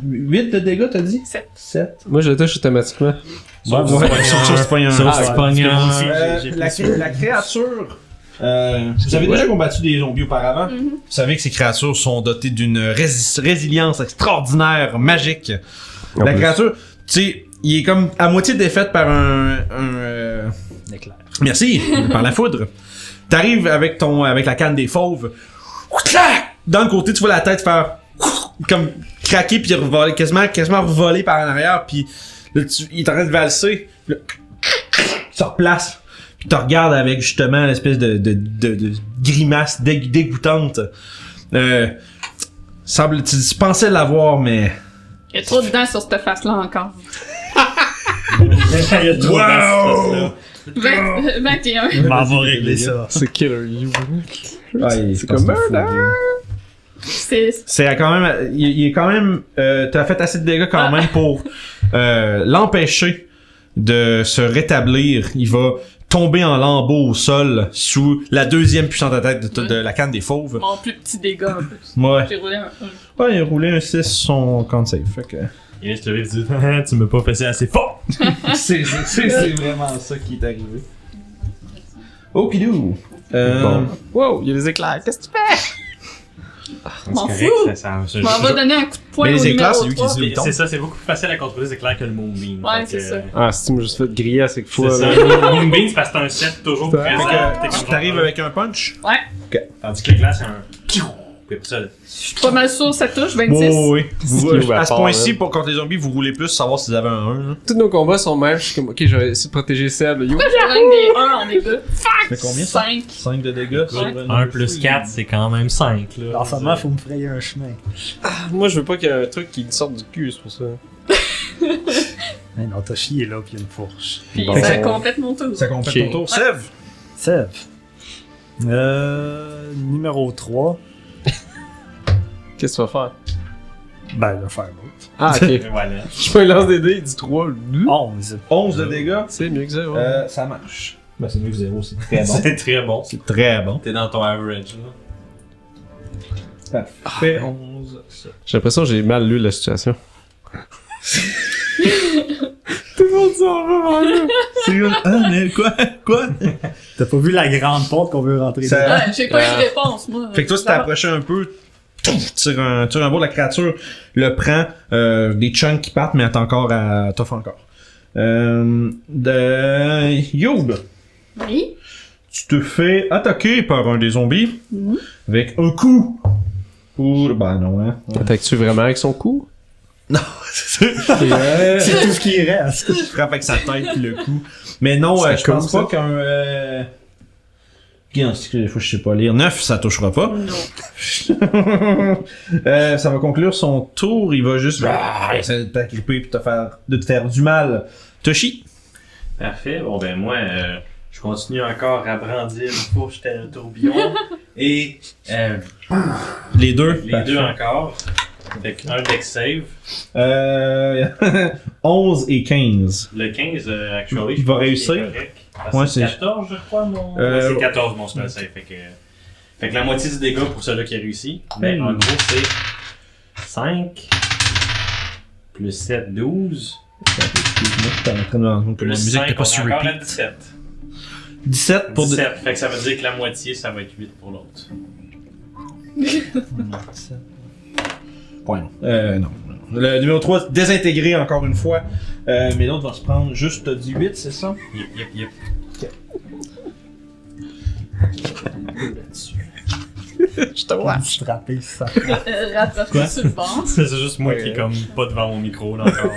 8 de dégâts, t'as dit
Sept.
7.
Moi je le touche automatiquement.
Sauf si tu pognes un.
pas
Sauf si
Ah,
tu
ouais.
pognes un.
Parce que moi aussi, j'ai- j'ai
La
plus
cré- la créature. Euh, vous avez déjà combattu des zombies auparavant. Vous savez que ces créatures sont dotées d'une rési- résilience extraordinaire, magique. la
plus.
créature, tu sais, il est comme à moitié défaite par un. un euh,
un éclair.
Merci, par la foudre. T'arrives avec ton avec la canne des fauves. Clac! Dans le côté, tu vois la tête faire comme craquer puis revoler, quasiment quasiment revoler par en arrière puis là, tu- il est en train de valser. Là, Ça replace. Puis tu regardes avec justement l'espèce de, de, de- de grimace dég- dégoûtante. Euh, semble tu, tu pensais l'avoir mais
Il y a trop de dents sur cette face-là encore.
Il y a trop
Wow!
Vingt- 21.
de- M'en va régler ça.
C'est killer, you.
Ah, il-
C'est comme murder.
C'est
C'est quand même, il, il est quand même, euh, t'as fait assez de dégâts quand même pour euh, l'empêcher de se rétablir. Il va tomber en lambeaux au sol sous la deuxième puissante attaque de, de la canne des fauves.
mon plus petit dégât en plus.
Ouais.
J'ai roulé un un.
Ouais, il a roulé un 6 son count save. Fait que...
Il laisse lever et dit Ah, Tu m'as pas passé assez fort.
c'est, c'est, c'est vraiment ça qui est arrivé. Okidoo. Euh,
Bon.
Wow, il y a des éclairs. Qu'est-ce que tu fais?
M'en
C'est correct,
fous.
ça- ça- ça-
Je m'en
je-
vais donner un coup de poing
Mais
au
les éclairs,
numéro
c'est lui qui se-
3.
C'est- C'est ça, c'est beaucoup plus facile à contrôler c'est clair que le Moonbeam.
Ouais,
Fait
c'est
que-
ça.
Ah, si tu me juste fait griller à cette
C'est
fois.
ça.
là.
Le Moonbeam, c'est parce que t'as un set toujours
Fait
présent.
fait que
T'es comme
t'arrives
genre-
avec un punch.
Tandis que l'éclair, c'est un. Puis après ça,
Je suis pas mal sûr, ça touche. 26.
Oh, oui. Vous,
Ce qui ouvre
à
la
ce
porte,
point-ci,
là.
pour contre les zombies, vous roulez plus, savoir s'ils avaient un hein. 1.
Tous nos combats sont même, je suis comme ok, je vais essayer de protéger Seb, le you.
Je gagne des 1 en est deux.
Fait
5.
5 de dégâts.
Ouais.
sur une-
1 plus 4, c'est quand même 5. Là.
En ce moment, faut me frayer un chemin.
Moi je veux pas qu'il y ait un truc qui sorte du cul, c'est pour ça.
Mais non, t'as chié là, puis il y a une fourche.
Puis
Bon.
ça complète mon tour.
Ça complète
Ok.
ton tour. Sève!
Sève. Euh, numéro 3.
Qu'est-ce que tu vas faire?
Ben, le Firebolt.
Ah
Et
ok.
Voilà.
je peux lance des dés, il dit 3.
11.
11 de dégâts.
C'est mieux que ça, ouais.
Euh, ça marche. Euh, Ben, c'est mieux que 0, c'est très
C'est très bon.
c'est très bon.
T'es dans ton average. Là.
Parfait, 11.
J'ai l'impression que j'ai mal lu la situation.
C'est une. Ah, mais quoi? Quoi?
T'as pas vu la grande porte qu'on veut rentrer
Ça-
dedans?
Ah. Ouais, j'ai pas eu de réponse, moi.
Fait que toi, si t'approchais un peu, touf, tire un, tire un bout, la créature le prend, euh, des chunks qui partent, mais elle est encore à tough encore. Euh, de Youb,
Oui.
tu te fais attaquer par un des zombies
Mhm.
avec un coup. Pour... Ben non, hein.
Attaques-tu vraiment avec son cou?
Non, c'est
C'est tout ce qui reste.
Je frappe avec sa tête puis le cou. Mais non,
Ça
euh, je pense
compte,
pas qu'un. Euh... Regarde, c'est que des fois, je sais pas lire. 9, ça touchera pas.
Non.
Euh, ça va conclure son tour. Il va juste ah, essayer de t'agripper puis te faire, de te faire du mal. Toshi.
Parfait. Bon, ben moi, euh, je continue encore à brandir une fourche tel un tourbillon. Et euh,
Les deux.
les
Parfait.
deux encore. Avec un deck save.
Euh... 11 et 15.
Le 15, euh, actually.
Il
je
va
pense qu'il est
réussir.
correct.
Ouais,
Parce que
c'est-
c'est 14, je crois, mon.
Euh,
Ouais, c'est 14, mon spell save. Fait que, fait que la moitié du dégât pour celui qui a réussi. Ben,
Hmm.
en gros, c'est 5 plus 7, 12.
Excuse-moi, je suis en train de me rendre compte que
Plus
la musique
cinq,
t'es pas
on est
sur
encore
repeat.
à 17.
17 pour
17. Fait que ça veut dire que la moitié, ça va être 8 pour l'autre.
Point. Euh, non. Le numéro 3, désintégré encore une fois. Euh, mais l'autre va se prendre juste 18, c'est ça?
Yep, yep, yep.
Strappé, ça.
Euh, Rattraper sur le banc.
C'est juste moi
Euh,
qui est comme pas devant mon micro, là encore.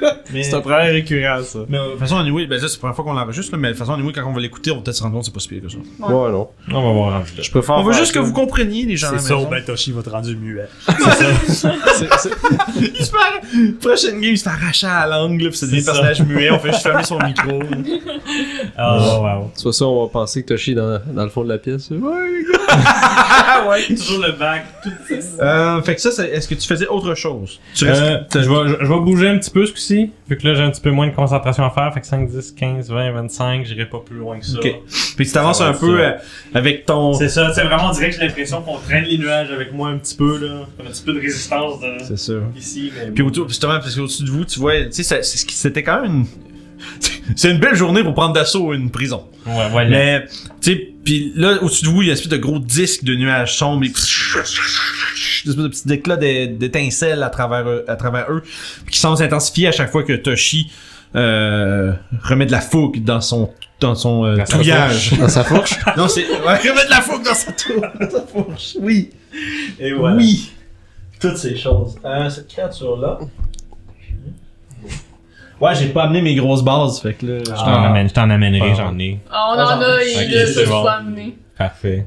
là.
Mais,
C'est un problème récurrent, ça.
mais, euh, de toute façon, anyway, ben, là, c'est la première fois qu'on l'enregistre, là, mais de toute façon, anyway, quand on va l'écouter, on va peut-être se rendre compte que c'est pas si pire que ça.
Ouais.
Ouais, non.
On va voir rendu là.
Je préfère.
on veut
faire
juste que
ça.
vous compreniez, les gens. à
C'est
la
ça,
maison.
ben Toshi va te rendre muet.
C'est- c'est-
Il se fait- Prochaine game, il se fait arracher à la langue, là, pis c'est des
ça.
personnages muets, on fait juste fermer son micro. là.
Oh, wow.
Soit ça, on va penser que Toshi est dans, dans le fond de la pièce. Ouais,
Ah ouais!
Toujours le bac. Tout...
Euh, fait que ça, c'est- est-ce que tu faisais autre chose? Tu restes-
Euh, je, vais, je- je vais bouger un petit peu ce coup-ci, vu que là j'ai un petit peu moins de concentration à faire, fait que 5, 10, 15, 20, 25, j'irai pas plus loin que ça.
Ok. Puis tu t'avances
ça va
un
être
peu
ça.
euh, avec ton.
C'est ça, c'est vraiment direct, j'ai l'impression qu'on traîne les nuages avec moi un petit peu, là. Comme un petit peu de résistance de...
C'est ça.
ici, mais.
Puis autour, justement, parce qu'au-dessus de vous, tu vois, tu sais, ça- c'est ce qui- c'était quand même une. C'est une belle journée pour prendre d'assaut une prison.
Ouais, ouais, là.
Mais, tu sais, puis là, au-dessus de vous, il y a une espèce de gros disque de nuages sombres, et une espèce de petit éclat d'é- d'étincelles à travers, eux- à travers eux, qui semble s'intensifier à chaque fois que Toshi euh, remet de la fougue dans son dans son euh,
Dans sa
touillage.
Dans sa fourche.
non, c'est ouais, remet de la fougue dans sa, tou- dans sa fourche. Oui,
Et voilà.
oui. Toutes ces choses. Euh, cette créature là. Ouais, j'ai pas amené mes grosses bases, fait que là.
Je t'en amène, je t'en amènerai, j'en ai.
Ah, on en a, il
Ok,
l'a
c'est
juste
bon.
pas amené.
Parfait.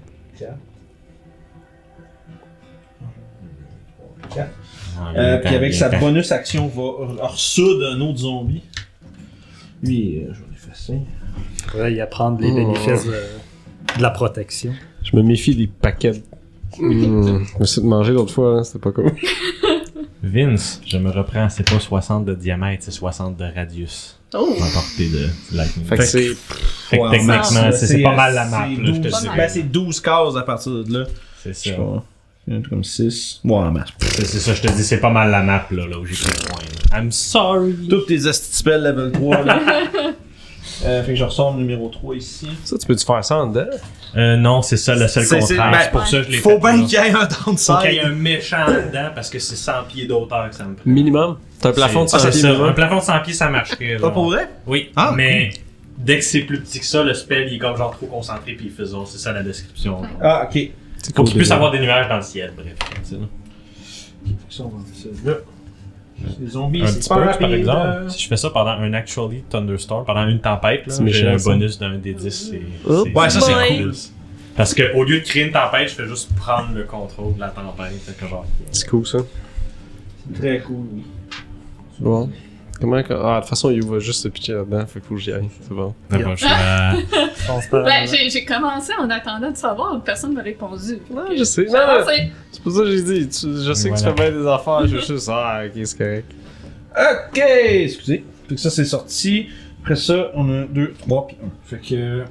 Euh, puis avec sa bonus action, va ressoudre un autre zombie. Lui, euh, je vais l'effacer.
Après, il apprend les
Oh.
bénéfices de, de la protection.
Je me méfie des paquets. de- Hmm, Je me suis de manger l'autre fois, hein, c'était pas cool.
Vince, je me reprends, c'est pas 60 de diamètre, c'est 60 de radius.
Oh!
Ma portée de lightning.
Fait que c'est.
Fait que
Ouais,
techniquement,
euh,
c'est c'est pas
euh,
mal la map,
c'est
là, je
12,
te
Pas
dirais.
mal.
ben, c'est 12 cases à partir de là.
C'est
Je
ça.
sais pas. Un truc comme 6. Ouais, en masse.
C'est c'est ça, je te dis, c'est pas mal la map, là, là où j'ai pris le point. là. I'm sorry.
Toutes tes esti de spells level 3, là. Euh, fait que je ressors le numéro 3 ici.
Ça, tu peux-tu faire ça en dedans?
Euh, non, c'est ça le seul
C'est-
contraire.
c'est-
C'est
ben,
pour ça que je l'ai
Faut
fait.
bien
là.
qu'il y ait un
Faut qu'il y ait
downside.
un méchant dedans parce que c'est 100 pieds d'auteur que ça me prend.
Minimum. T'as un plafond de
C'est-
100
ah, c'est
pieds
ça, Un
minimum.
plafond de 100 pieds, ça marcherait.
Pas
genre.
Ah, pour vrai?
Oui,
Ah,
mais dès que c'est plus petit que ça, le spell, il est comme genre trop concentré puis il fait zone. C'est ça la description. genre.
Ah, ok.
C'est cool,
Pour qu'il puisse
déjà.
avoir des nuages dans le ciel, bref. c'est ça.
Ça, on va faire ça là. Les zombies,
Un
c'est
petit
pas
purge,
rapide.
par
euh.
exemple. Si je fais ça pendant un actually thunderstorm, pendant une tempête, là,
C'est
j'ai
méchant,
un
ça.
bonus d'un des 10. c'est-
Oups.
Ouais, ça, c'est
Boy.
cool.
Parce que au lieu de créer une tempête, je fais juste prendre le contrôle de la tempête. Fait que genre,
C'est cool, ça.
Très cool, oui.
Bon. Comment. que- Ah, de toute façon, il va juste se pitcher là-dedans. Fait que faut que j'y aille. C'est bon.
je suis à-
Je pense pas.
Ben, j'ai j'ai commencé en attendant de savoir, personne m'a répondu.
Non, je sais.
J'ai
Non,
avancé.
c'est pour ça que j'ai dit. tu- Je sais que tu fais
Voilà.
bien des affaires. Je suis juste. Ah, ok, c'est correct.
Ok, excusez. Fait que ça, c'est sorti. Après ça, on a 2, 3, puis 1. Fait que.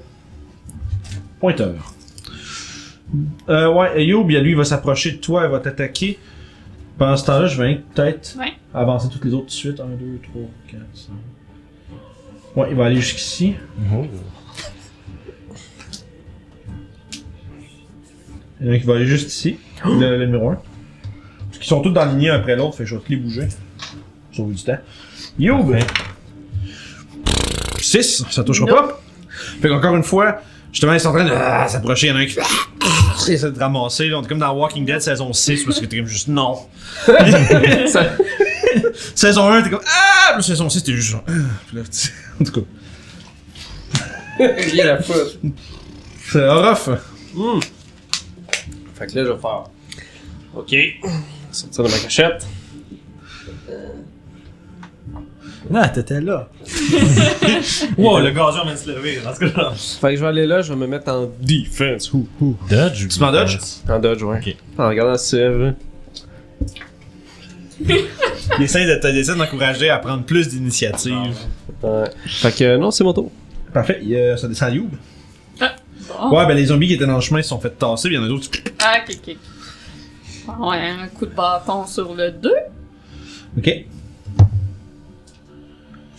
Pointeur. Euh, ouais, Yo, bien lui, il va s'approcher de toi, il va t'attaquer. Pendant ce temps-là, je vais peut-être
Ouais.
avancer toutes les autres tout de suite. 1, 2, 3, 4, 5. Ouais, il va aller jusqu'ici. Il y en a qui va aller juste ici. Le, le numéro 1. Qui sont toutes dans la lignée un après l'autre, fait que je vais tous les bouger. Sauver du temps. Yo, ben. 6, ça touchera pas. Fait qu'encore une fois, justement, ils sont en train de ah, s'approcher. Il y en a un qui. Il essaie de ramasser. là. On est comme dans Walking Dead saison 6, parce que t'es comme juste non. saison 1, t'es comme Ah! Puis saison 6, t'es juste genre. Ah! Puis là, tu- en tout cas.
Il y a la faute.
C'est rough.
Fait que là, je vais faire. Ok. Sortir de ma cachette.
Non, Ah, t'étais là.
Wow, le gazon vient de se lever. En tout cas,
Fait que je vais aller là, je vais me mettre en defense. Ouh, ouh.
Dodge.
Tu m'en dodges?
En dodge, ouais.
Ok.
En regardant Sylve.
Il essaie de te- il essaie de t'encourager à prendre plus d'initiative.
Ouais. Fait que euh, non, c'est mon tour.
Parfait, il, euh, ça descend à Youb.
Ah, Bon.
Ouais, ben les zombies qui étaient dans le chemin se sont fait tasser, puis il y en a d'autres qui.
Ah, ok, ok. Bon, ouais, un coup de bâton sur le 2.
Ok.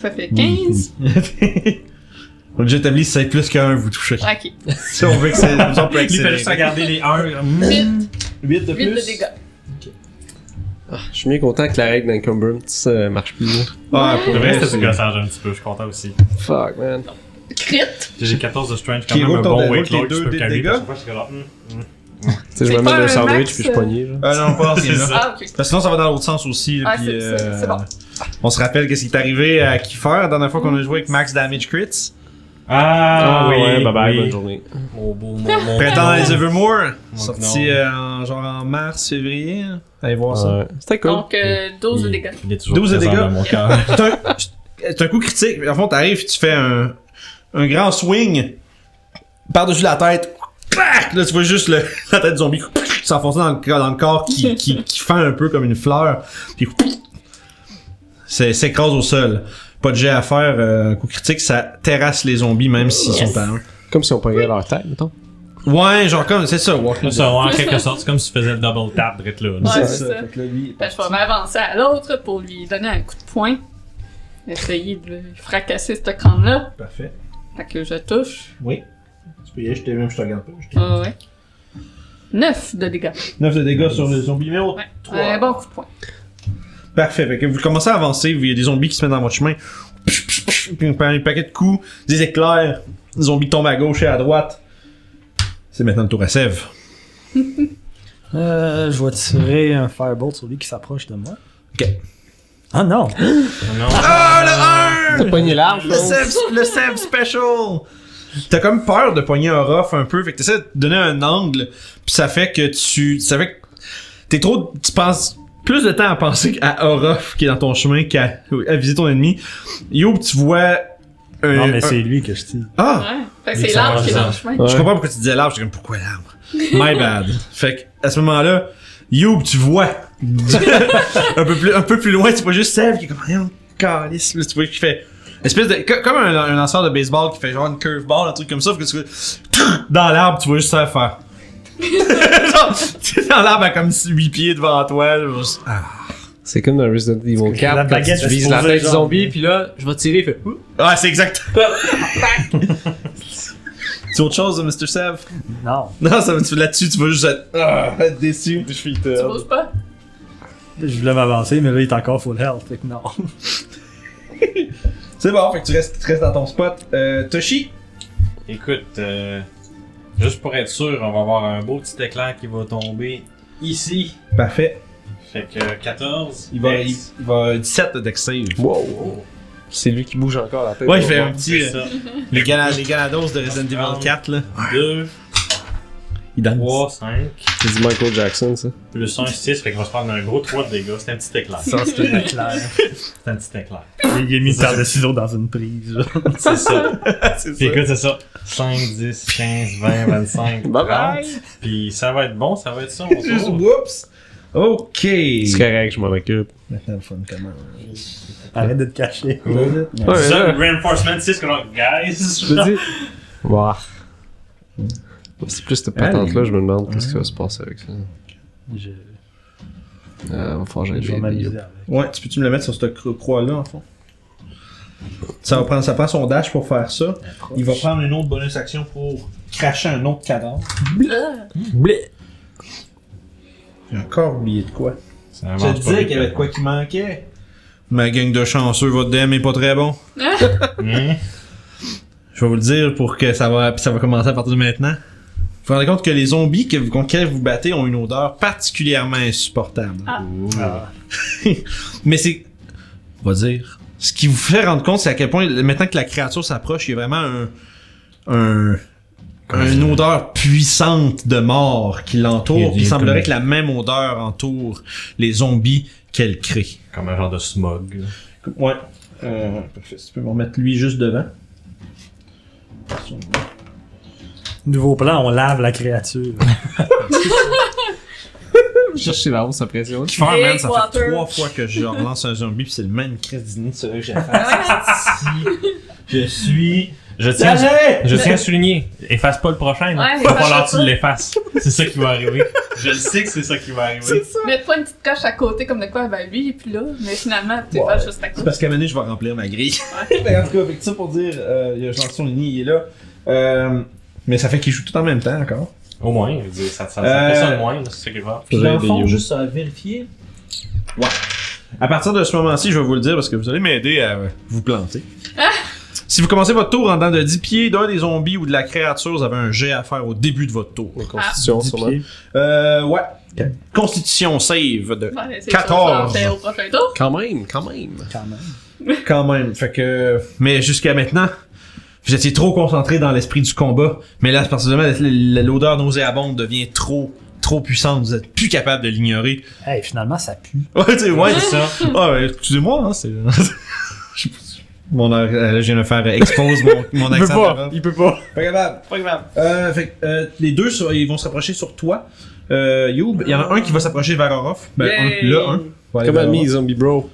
Ça fait 15.
On a déjà établi si c'est plus qu'un, vous touchez.
Ok.
Si on veut que c'est. On peut
il fallait
accélérer.
juste regarder les 1.
8,
8 de
8 de
plus.
dégâts.
Ah, je suis bien content que la règle d'Encumbrance euh, marche plus.
Ah, pour
Le
vrai,
vrai, c'était
c'est-
du gossage un petit peu, je suis content aussi.
Fuck, man.
Crit.
J'ai 14 de strength, quand
Qui
même
roule
un
ton dé-
bon
roule
weight
tes
load,
deux
je peux
dés de
calmer.
dégâts.
parce que Chaque fois, je suis comme, hum,
Tu sais, je
C'est
me
pas
mets un
un
sandwich
max,
puis je
euh,
poignais, genre.
Ah non, pas en ce game-là.
Ah, ok.
Parce que sinon, ça va dans l'autre sens aussi.
Ah,
puis,
c'est-
euh,
c'est- c'est bon.
On se rappelle qu'est-ce qui est arrivé à Kiefer la dernière fois qu'on a joué avec Max Damage Crits.
Ah, oui,
ouais, bye bye,
oui.
bonne journée.
Mon beau, mon, mon.
Printemps dans les Evermore.
Mon
Sorti
gnom.
euh, en- genre en mars, février. hein. Allez voir ça.
Ouais. C'était cool.
Donc, euh, 12 de dégâts.
Il est toujours
12 de
présent
dégâts.
dans mon cœur.
C'est un, c'est un coup critique. En fond, t'arrives, tu fais un, un grand swing par-dessus la tête. Clac! Là, tu vois juste le- la tête du zombie s'enfoncer dans le, corps- dans le corps qui, qui, qui fend un peu comme une fleur. Puis c'est- s'écrase au sol. Pas de jet à faire. euh, coup critique, ça terrasse les zombies même s'ils
Yes.
sont à un.
Comme si on prenait leur tête, mettons.
Ouais, genre comme, c'est ça, Walking
Là, ça, ouais, en quelque sorte, c'est comme si tu faisais le double tap, direct là. là.
Ouais, c'est ça. Ben, je vais m'avancer à l'autre pour lui donner un coup de poing. Essayer de le fracasser ce crâne-là.
Parfait.
Fait que je touche.
Oui. Tu peux y aller, je t'ai même, je te regarde pas.
Ah ouais. 9 de dégâts.
9 de dégâts sur le zombie numéro
Ouais.
Trois.
Un bon coup de poing.
Parfait. Fait que vous commencez à avancer, il y a des zombies qui se mettent dans votre chemin. Puis vous prenez un paquet de coups, des éclairs, les zombies tombent à gauche et à droite. C'est maintenant le tour à Sèvres.
Euh, je vais tirer un firebolt sur lui qui s'approche de moi.
Ok.
Ah non!
Non.
T'as pogné l'arbre,
Le Sèvres, le Sèvres Special! T'as comme peur de poigner un rough un peu, fait que t'essaies de donner un angle, puis ça fait que tu... Ça fait que t'es trop... Tu penses plus de temps à penser à un rough qui est dans ton chemin qu'à à viser ton ennemi. Yo, tu vois... un-
Non, mais
un-
c'est lui que je tire.
Ah!
Ouais. Fait que
Mais
c'est
ça
l'arbre
va,
qui est
ça.
dans le chemin.
Je comprends pourquoi tu disais l'arbre, j'étais comme pourquoi l'arbre? My bad. Fait que à ce moment-là, Youb, tu vois. un, peu plus, un peu plus loin, tu vois juste Sèvres qui est comme rien calice. Là, tu vois qui fait. Espèce de. co- Comme un, un lanceur de baseball qui fait genre une curveball, un truc comme ça, faut que tu dans l'arbre, tu vois juste ça faire. Genre, tu es dans l'arbre à comme 8 pieds devant toi. là, juste- Ah.
C'est comme dans Resident Evil 4,
la
quand
baguette
tu
est
vises la
supposée,
tête du
genre,
zombie,
mais-
puis là, je vais tirer, il fait Ouh!
Ah, c'est exact. C'est autre chose, Mr. Sèvres?
Non.
Non, ça, tu- là-dessus, tu vas juste être, ah, être déçu. Puis je suis
Tu bouges pas?
Je voulais m'avancer, mais là, il est encore full health, fait que non.
C'est bon, fait que tu restes, tu restes dans ton spot. Euh, Toshi,
Écoute, euh, juste pour être sûr, on va avoir un beau petit éclair qui va tomber ici.
Parfait.
Fait que 14.
Il va, il,
Dex.
il va 17 de Dex save.
Wow! C'est lui qui bouge encore la tête.
Ouais, il fait un
C'est
petit. euh,
ça.
les, gala, les Galados de Resident Evil 4, là.
2,
Il danse.
3, 5.
C'est du Michael Jackson, ça.
Plus 1, 6. Fait qu'on va se prendre un gros 3 de dégâts. C'est un petit éclair.
Ça, c'est un éclair.
C'est un petit éclair.
Il est mis par le ciseau dans une prise. là.
C'est ça.
C'est
Puis
ça.
écoute, c'est ça. 5, 10, 15, 20, 25, 30.
Bye bye.
Puis ça va être bon, ça va être ça. mon
Juste,
tour.
whoops. Ok.
C'est correct, je m'en occupe.
Maintenant, le fun comment?
Arrête de te cacher.
C'est
Ouais,
ça,
là,
le reinforcement 6 que l'on guys.
je te dis. Wow. C'est plus cette patente-là, je me demande qu'est-ce qui va se passer avec ça.
Je,
Euh, va falloir que
je vais
j'aille l'aider.
m'amuser avec.
Ouais, tu peux-tu me le mettre sur cette cro- croix-là, en fond? Ça, va prendre, ça prend son dash pour faire ça. Il va prendre une autre bonus action pour cracher un autre cadavre. J'ai encore oublié de quoi.
Ça
Je
avance
te
pas
disais
vite,
qu'il y avait
par
de quoi qui manquait.
Ma gang de chanceux, votre DM est pas très bon.
Hein?
Je vais vous le dire pour que ça va, puis ça va commencer à partir de maintenant. Vous vous rendez compte que les zombies que vous, contre lesquels vous battez ont une odeur particulièrement insupportable.
Ah.
Mais c'est. On va dire. Ce qui vous fait rendre compte, c'est à quel point, maintenant que la créature s'approche, il y a vraiment un. un une odeur puissante de mort qui
Il y a
l'entoure.
des-
puis Il semblerait
comme-
que la même odeur entoure les zombies qu'elle crée.
contre. Comme un genre de smog. là.
Ouais. Euh, parfait. Tu peux me remettre lui juste devant.
Nouveau plan, on lave la créature.
Je cherche la hausse après ça.
Faire,
Big
man, ça fait
water.
trois fois que je relance un zombie puis c'est le même crise d'idée de celui que j'ai fait.
Je suis.
Je tiens,
Allez!
je tiens à souligner, efface pas le prochain.
Ouais,
Il va
efface
falloir
pas
que tu
ça.
l'effaces. C'est ça qui va arriver. Je le sais que c'est ça qui va arriver.
Mets-toi une petite coche à côté comme de quoi, ben lui il est plus là, mais finalement t'es pas juste à
C'est
côté.
parce qu'à un moment donné, je vais remplir ma grille.
Mais en tout cas,
Fait que ça pour dire, euh, il y a Jean son il est là. Euh, mais ça fait qu'il joue tout en même temps encore.
Au moins, je veux dire, ça, ça, ça
Euh,
fait ça de moins, là, c'est ça qui va.
Puis
Vous avez
dans le
des
fond,
yeux.
juste à vérifier. Ouais. À partir de ce moment-ci, je vais vous le dire parce que vous allez m'aider à euh, vous planter. Si vous commencez votre tour en dedans de 10 pieds d'un des zombies ou de la créature, vous avez un jet à faire au début de votre tour.
La constitution, sûrement.
Euh, ouais. Constitution save de
Ouais, c'est
14.
sûr, ça, on fait au prochain tour.
Quand même, quand même.
Quand même.
Quand même. Fait que. Mais jusqu'à maintenant, vous étiez trop concentré dans l'esprit du combat. Mais là, à partir du moment où l'odeur nauséabonde devient trop, trop puissante. Vous êtes plus capable de l'ignorer.
Hey, finalement, ça pue.
Ouais, tu sais, ouais, c'est
ça.
Ah, ouais, excusez-moi, hein, c'est. Je- Mon, ar- euh, je viens de faire expose mon, mon
Il peut
accent.
pas,
d'arabe.
il peut pas.
Pas capable.
Pas grave.
Euh, fait que, euh, les deux, sur- ils vont se rapprocher sur toi. Euh, Youb, il y en a un qui va s'approcher vers Orof. Ben, un, le un. Va aller
Comme
vers
ami,
Orof.
zombie bro.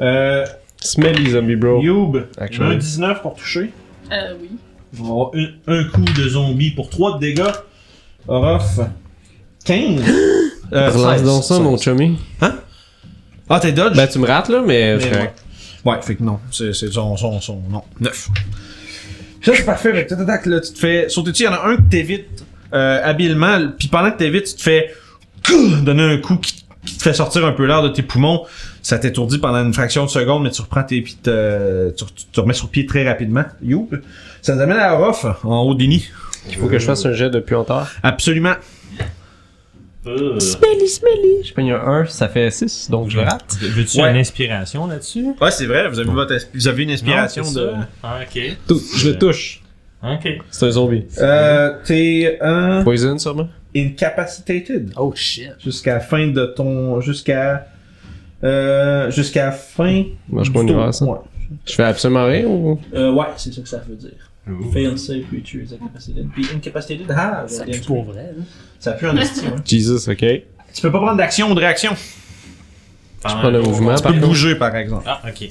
Euh,
Smelly zombie bro.
Youb,
Actually.
un 19 pour toucher.
Euh, oui.
On va avoir un, un coup de zombie pour 3 de dégâts. Orof, 15. Euh,
Relance
16,
donc ça,
16.
mon chummy.
Ah, t'es dodge?
Ben, tu me rates, là, mais. c'est
Mais
correct.
Ouais, Ouais, fait que non. C'est c'est son, son, son. Non. Neuf. Ça, c'est parfait. Fait que tac, tac, tac, là, tu te fais sauter dessus. Il y en a un que t'évites euh, habilement. Puis pendant que t'évites, tu te fais couh, donner un coup qui, qui te fait sortir un peu l'air de tes poumons. Ça t'étourdit pendant une fraction de seconde, mais tu reprends tes puis te- tu, tu te remets sur pied très rapidement. Youp. Ça nous amène à Orof, en haut des nids.
Il faut que je fasse un jet de puanteur.
Absolument.
Euh,
Je pogne un 1, ça fait 6, donc je le rate.
Veux-tu
Ouais.
une inspiration là-dessus?
Ouais, c'est vrai. Vous avez, votre ins- vous avez une inspiration
Non, c'est
de.
ça. Ah, ok.
Tou- Je le touche.
Ok.
C'est un zombie.
Euh, t'es un
Poison, sûrement.
incapacitated.
Oh shit.
jusqu'à la fin de ton jusqu'à euh, jusqu'à la fin
Moi,
du
je crois une
tour.
erreur, ça.
ouais.
Je fais absolument rien ou.
Euh, ouais, c'est ça que ça veut dire.
Ouh.
Fail save creatures incapacitated. Puis incapacitated, ah,
Ça
bien
pue
sûr.
pour vrai. hein. là.
ça pue en estime hein.
Jesus, ok. Je
tu peux pas prendre d'action ou de réaction tu
prends le mouvement, par
peux
contre.
bouger par exemple
Ah, ok.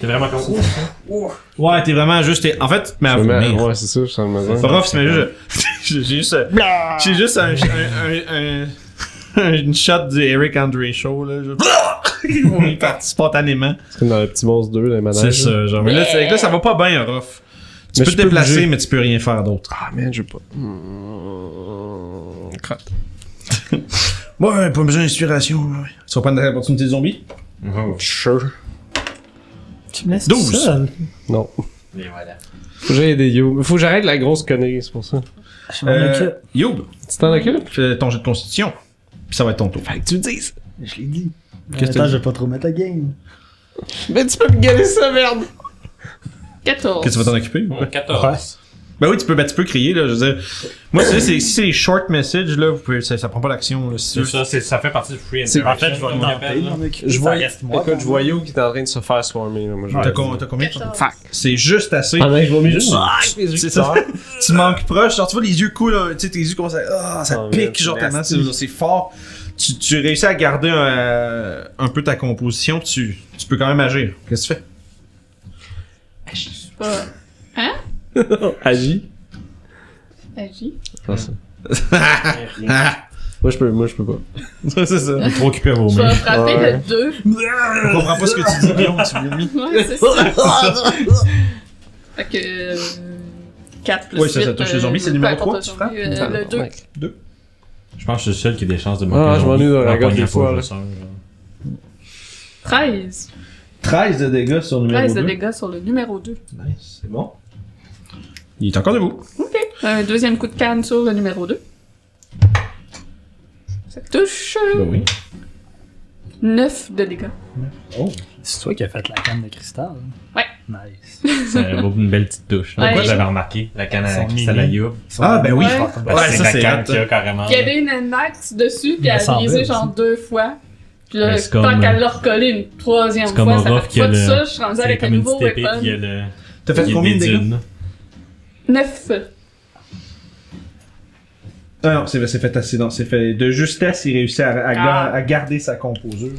T'es vraiment comme ouf.
ouais t'es vraiment juste t'es- en fait tu te
Ah,
mets à
Je me mets-
vomir
Ouais, c'est ça, je suis en maison.
Prof, mais juste j'ai juste euh, j'ai juste un, un, un, un- une shot du Eric Andre Show là je- il partit spontanément
C'est comme dans le petit monstre 2, les manèges.
c'est ça genre mais là, c'est- là ça va pas bien Rof tu
Mais
peux
je
te
peux
déplacer
bouger.
mais tu peux rien faire d'autre
Ah, man, je veux pas. Hmm, Crotte.
ouais pas besoin d'inspiration ouais. tu vas prendre l'opportunité des zombies
Sure.
Tu me laisses
12.
tout seul.
Non.
Mais voilà.
Faut que j'aille aider Yo. Faut que j'arrête la grosse connerie, c'est pour ça.
Je m'en
Euh,
occupe.
Youb,
Tu t'en occupes?
fais ton jet de constitution. Puis ça va être ton tour.
Fait que tu le dises.
Je l'ai dit. Euh,
Qu'est-ce que
Attends,
t'as
je vais pas trop mettre la game.
Mais tu peux me gagner ça, merde!
14.
Que tu vas t'en occuper ou quoi?
14.
Ben oui, tu peux, ben, tu peux crier, là. Je veux dire, moi, si c'est, si c'est short message, là, vous pouvez, ça, ça prend pas l'action, là. Si tu
C'est
veux.
ça, c'est- ça fait partie du free
C'est-
interaction.
en fait,
Je vais
comme
Euh,
t'appelles, là.
le
Je
Je
vois,
vois. Reste moi.
écoute, je vois Yo qui est en train de se faire swarmer. Là, moi, je
T'as, com- t'as combien?
14.
C'est juste assez.
Ah, mais je vomis juste.
C'est ça. tu manques proche. Genre, tu vois, les yeux coulent, hein, tu sais, tes yeux commencent à. Ah, ça
Oh, man,
pique, genre,
c'est
tellement
nasty.
c'est, c'est fort. Tu, tu réussis à garder un, un peu ta composition, tu, tu peux quand même agir. Qu'est-ce que tu fais?
Ah, Je sais pas.
Agis.
Agis.
Ah!
Moi, je peux, moi, je peux pas.
c'est ça.
T'es trop occupé à
Je
vomir.
vais frapper
Ouais.
le 2.
On comprend pas ce que tu dis, Guillaume, tu vomis.
Ouais, c'est ça. fait que. euh, 4 plus
Ouais, ça, ça
8,
touche le zombie. C'est le numéro
peu importe
quoi,
euh, le
tu
zombie, euh, le 2.
Ouais.
Deux.
Je pense que je suis le seul qui a des chances de
Ah, je
zombie.
m'ennuie de la
Ah,
gueule
pognée
des
à
fois,
faux
là.
chasseur, genre.
13.
13 de dégâts sur le numéro
13 de
2.
dégâts sur le numéro 2.
Nice, c'est bon. Il est encore debout.
Ok. Un Euh, deuxième coup de canne sur le numéro 2. Ça touche.
Ben oui.
9 de dégâts.
C'est toi qui as fait la canne de cristal.
Ouais.
Nice.
Ah,
C'est une belle petite touche.
Ouais.
Pourquoi j'avais remarqué la canne à
Son
cristal à
mini.
Youb?
Ah, ben oui.
Ouais.
Parce que
Ouais, ça,
la
c'est
canne
hot,
qu'il y a carrément.
Il y avait une annexe dessus, puis
Il me
elle a
semblait
brisé
aussi.
genre deux fois. Puis là,
Mais c'est comme- euh,
tant qu'elle l'a recollé une troisième
c'est comme
fois,
un
ça
rough
fait
qui a
pas de
le-
ça, je suis rendu
C'est
avec un
comme une
nouveau
petite épée,
weapon.
puis il y a le.
T'as fait
il y a
combien de
des
dégâts?
dunes.
9.
Ah non, c'est c'est fait assez. Non, c'est fait de justesse, il réussit à, à gar-
Ah.
à garder sa composure.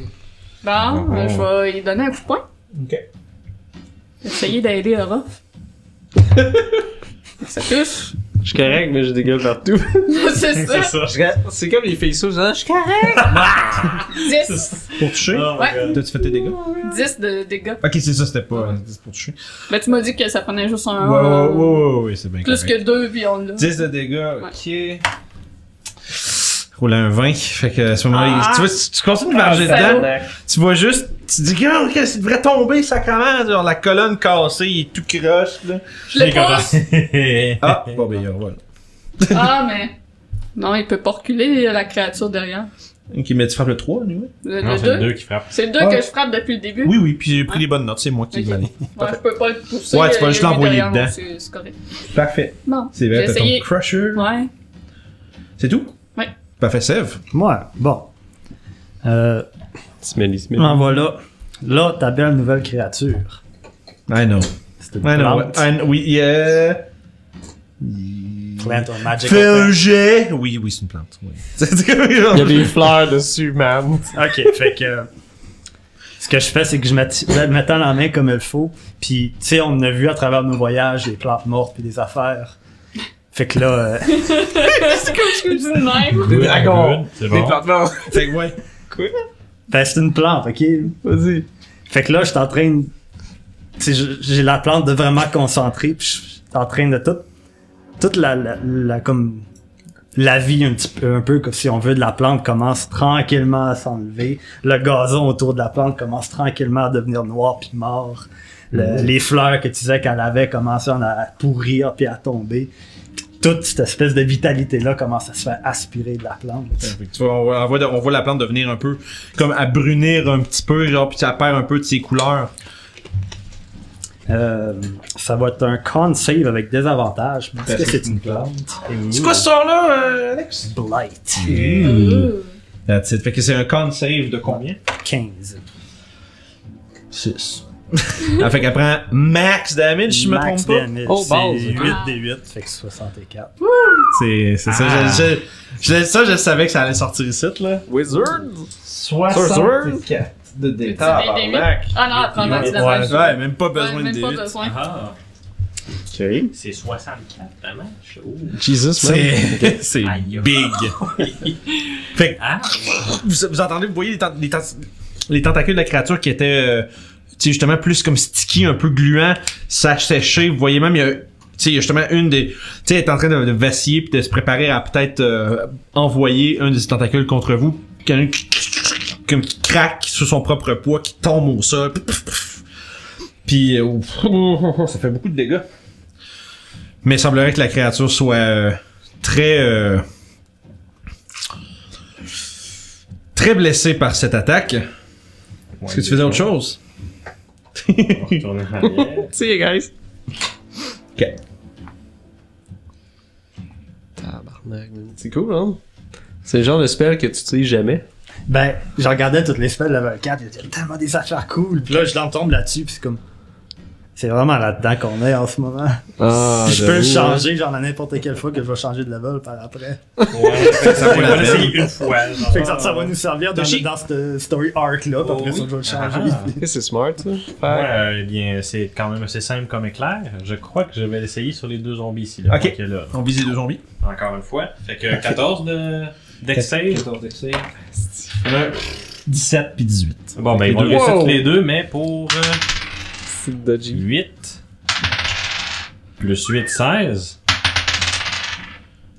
Bon,
Ah,
euh, je vais lui donner un coup de poing.
Ok.
Essayer d'aider Orof. ça touche.
Je suis correct, mais je dégueule partout.
C'est ça.
Je- C'est comme les filles sous, genre, je suis correct.
10.
Pour toucher,
Ouais,
t'as-tu fait tes dégâts?
Oh,
10 de dégâts.
Ok, c'est ça, c'était pas euh, 10 pour toucher.
Ben, tu m'as dit que ça prenait juste
Ouais,
un.
ouais, ouais, ouais, ouais, ouais, c'est bien
Ah. Plus
correct.
que 2, puis on l'a.
10 de dégâts, ok. Roule un 20, fait que à ce moment-là,
Ah.
tu, vois, tu, tu continues de marcher
Ah,
dedans, tu vois juste, tu dis, regarde, que ça devrait tomber, sacrément, genre la colonne cassée, il est tout croche, là.
Je le pousse.
Ah, bon, ben, il y a- voilà.
Ah, mais. Non, il peut pas reculer, la créature derrière.
Ok, mais tu frappes le 3, anyway?
Le,
Non,
le
c'est le
2.
deux qui frappe.
C'est le 2
Ah.
que je frappe depuis le début.
Oui, oui, puis j'ai pris les bonnes notes, c'est moi qui
Ok.
l'ai allé.
Ouais, je peux pas le pousser.
Ouais, tu peux
euh,
juste
lui
l'envoyer
derrière,
dedans.
non, C'est c'est correct.
Parfait.
Bon.
C'est vrai,
J'ai
t'as ton
essayé.
crusher.
Ouais.
C'est tout?
Ouais.
Parfait, sève.
Ouais, bon. Euh,
Ben
Smelly, smelly.
en voilà. Là, ta belle nouvelle créature.
I know.
C'est une
I know.
plante.
I kn- oui, yeah.
Plant or magic
Fais un
weapon.
jet. Oui, oui, c'est une plante. Oui. C'est comme genre-
Il y a des fleurs dessus, man.
Ok, fait que. Ce que je fais, c'est que je m'atti- je m'étends la main comme il faut. Puis, tu sais, on a vu à travers nos voyages des plantes mortes puis des affaires. Fait que là, euh,
c'est comme je dis de même.
Des dragons.
Good, C'est
Des
bon.
plantes
Fait que ouais.
ben, c'est une plante, ok?
Vas-y.
Fait que là, je suis en train. de- Tu sais, je- j'ai la plante de vraiment concentrer, puis je suis en train de tout. Toute la, la, la- comme. La vie, un petit peu, un peu comme si on veut, de la plante commence tranquillement à s'enlever. Le gazon autour de la plante commence tranquillement à devenir noir puis mort. Le- Les fleurs que tu disais qu'elle avait commencent à pourrir puis à tomber. Toute cette espèce de vitalité-là commence à se faire aspirer de la plante.
Fait que tu vois, on voit, on voit- on voit la plante devenir un peu comme à brunir un petit peu, genre, puis ça perd un peu de ses couleurs.
Euh, ça va être un con save avec des avantages parce que c'est une plante.
C'est quoi ce sort-là, euh, Alex?
Blight.
Mm.
Ouh.
That's it. Fait que c'est un con save de combien?
15.
6. ah, fait qu'elle prend max damage, si je me
Max
trompe pas.
damage,
Oh, balls.
C'est 8
Ah.
des 8, fait que 64.
C'est c'est ça,
Ah.
je, je- je- ça, je savais que ça allait sortir ici, là.
Wizard.
64 de
Tu
dégâts.
as des D8? Ah non, elle prend pas de
Ouais,
dommage.
ouais, même pas besoin
Ouais,
de
Même pas
D8.
besoin.
Ah,
Ok.
c'est 64 dommages. Oh.
Jesus, man.
C'est c'est
Aïe.
big. fait que
Ah,
vous, vous entendez, vous voyez les, tent- les tent- les tentacules de la créature qui étaient euh, tu sais, justement plus comme sticky, un peu gluant, s'assécher. Vous voyez même, il y a, tu sais, il y a justement une des. Tu sais, elle est en train de, de vaciller puis de se préparer à peut-être euh, envoyer un des tentacules contre vous. Qu'il y en a une qui- comme qui craque sous son propre poids, qui tombe au sol. Puis euh, ouf, ça fait beaucoup de dégâts. Mais il semblerait que la créature soit euh, très euh, très blessée par cette attaque. Est-ce que tu faisais autre chose?
On va retourner en arrière.
See you guys.
Ok.
Tabarnak, man. C'est cool, hein? C'est le genre de spell que tu utilises jamais.
Ben, je regardais toutes les spells level 4, il y a tellement des affaires cool. Puis là, je l'en tombe là-dessus, puis c'est comme. C'est vraiment là-dedans qu'on est en ce moment.
Ah,
si je peux le
hein.
changer, genre à n'importe quelle fois que je vais changer de level par après.
ouais.
Ça vaut
On
la
va
peine.
l'essayer une fois.
Ah.
genre.
Fait que ça, ça va nous servir dans,
J'ai-
dans cette story arc-là, puis après ça, je vais le changer.
Ah.
C'est smart, ça.
Ouais,
Fait-
euh, eh bien, c'est quand même assez simple comme éclair. Je crois que je vais l'essayer sur les deux zombies ici. Là,
Ok.
Fait que là,
On vise les deux zombies.
encore une fois. Fait que 14 de d'excès.
17 puis 18.
Bon, ben,
Les
ils vont
deux.
réussir
Wow.
tous les deux, mais pour euh,
C'est dodgy.
8. Plus 8, 16.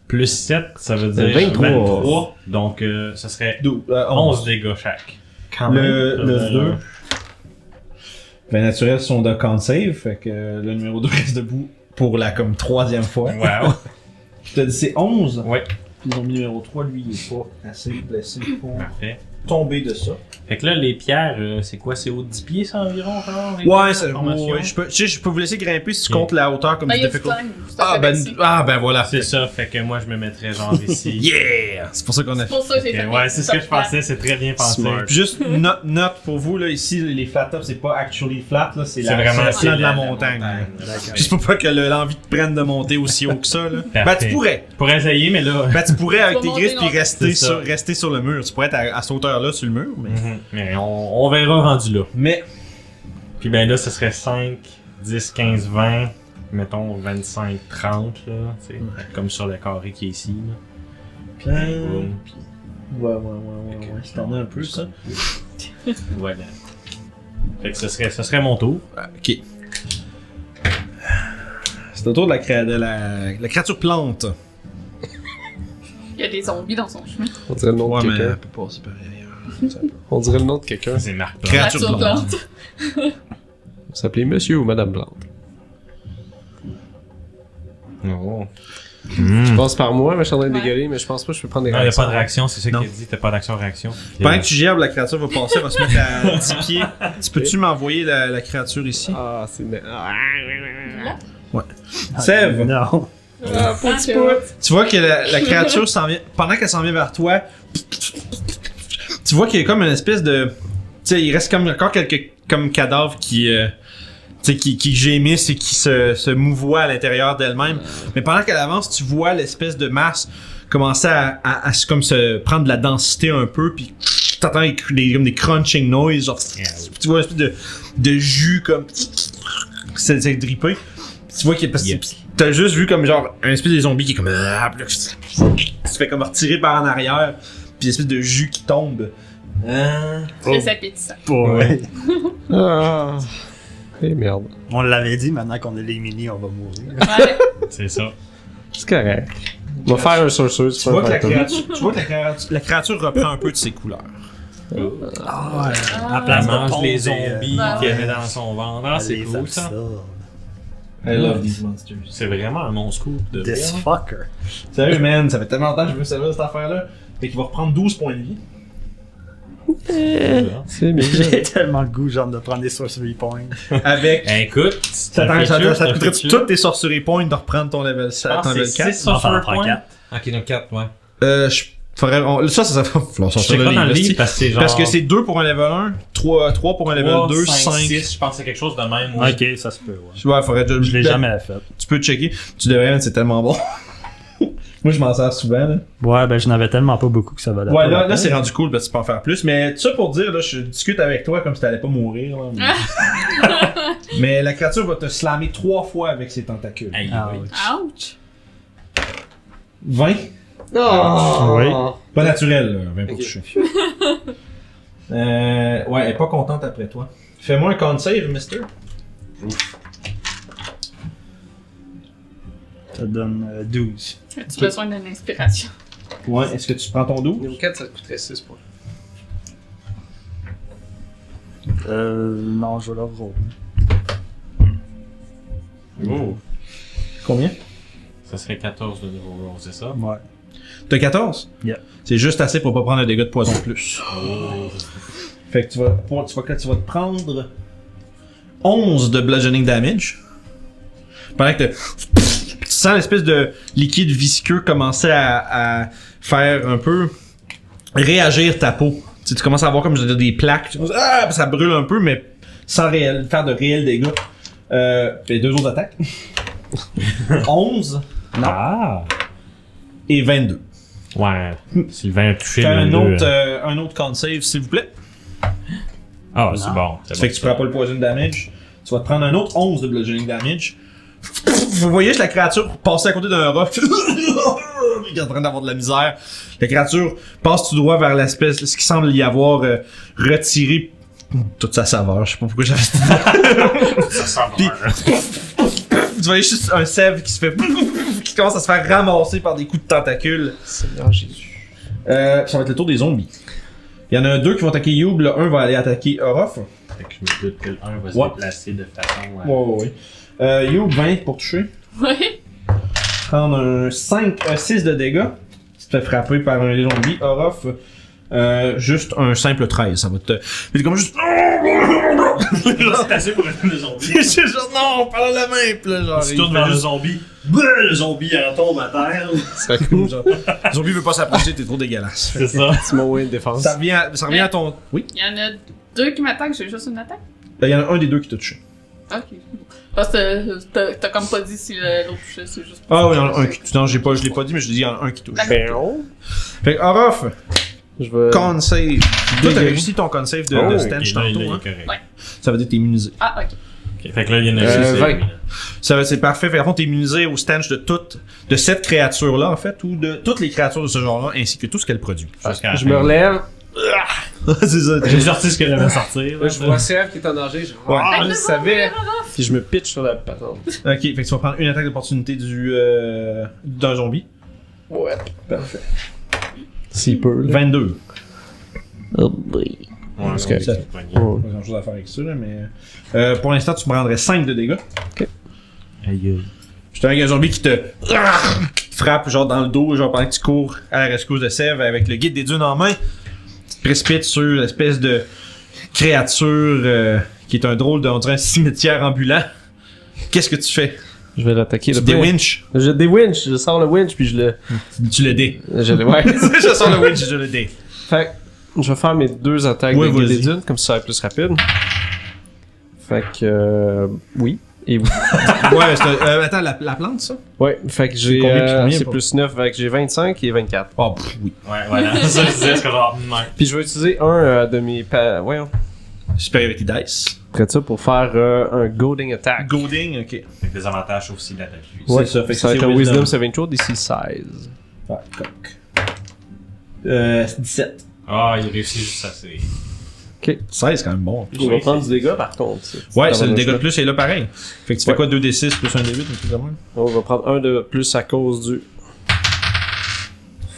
Plus 7, ça veut
Ben,
C'est
dire
23.
23. donc, euh, ça serait 11 dégâts chaque. Quand
Le,
même.
le
Euh,
2. Ben, naturels sont de con save, fait que euh, le numéro 2 reste debout pour la comme troisième fois.
Wow.
Je te dis, c'est 11.
Ouais.
Puis zombie numéro 3, lui, il est pas assez blessé pour
Parfait.
tomber de ça.
Fait que là, les pierres, euh, c'est quoi C'est haut de 10 pieds, ça environ genre, les
Ouais, c'est
formations?
ouais, je peux, tu sais, je peux vous laisser grimper si tu
Ok.
comptes la hauteur comme
Ben,
du
il y a du
difficult.
climb, c'est
Ah ben,
intéressant.
ah ben voilà.
C'est ça, fait que moi, je me mettrais genre ici.
Yeah! C'est pour ça qu'on a
C'est
fait.
pour ça que j'ai
Ok,
fait
ouais, c'est ce que je
ça.
pensais, c'est très bien pensé.
Smart.
Puis Juste note, note pour vous, là, ici, les flat tops, c'est pas actually flat, là, c'est
C'est
la-
vraiment
le
c'est
plan de la,
la- la
montagne.
D'accord.
Juste pour pas que le- l'envie te prenne de monter aussi haut que ça, là. ben, tu
Parfait.
pourrais.
Pour essayer, mais là.
Ben, tu pourrais avec
Tu
tes
vas
griffes
monter
puis
longtemps.
rester
C'est ça.
sur, rester sur le mur. Tu pourrais être à, à cette hauteur-là sur le mur, mais.
Mhm. Mais on, on verra rendu là.
Mais,
Puis ben là, ce serait 5, 10, 15, 20, mettons 25, 30, là, tu sais, comme sur le carré qui est ici. Là. Puis
Euh.
boum, puis
Ouais, ouais, ouais, ouais, ouais. C'était un peu ça.
voilà. Fait que ce serait, ce serait mon tour.
ok. C'est autour de la, créa- de la, la créature plante.
Il y a des zombies dans son chemin.
On dirait le nom
Ouais,
de
mais
Oh, quelqu'un.
elle peut pas se pareil.
On dirait le nom de quelqu'un.
C'est Marc Blanc.
Créature
Créature
plante.
On s'appelait Monsieur ou Madame Blanc.
Oh.
Je passe par moi, mais je suis en train de
Ouais.
dégueuler, mais je pense pas que je peux prendre des
Non, y a
réactions.
pas de réaction, c'est ça
Hmm. Non.
qu'il a dit, t'as pas d'action-réaction.
Pendant que tu gères, la créature va passer, elle va se mettre à 10 pieds. Tu peux-tu m'envoyer la, la créature ici?
Ah, c'est... ne- Ah.
Sève!
Non.
Ah, petit pout.
Tu vois que la, la créature s'en vient. Pendant qu'elle s'en vient vers toi, tu vois qu'il y a comme une espèce de. Tu sais, il reste comme encore quelques comme cadavres qui. euh, tu sais, qui, qui gémissent et qui se, se mouvoient à l'intérieur d'elle-même. Mais pendant qu'elle avance, tu vois l'espèce de masse commencer à, à- à se- comme se prendre de la densité un peu, puis t'entends des, des- comme des crunching noise, genre, tu vois une espèce de, de jus comme c'est c'est drippé. Tu vois qu'il y a- parce que
Yeah.
t'as juste vu comme genre un espèce de zombie qui est comme ah, puis là, tu te fais comme retirer par en arrière, puis une espèce de jus qui tombe. Ah.
Très appétissant.
Ouais.
Ah. Eh merde.
On l'avait dit, maintenant qu'on a les mini, on va mourir.
Ouais.
C'est ça.
C'est correct. On va faire un sorcerer, c'est
Tu vois,
pas
que la
un fantôme.
créature, tu vois que la créature, la créature reprend un peu de ses couleurs.
Ah,
Elle
place de
mange
pondre
les
des-
zombies
Ouais.
qu'il y avait dans son ventre. Ah, c'est
Les
cool ça.
absents.
I love these
C'est vraiment un monstre cool de
This fucker.
Sérieux, man, ça fait tellement longtemps que je veux servir cette affaire-là. Fait qu'il va reprendre 12 points de vie.
Hein?
C'est bien.
J'ai tellement le goût, genre, de prendre des sorcery points.
Avec.
Eh, Écoute,
Ça, t'en- ça, ça, te coûterait
tout.
toutes tes sorceries points de reprendre ton level, sa-
Ah,
ton
c'est
level 4?
6 sur
Enfin, on prend
4.
quatre.
Ok, donc 4, ouais.
Euh, je ferais. on- ça, ça, ça va falloir
Je
sortir
sais
le
pas dans
livre.
le livre
hostie.
parce que c'est genre.
Parce que c'est 2 pour un level 1, 3, pour un level 2, 5.
6, je pense que c'est quelque chose de même.
ok, ça se peut, ouais.
Ouais, faudrait que
Je l'ai
Ben,
jamais fait.
Tu peux checker. Tu devrais, mais c'est tellement bon. Moi, je m'en sers souvent. Là.
Ouais, ben, je n'avais tellement pas beaucoup que ça valait
Ouais,
pas la
là, là
peine.
c'est rendu cool parce que tu peux en faire plus. Mais ça pour dire, là, je discute avec toi comme si t'allais pas mourir. là, mais... mais la créature va te slammer 3 fois avec ses tentacules.
Aïe,
Ah,
aïe.
ouais.
Ouch.
20
Oui.
Pas naturel, là, 20 pour toucher. Euh, ouais, elle est pas contente après toi. Fais-moi un con save, mister.
Ça donne euh, 12.
As-tu besoin d'une inspiration?
Ouais, est-ce que tu prends ton dos?
Niveau 4, ça te coûterait 6 points.
Euh, non, je vais le roule.
Combien?
Ça serait 14 de nouveau roll, c'est ça?
Ouais.
T'as 14?
Yeah.
C'est juste assez pour pas prendre un dégât de poison de plus. Oh. Fait que tu vas, pour- tu, vas, tu vas te prendre 11 de bludgeoning damage. Pendant que t'as- tu sens l'espèce de liquide visqueux commencer à, à faire un peu réagir ta peau. Tu, sais, tu commences à avoir comme je veux dire, des plaques. Tu commences- ah, puis ça brûle un peu, mais sans réel, faire de réels dégâts. Euh, puis deux autres attaques. 11
Ah!
et 22.
Ouais. Sylvain a touché
Fais
le
un
deux. hein.
autre, euh, un autre con save, s'il vous plaît.
Ah, c'est bon.
Ça
c'est
fait
bon.
que tu prends pas le poison damage. Tu vas te prendre un autre 11 de bludgeoning damage. Vous voyez la créature passer à côté d'un rat qui est en train d'avoir de la misère. La créature passe tout droit vers l'espèce, ce qui semble y avoir euh, retiré toute sa saveur. Je sais pas pourquoi j'avais dit ça.
Ça sent
Puis- Tu voyais juste un sève qui se fait qui commence à se faire ramasser par des coups de tentacules.
Seigneur Jésus.
Euh, puis ça va être le tour des zombies. Il y en a deux qui vont attaquer Youb, le un va aller attaquer Orof.
Fait que je me doute que l'un va se
Ouais.
déplacer de façon à.
Ouais, ouais, ouais. Euh, Youb, 20 pour toucher.
Ouais.
prendre un 5, un 6 de dégâts. Tu te fais frapper par un zombie. Orof, euh, juste un simple 13. Ça va te. Il est comme juste.
C'est assez pour être le zombie.
C'est juste non, par la main. Puis là, genre.
Tu
Ah, il
tournes
fait
vers le
juste-
zombie. Bleu, le zombie elle tombe à terre.
genre, le zombie veut pas s'approcher, t'es trop dégueulasse.
C'est ça.
Petit mot de défense.
Ça revient à, ça revient à ton. Oui.
Il y en a deux qui m'attaquent, j'ai juste une attaque.
Ben, Il y en a un des deux qui t'a touché.
Ok. Parce que euh, t'as t'as comme pas dit si le- l'autre touchait, c'est juste.
Ah oui, il y en a un qui touche. Non, j'ai pas, je l'ai pas dit, mais je dis il y en a un qui touche. Fait que Orof,
Ben, oh, Je vais.
con save. Toi, t'as
Dégagé.
réussi ton con save de, de
Oh,
stench
Et là, il est
tantôt. Hein.
correct.
Ça veut dire que t'es immunisé.
Ah, ok.
Ok, Fait que là, il y en a
Euh,
juste.
vingt.
lui, là.
Ça va- c'est parfait. Fait qu'en fond, t'es immunisé au stench de toutes, de cette créature-là, en fait, ou de toutes les créatures de ce genre-là, ainsi que tout ce qu'elle produit.
Jusqu'à la
Je
fin.
me relève.
c'est ça.
J'ai sorti ce que j'avais sorti.
Là, je vois Serge qui est en danger. Je, ah, je le savais. Puis je me pitch sur la patente.
Ok, fait que tu vas prendre une attaque d'opportunité du, euh, d'un zombie.
Ouais, parfait. S'il peut,
22.
Oh boy.
Ouais,
C'est
non,
correct.
c'est poigné.
Pas grand chose à faire avec ça, là, mais. Euh, pour l'instant, tu prendrais 5 de dégâts.
Aïe, aïe.
J'étais avec un zombie qui te. qui te frappe, genre, dans le dos, genre, pendant que tu cours à la rescousse de Sèvres avec le guide des dunes en main. Tu te précipites sur l'espèce de créature euh, qui est un drôle de. On dirait un cimetière ambulant. Qu'est-ce que tu fais?
Je vais l'attaquer.
Tu
le premier.
déwinches.
Je déwinch. Je sors le winch, puis je le.
Tu le dé.
Je le... Ouais.
je sors le winch, je le dé.
Fait que je vais faire mes deux attaques
Ouais,
de guide
vas-y.
des dunes, comme ça, ça va être plus rapide. Fait que. euh, oui. Et oui.
Ouais, c'est un- euh, attends, la, la plante, ça?
Ouais, fait que j'ai.
combien, puis
euh,
combien,
c'est
pas?
plus 9, fait que j'ai 25 et 24.
Oh, pff, oui.
Ouais, voilà. Ça, je disais, c'est que genre. hmm, ouais.
Puis je vais utiliser un euh, de mes. Pa... Voyons.
Superiority dice.
Traite ça pour faire euh, un Goading Attack.
Golding, ok.
Fait que des avantages aussi de la tapis.
Ouais, ça, fait que
va
c'est
être un
wisdom.
Wisdom Saving Throw d'ici 16.
Ouais, coq. Euh, 17.
Ah, il réussit juste assez.
16, c'est quand même bon.
Je vais prendre du dégât par contre.
Ouais, c'est le
dégât
dégât de plus, et là, pareil. Fait que tu fais
Ouais.
quoi, 2d6 plus 1d8, mais plus ou moins?
On va Oh, prendre un de plus à cause du.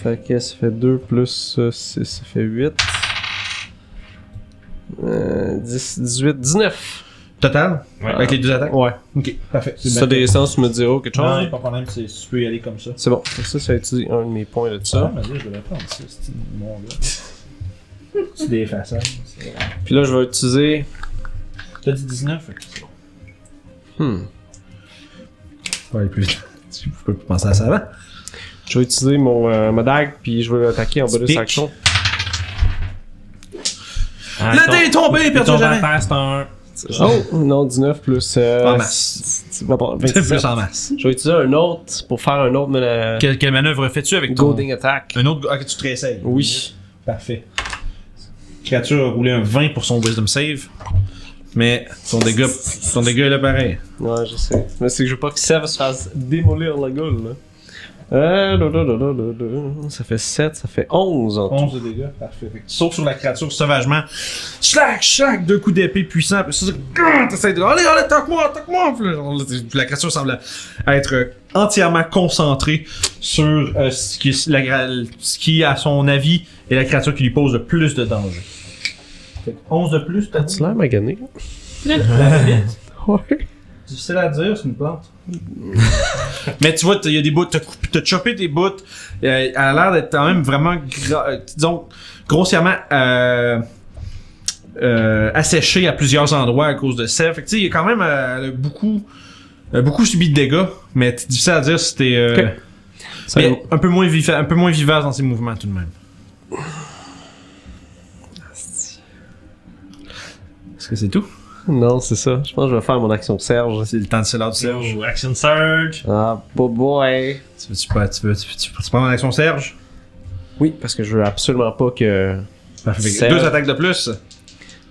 Fait que ça fait 2 plus 6, ça fait 8. Euh, 10, 18, 19.
Total?
Ouais.
Avec les deux attaques?
Ouais.
Ok, parfait.
Si t'as des essences, tu me diras quelque
Non,
chose.
pas de problème, c'est- tu peux y aller comme ça.
C'est bon. Fait que Ça, ça a utilisé un de mes points de
Ah,
ça.
mais là, je devrais prendre ça, c'est mon gars. C'est des façades. c'est-
Puis là, je vais utiliser.
T'as dit 19, fait que c'est bon.
Hmm.
Faut aller plus vite. Tu peux pas penser à ça avant.
Je vais utiliser mon, euh, ma dague, puis je vais attaquer en bonus
Pique.
action.
Ah,
La
ton-
dé est tombée,
il
perds-toi
tombe à
jamais.
terre, c'est un.
Oh non, 19 plus. Euh,
En masse.
c'est- c'est pas bon,
C'est
27.
plus en masse.
Je vais utiliser un autre pour faire un autre mena-
Quelle, quelle manœuvre fais-tu avec ton...
Goading Attack.
Un autre... go- Ok, tu te réessayes.
Oui.
Parfait. Créature a roulé un 20 pour son wisdom save. Mais son dégât, son dégât est là pareil.
Ouais, je sais. Mais c'est que je veux pas que Sev se fasse démolir la gueule, là. Euh, là, là, là, là, là, là. Ça fait 7, ça fait 11 en tout.
11 de dégâts, parfait. Fait que tu sautes sur la créature sauvagement. Slack, slack, deux coups d'épée puissants. Puis ça, c'est- Grrr, t'essaies de. Allez, allez, attaque-moi, attaque-moi. Puis là, genre, là, puis la créature semble être euh, entièrement concentrée sur euh, ce, qui, est- la gra- ce qui, à son avis, est la créature qui lui pose le plus de danger. Fait que 11 de plus, t'as dit
Tu l'as magané, là? Ouais.
Difficile à dire, c'est une plante. Mais tu vois, il y a des bouts, t'as coupé- t'as chopé des bouts. euh, elle a l'air d'être quand même vraiment, gra- euh, disons, grossièrement euh, euh, asséchée à plusieurs endroits à cause de sel. Fait que tu sais, il y a quand même euh, elle a beaucoup, euh, beaucoup subi de dégâts. Mais c'est difficile à dire si t'es euh,
Ok. Ça
mais un, peu moins viva- un peu moins vivace dans ses mouvements tout de même. Est-ce que c'est tout?
Non, c'est ça. Je pense que je vais faire mon action Serge.
C'est le temps de se l'heure du Serge.
Ou Action Surge.
Ah, bo- boy.
Tu veux, tu peux, tu veux, tu veux, tu peux- tu prends mon action Serge?
Oui, parce que je veux absolument pas que.
Parfait. Fait que
Serge.
Deux attaques de plus.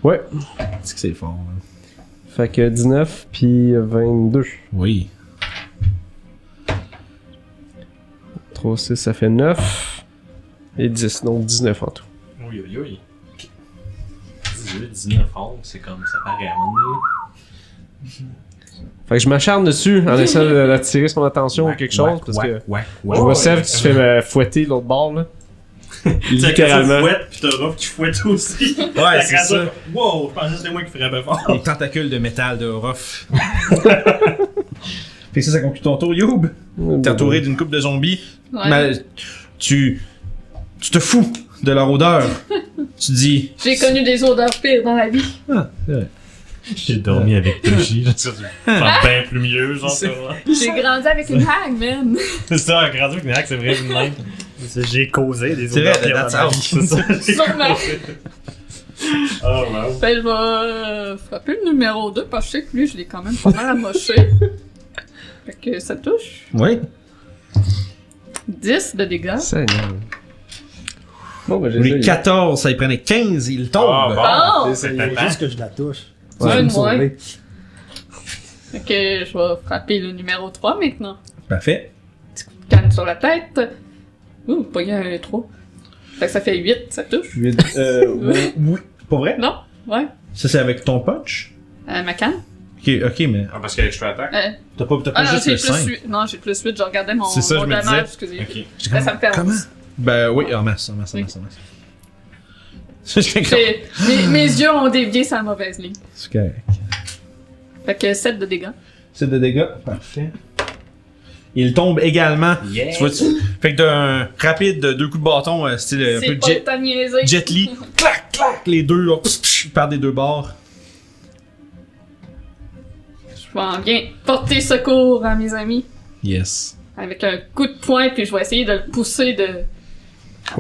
Ouais.
C'est que c'est fort, hein. là.
Fait que 19 puis 22.
Oui.
3, 6, ça fait 9. Et 10, donc 19 en tout.
Oui, oui, oui. 18, 19, 11, c'est comme ça paraît à mon
Fait que je m'acharne dessus en essayant de- d'attirer son attention ou quelque chose parce que je vois Sèvres qui se fait me fouetter l'autre bord là. Littéralement.
fouette, pis t'as Ruff qui fouette aussi.
Ouais, c'est ça.
Wow, je pensais que c'était moi qui frappais fort.
Les tentacules de métal de Orof.
Fait que ça, ça conclut ton tour, Youb.
Mm.
T'es entouré d'une coupe de zombies.
Ouais.
Mais tu. Tu te fous de leur odeur. tu dis.
J'ai connu des odeurs pires dans la vie.
J'ai dormi avec Toshi, je sais pas. bien plus mieux, genre, ça va.
J'ai grandi avec une hague, man.
C'est ça, un grand truc, mais c'est vrai, une même.
J'ai causé des
C'est vrai,
odeurs
that's
dans ma
out.
vie, c'est ça.
Sûrement.
Oh, wow.
Ben, je vais euh, frapper le numéro 2 parce que je sais que lui, je l'ai quand même pas mal amoché. fait que ça touche.
Ouais.
10 de dégâts.
Seigneur. ben,
Bon, bah, j'ai
Les
ça.
14, ça y prenait 15, il tombe.
Ah,
c'est-
C'est
Il faut
tapant.
juste que je la touche.
Ouais,
Tu vas me
ouais.
sauver.
Fait que je vais frapper le numéro 3 maintenant.
Parfait.
Canne sur la tête. Ouh, pas un 3. Fait que ça fait 8, ça touche.
Euh, oui, oui. Pas vrai?
Non? Ouais.
Ça, c'est avec ton punch?
Euh, ma canne.
Ok, ok, mais.
Ah, parce que je fais attaque.
Euh,
T'as pas, t'as pas
ah non,
juste
j'ai
le
plus
5.
8. Non, j'ai plus 8. Je regardais mon,
C'est ça,
mon
je me
damage, excusez.
Ok.
Là, ça me fait
Comment?
11.
Ben oui, en masse, en masse, en
Oui.
masse, en masse. C'est correct.
J'ai- mes, mes yeux ont dévié sur la mauvaise ligne.
C'est correct.
Fait que 7 de dégâts.
C'est de dégâts. Parfait. Il tombe également. Tu vois, tu- Fait que d'un rapide, de deux coups de bâton, euh, style euh, un
C'est
peu
pas
jet,
le temps de niaiser.
jet Li. clac, clac, les deux, là, pss, pss, par des deux bords.
Je m'en viens porter secours à mes amis
Yes.
avec un coup de poing, puis je vais essayer de le pousser de.
Ah,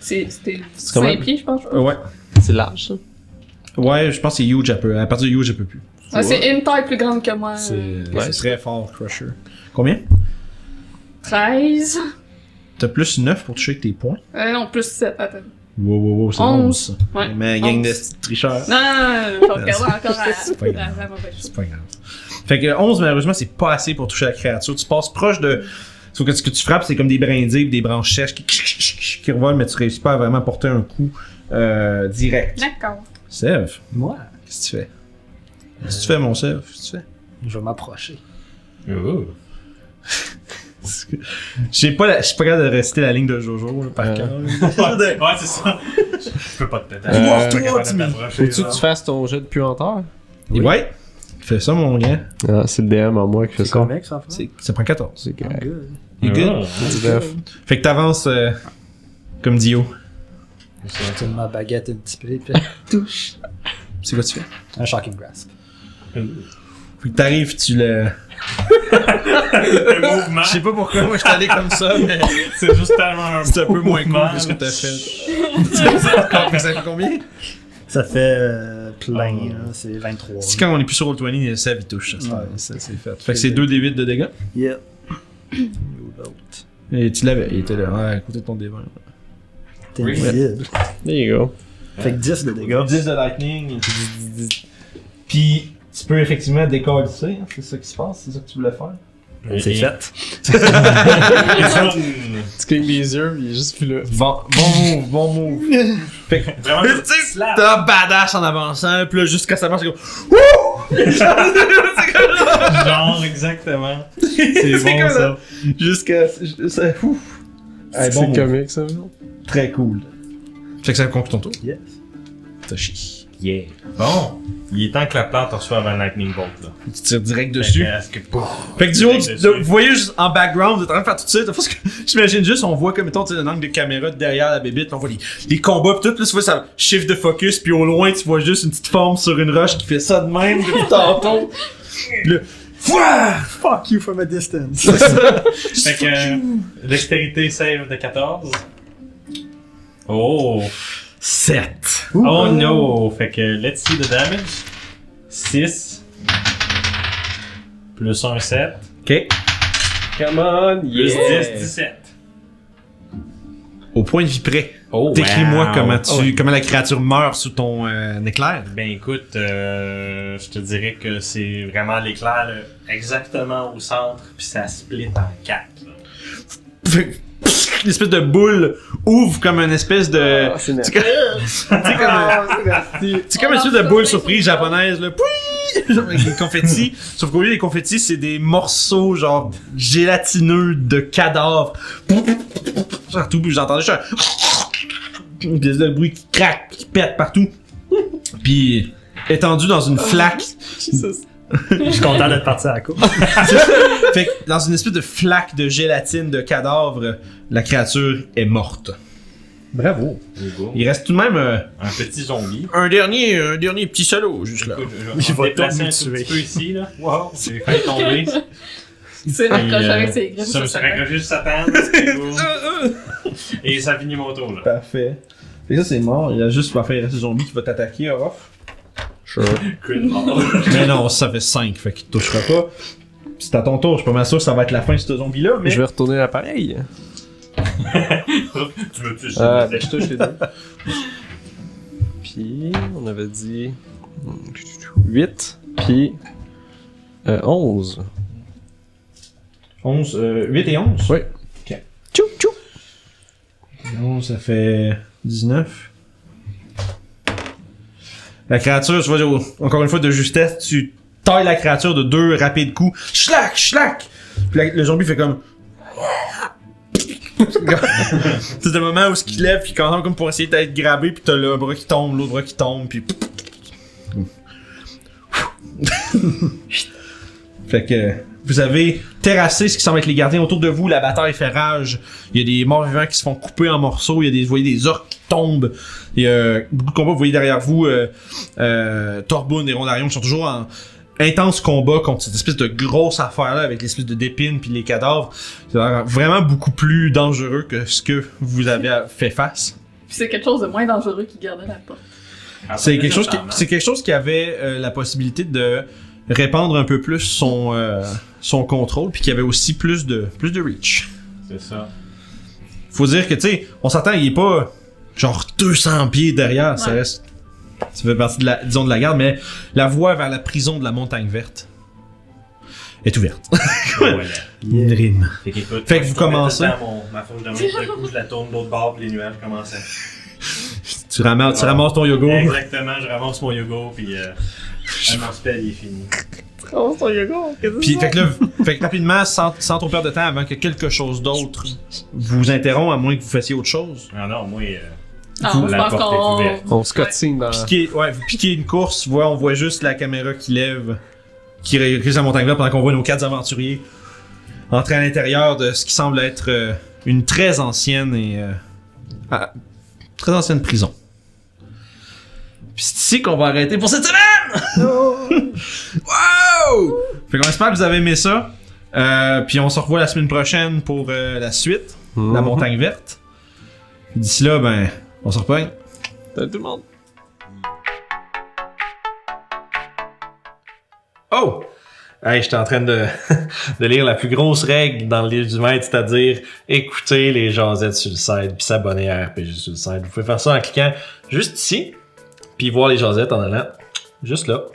C'est- C'était
quand
5
même-
pieds, je pense.
Euh, ouais.
C'est large, ça.
Ouais, je pense que c'est huge, elle peut. À partir de huge, elle peut plus.
Ouais, c'est une taille plus grande que moi.
C'est
euh,
c'est très fort, Crusher. Combien
13.
T'as plus 9 pour toucher avec tes points.
Euh, non, plus 7, attends.
Wow, wow, wow, c'est
Onze.
11.
Ouais.
Mais gang de
Onze.
petits tricheurs.
Non, non, non, je regarde encore à,
C'est pas
à
grave.
la mauvaise chose.
C'est pas grave. Fait que 11, malheureusement, c'est pas assez pour toucher la créature. Tu passes proche de. Sauf que ce que tu frappes, c'est comme des brindilles, des branches sèches qui, qui revolent, mais tu réussis pas à vraiment porter un coup euh, direct.
D'accord.
Sev,
Moi,
qu'est-ce que tu fais Qu'est-ce que tu fais, mon Sev Qu'est-ce que tu fais
je vais m'approcher.
Ouh.
Parce que- J'ai pas, la... je suis pas capable de rester la ligne de Jojo là, par
Euh.
cœur.
Ouais, ouais, c'est ça. Je peux pas te péter.
Euh,
Je suis pas capable de t'approcher,
Faut-tu que tu
genre.
fasses ton jet de puanteur?
Ouais, fais ça, mon gars.
Ah, c'est le DM en moi qui fait
C'est
ça.
combien que ça fait?
C'est- Ça prend 14.
C'est
Ah,
correct.
good.
You good? Fait que t'avances euh, comme Dio.
Je tourne ma baguette un petit peu, puis
C'est quoi tu fais
un shocking grasp.
Fait que t'arrives, tu le.
Le mouvement,
Je sais pas pourquoi, moi je suis allé comme ça, mais.
c'est juste tellement un
C'est un peu moins
mouvement,
cool que ce que
là.
t'as fait. ça fait combien?
Ça fait euh, plein, là, c'est 23.
Si quand on est plus sur Roll20, ça vit touche. Ça,
Ouais.
ça, c'est fait. Fait que c'est 2d8 de dégâts.
Yep.
Et tu l'avais, il était là, ouais, à côté de ton dévin.
T'es invisible.
There you go.
Fait que 10 de dégâts.
10 de lightning. Puis tu peux effectivement décoller, c'est ça qui se passe, c'est ça que tu voulais faire.
C'est fait.
Tu clignes les yeux, il est juste plus là.
Bon, bon move, bon move.
Vraiment,
Mais tu sais, t'as badass en avançant, puis là, jusqu'à ça marche, c'est comme.
genre, exactement.
C'est
bon,
comme
ça.
Jusqu'à. ça- ouf. Ouais, bon
c'est
move.
comique, ça.
Très cool. Fait que ça conclut ton tour.
Yes.
Toshi.
Yeah. Bon, il est temps que la plante reçoive un lightning bolt, là.
Tu tires direct dessus.
Est-ce que... Pouf.
Fait que du haut,
direct
tu-
dessus.
vous voyez juste en background, vous êtes en train de faire tout ça. Parce que j'imagine juste, on voit comme, mettons, tu sais, un angle de caméra de derrière la bébite, on voit les, les combats pis tout, puis là, tu vois ça shift de focus, puis au loin, tu vois juste une petite forme sur une roche qui fait ça de même depuis tantôt. Pis là, Fouah!
Fuck you from a distance.
Fait que... euh, Dextérité save de 14. Oh.
7.
Oh no! Fait que let's see the damage. 6. Plus 1, 7.
Ok.
Come on,
Plus
yeah.
10, 17.
Au point de vie près.
Oh, Ah
Décris-moi comment tu, comment la créature meurt sous ton euh, éclair.
Ben écoute, euh, je te dirais que c'est vraiment l'éclair là, exactement au centre, puis ça split en 4.
Fait que, pfff, une espèce de boule ouvre comme une espèce de.
Ah, c'est Ah, net.
C'est comme, c'est comme, c'est comme une espèce de boule surprise japonaise, là. Pouii! genre avec des confettis. Sauf qu'au lieu des confettis, c'est des morceaux, genre, gélatineux de cadavres. Partout, puis j'entendais juste un... Puis le bruit qui craque, qui pète partout. Puis, étendu dans une flaque
Je suis content d'être parti à la course.
fait que dans une espèce de flaque de gélatine de cadavre, la créature est morte. Bravo. Il reste tout de même euh,
Un petit zombie.
un dernier, un dernier petit salaud juste là.
Écoute, je
Il
vais me
va
déplacer
tomber
un tout
tué.
petit peu ici, là. Wow, j'ai failli tomber. Puis,
C'est raccroché
euh,
avec ses griffes.
Ça me
ça
serait
fait-
accroché sur sa tente. puis boum. Et ça finit mon tour, là.
Parfait. Et ça c'est mort. Il a juste pas fait rester zombie qui va t'attaquer, Orof.
Good mort.
Mais non, ça fait 5, fait qu'il te touchera pas. C'est à ton tour, je suis pas mal sûr que ça va être la fin de ce zombie là, mais.
Je vais retourner l'appareil.
tu me tues.
Euh,
je
je touche les deux. Puis, on avait dit 8, puis euh, 11.
11, euh, 8 et 11.
Oui.
Ok.
Tchou, tchou.
11, ça fait 19. La créature, tu vois, au- encore une fois, de justesse, tu tailles la créature de deux rapides coups. Schlac, schlac! Puis la- le zombie fait comme. c'est le moment où ce qu'il lève, puis quand même, comme pour essayer d'être grabé, puis t'as le bras qui tombe, l'autre bras qui tombe, puis. fait que. Vous avez terrassé ce qui semble être les gardiens autour de vous, la bataille fait rage. Il y a des morts vivants qui se font couper en morceaux. Il y a des, vous voyez des orques qui tombent. Il y a euh, beaucoup de combats. Vous voyez derrière vous euh, euh, Torbun et Rondarion qui sont toujours en intense combat contre cette espèce de grosse affaire-là avec l'espèce de d'épines puis les cadavres. C'est vraiment beaucoup plus dangereux que ce que vous avez à- fait face.
Puis c'est quelque chose de moins dangereux qu'il gardait la porte.
C'est quelque chose qui, c'est quelque chose qui avait euh, la possibilité de répandre un peu plus son euh, son contrôle puis qui avait aussi plus de plus de reach.
C'est ça.
Faut dire que tu sais, on s'entend, il est pas genre 200 pieds derrière, ça
Ouais.
reste ça fait partie de la disons de la garde mais la voie vers la prison de la montagne verte est ouverte.
Voilà.
Rime.
Fait qu'écoute,
Fait que
je
vous
tombais
commencez.
tout le temps Mon, ma fourche de main, d'un coup, je la tourne de l'autre bord, puis les nuages commencent à.
Tu ramasses, tu ramasses ton yogourt.
Exactement, je ramasse mon yogourt, puis. Euh, mon spell, il est fini.
Oh, son yogourt, qu'est-ce que
Puis
c'est?
fait que là, fait que rapidement sans, sans trop perdre de temps avant que quelque chose d'autre vous interrompt à moins que vous fassiez autre chose.
Non, non, moi. euh,
Non, je
la
pense
porte est ouverte.
qu'on.
On se cotine dans.
Piquer, ouais, vous piquez une course, voilà, on voit juste la caméra qui lève, qui récuse la montagne pendant qu'on voit nos quatre aventuriers entrer à l'intérieur de ce qui semble être euh, une très ancienne et euh, ah, très ancienne prison. Puis c'est ici qu'on va arrêter pour cette semaine! wow! Fait qu'on espère que vous avez aimé ça. Euh, puis on se revoit la semaine prochaine pour euh, la suite,
Mm-hmm.
la montagne verte. D'ici là, ben, on se repogne.
Salut tout le monde.
Oh! Hey, j'étais en train de, de lire la plus grosse règle dans le livre du maître, c'est-à-dire écouter les jasettes sur le site puis s'abonner à RPG sur le site. Vous pouvez faire ça en cliquant juste ici, puis voir les jasettes en allant juste là.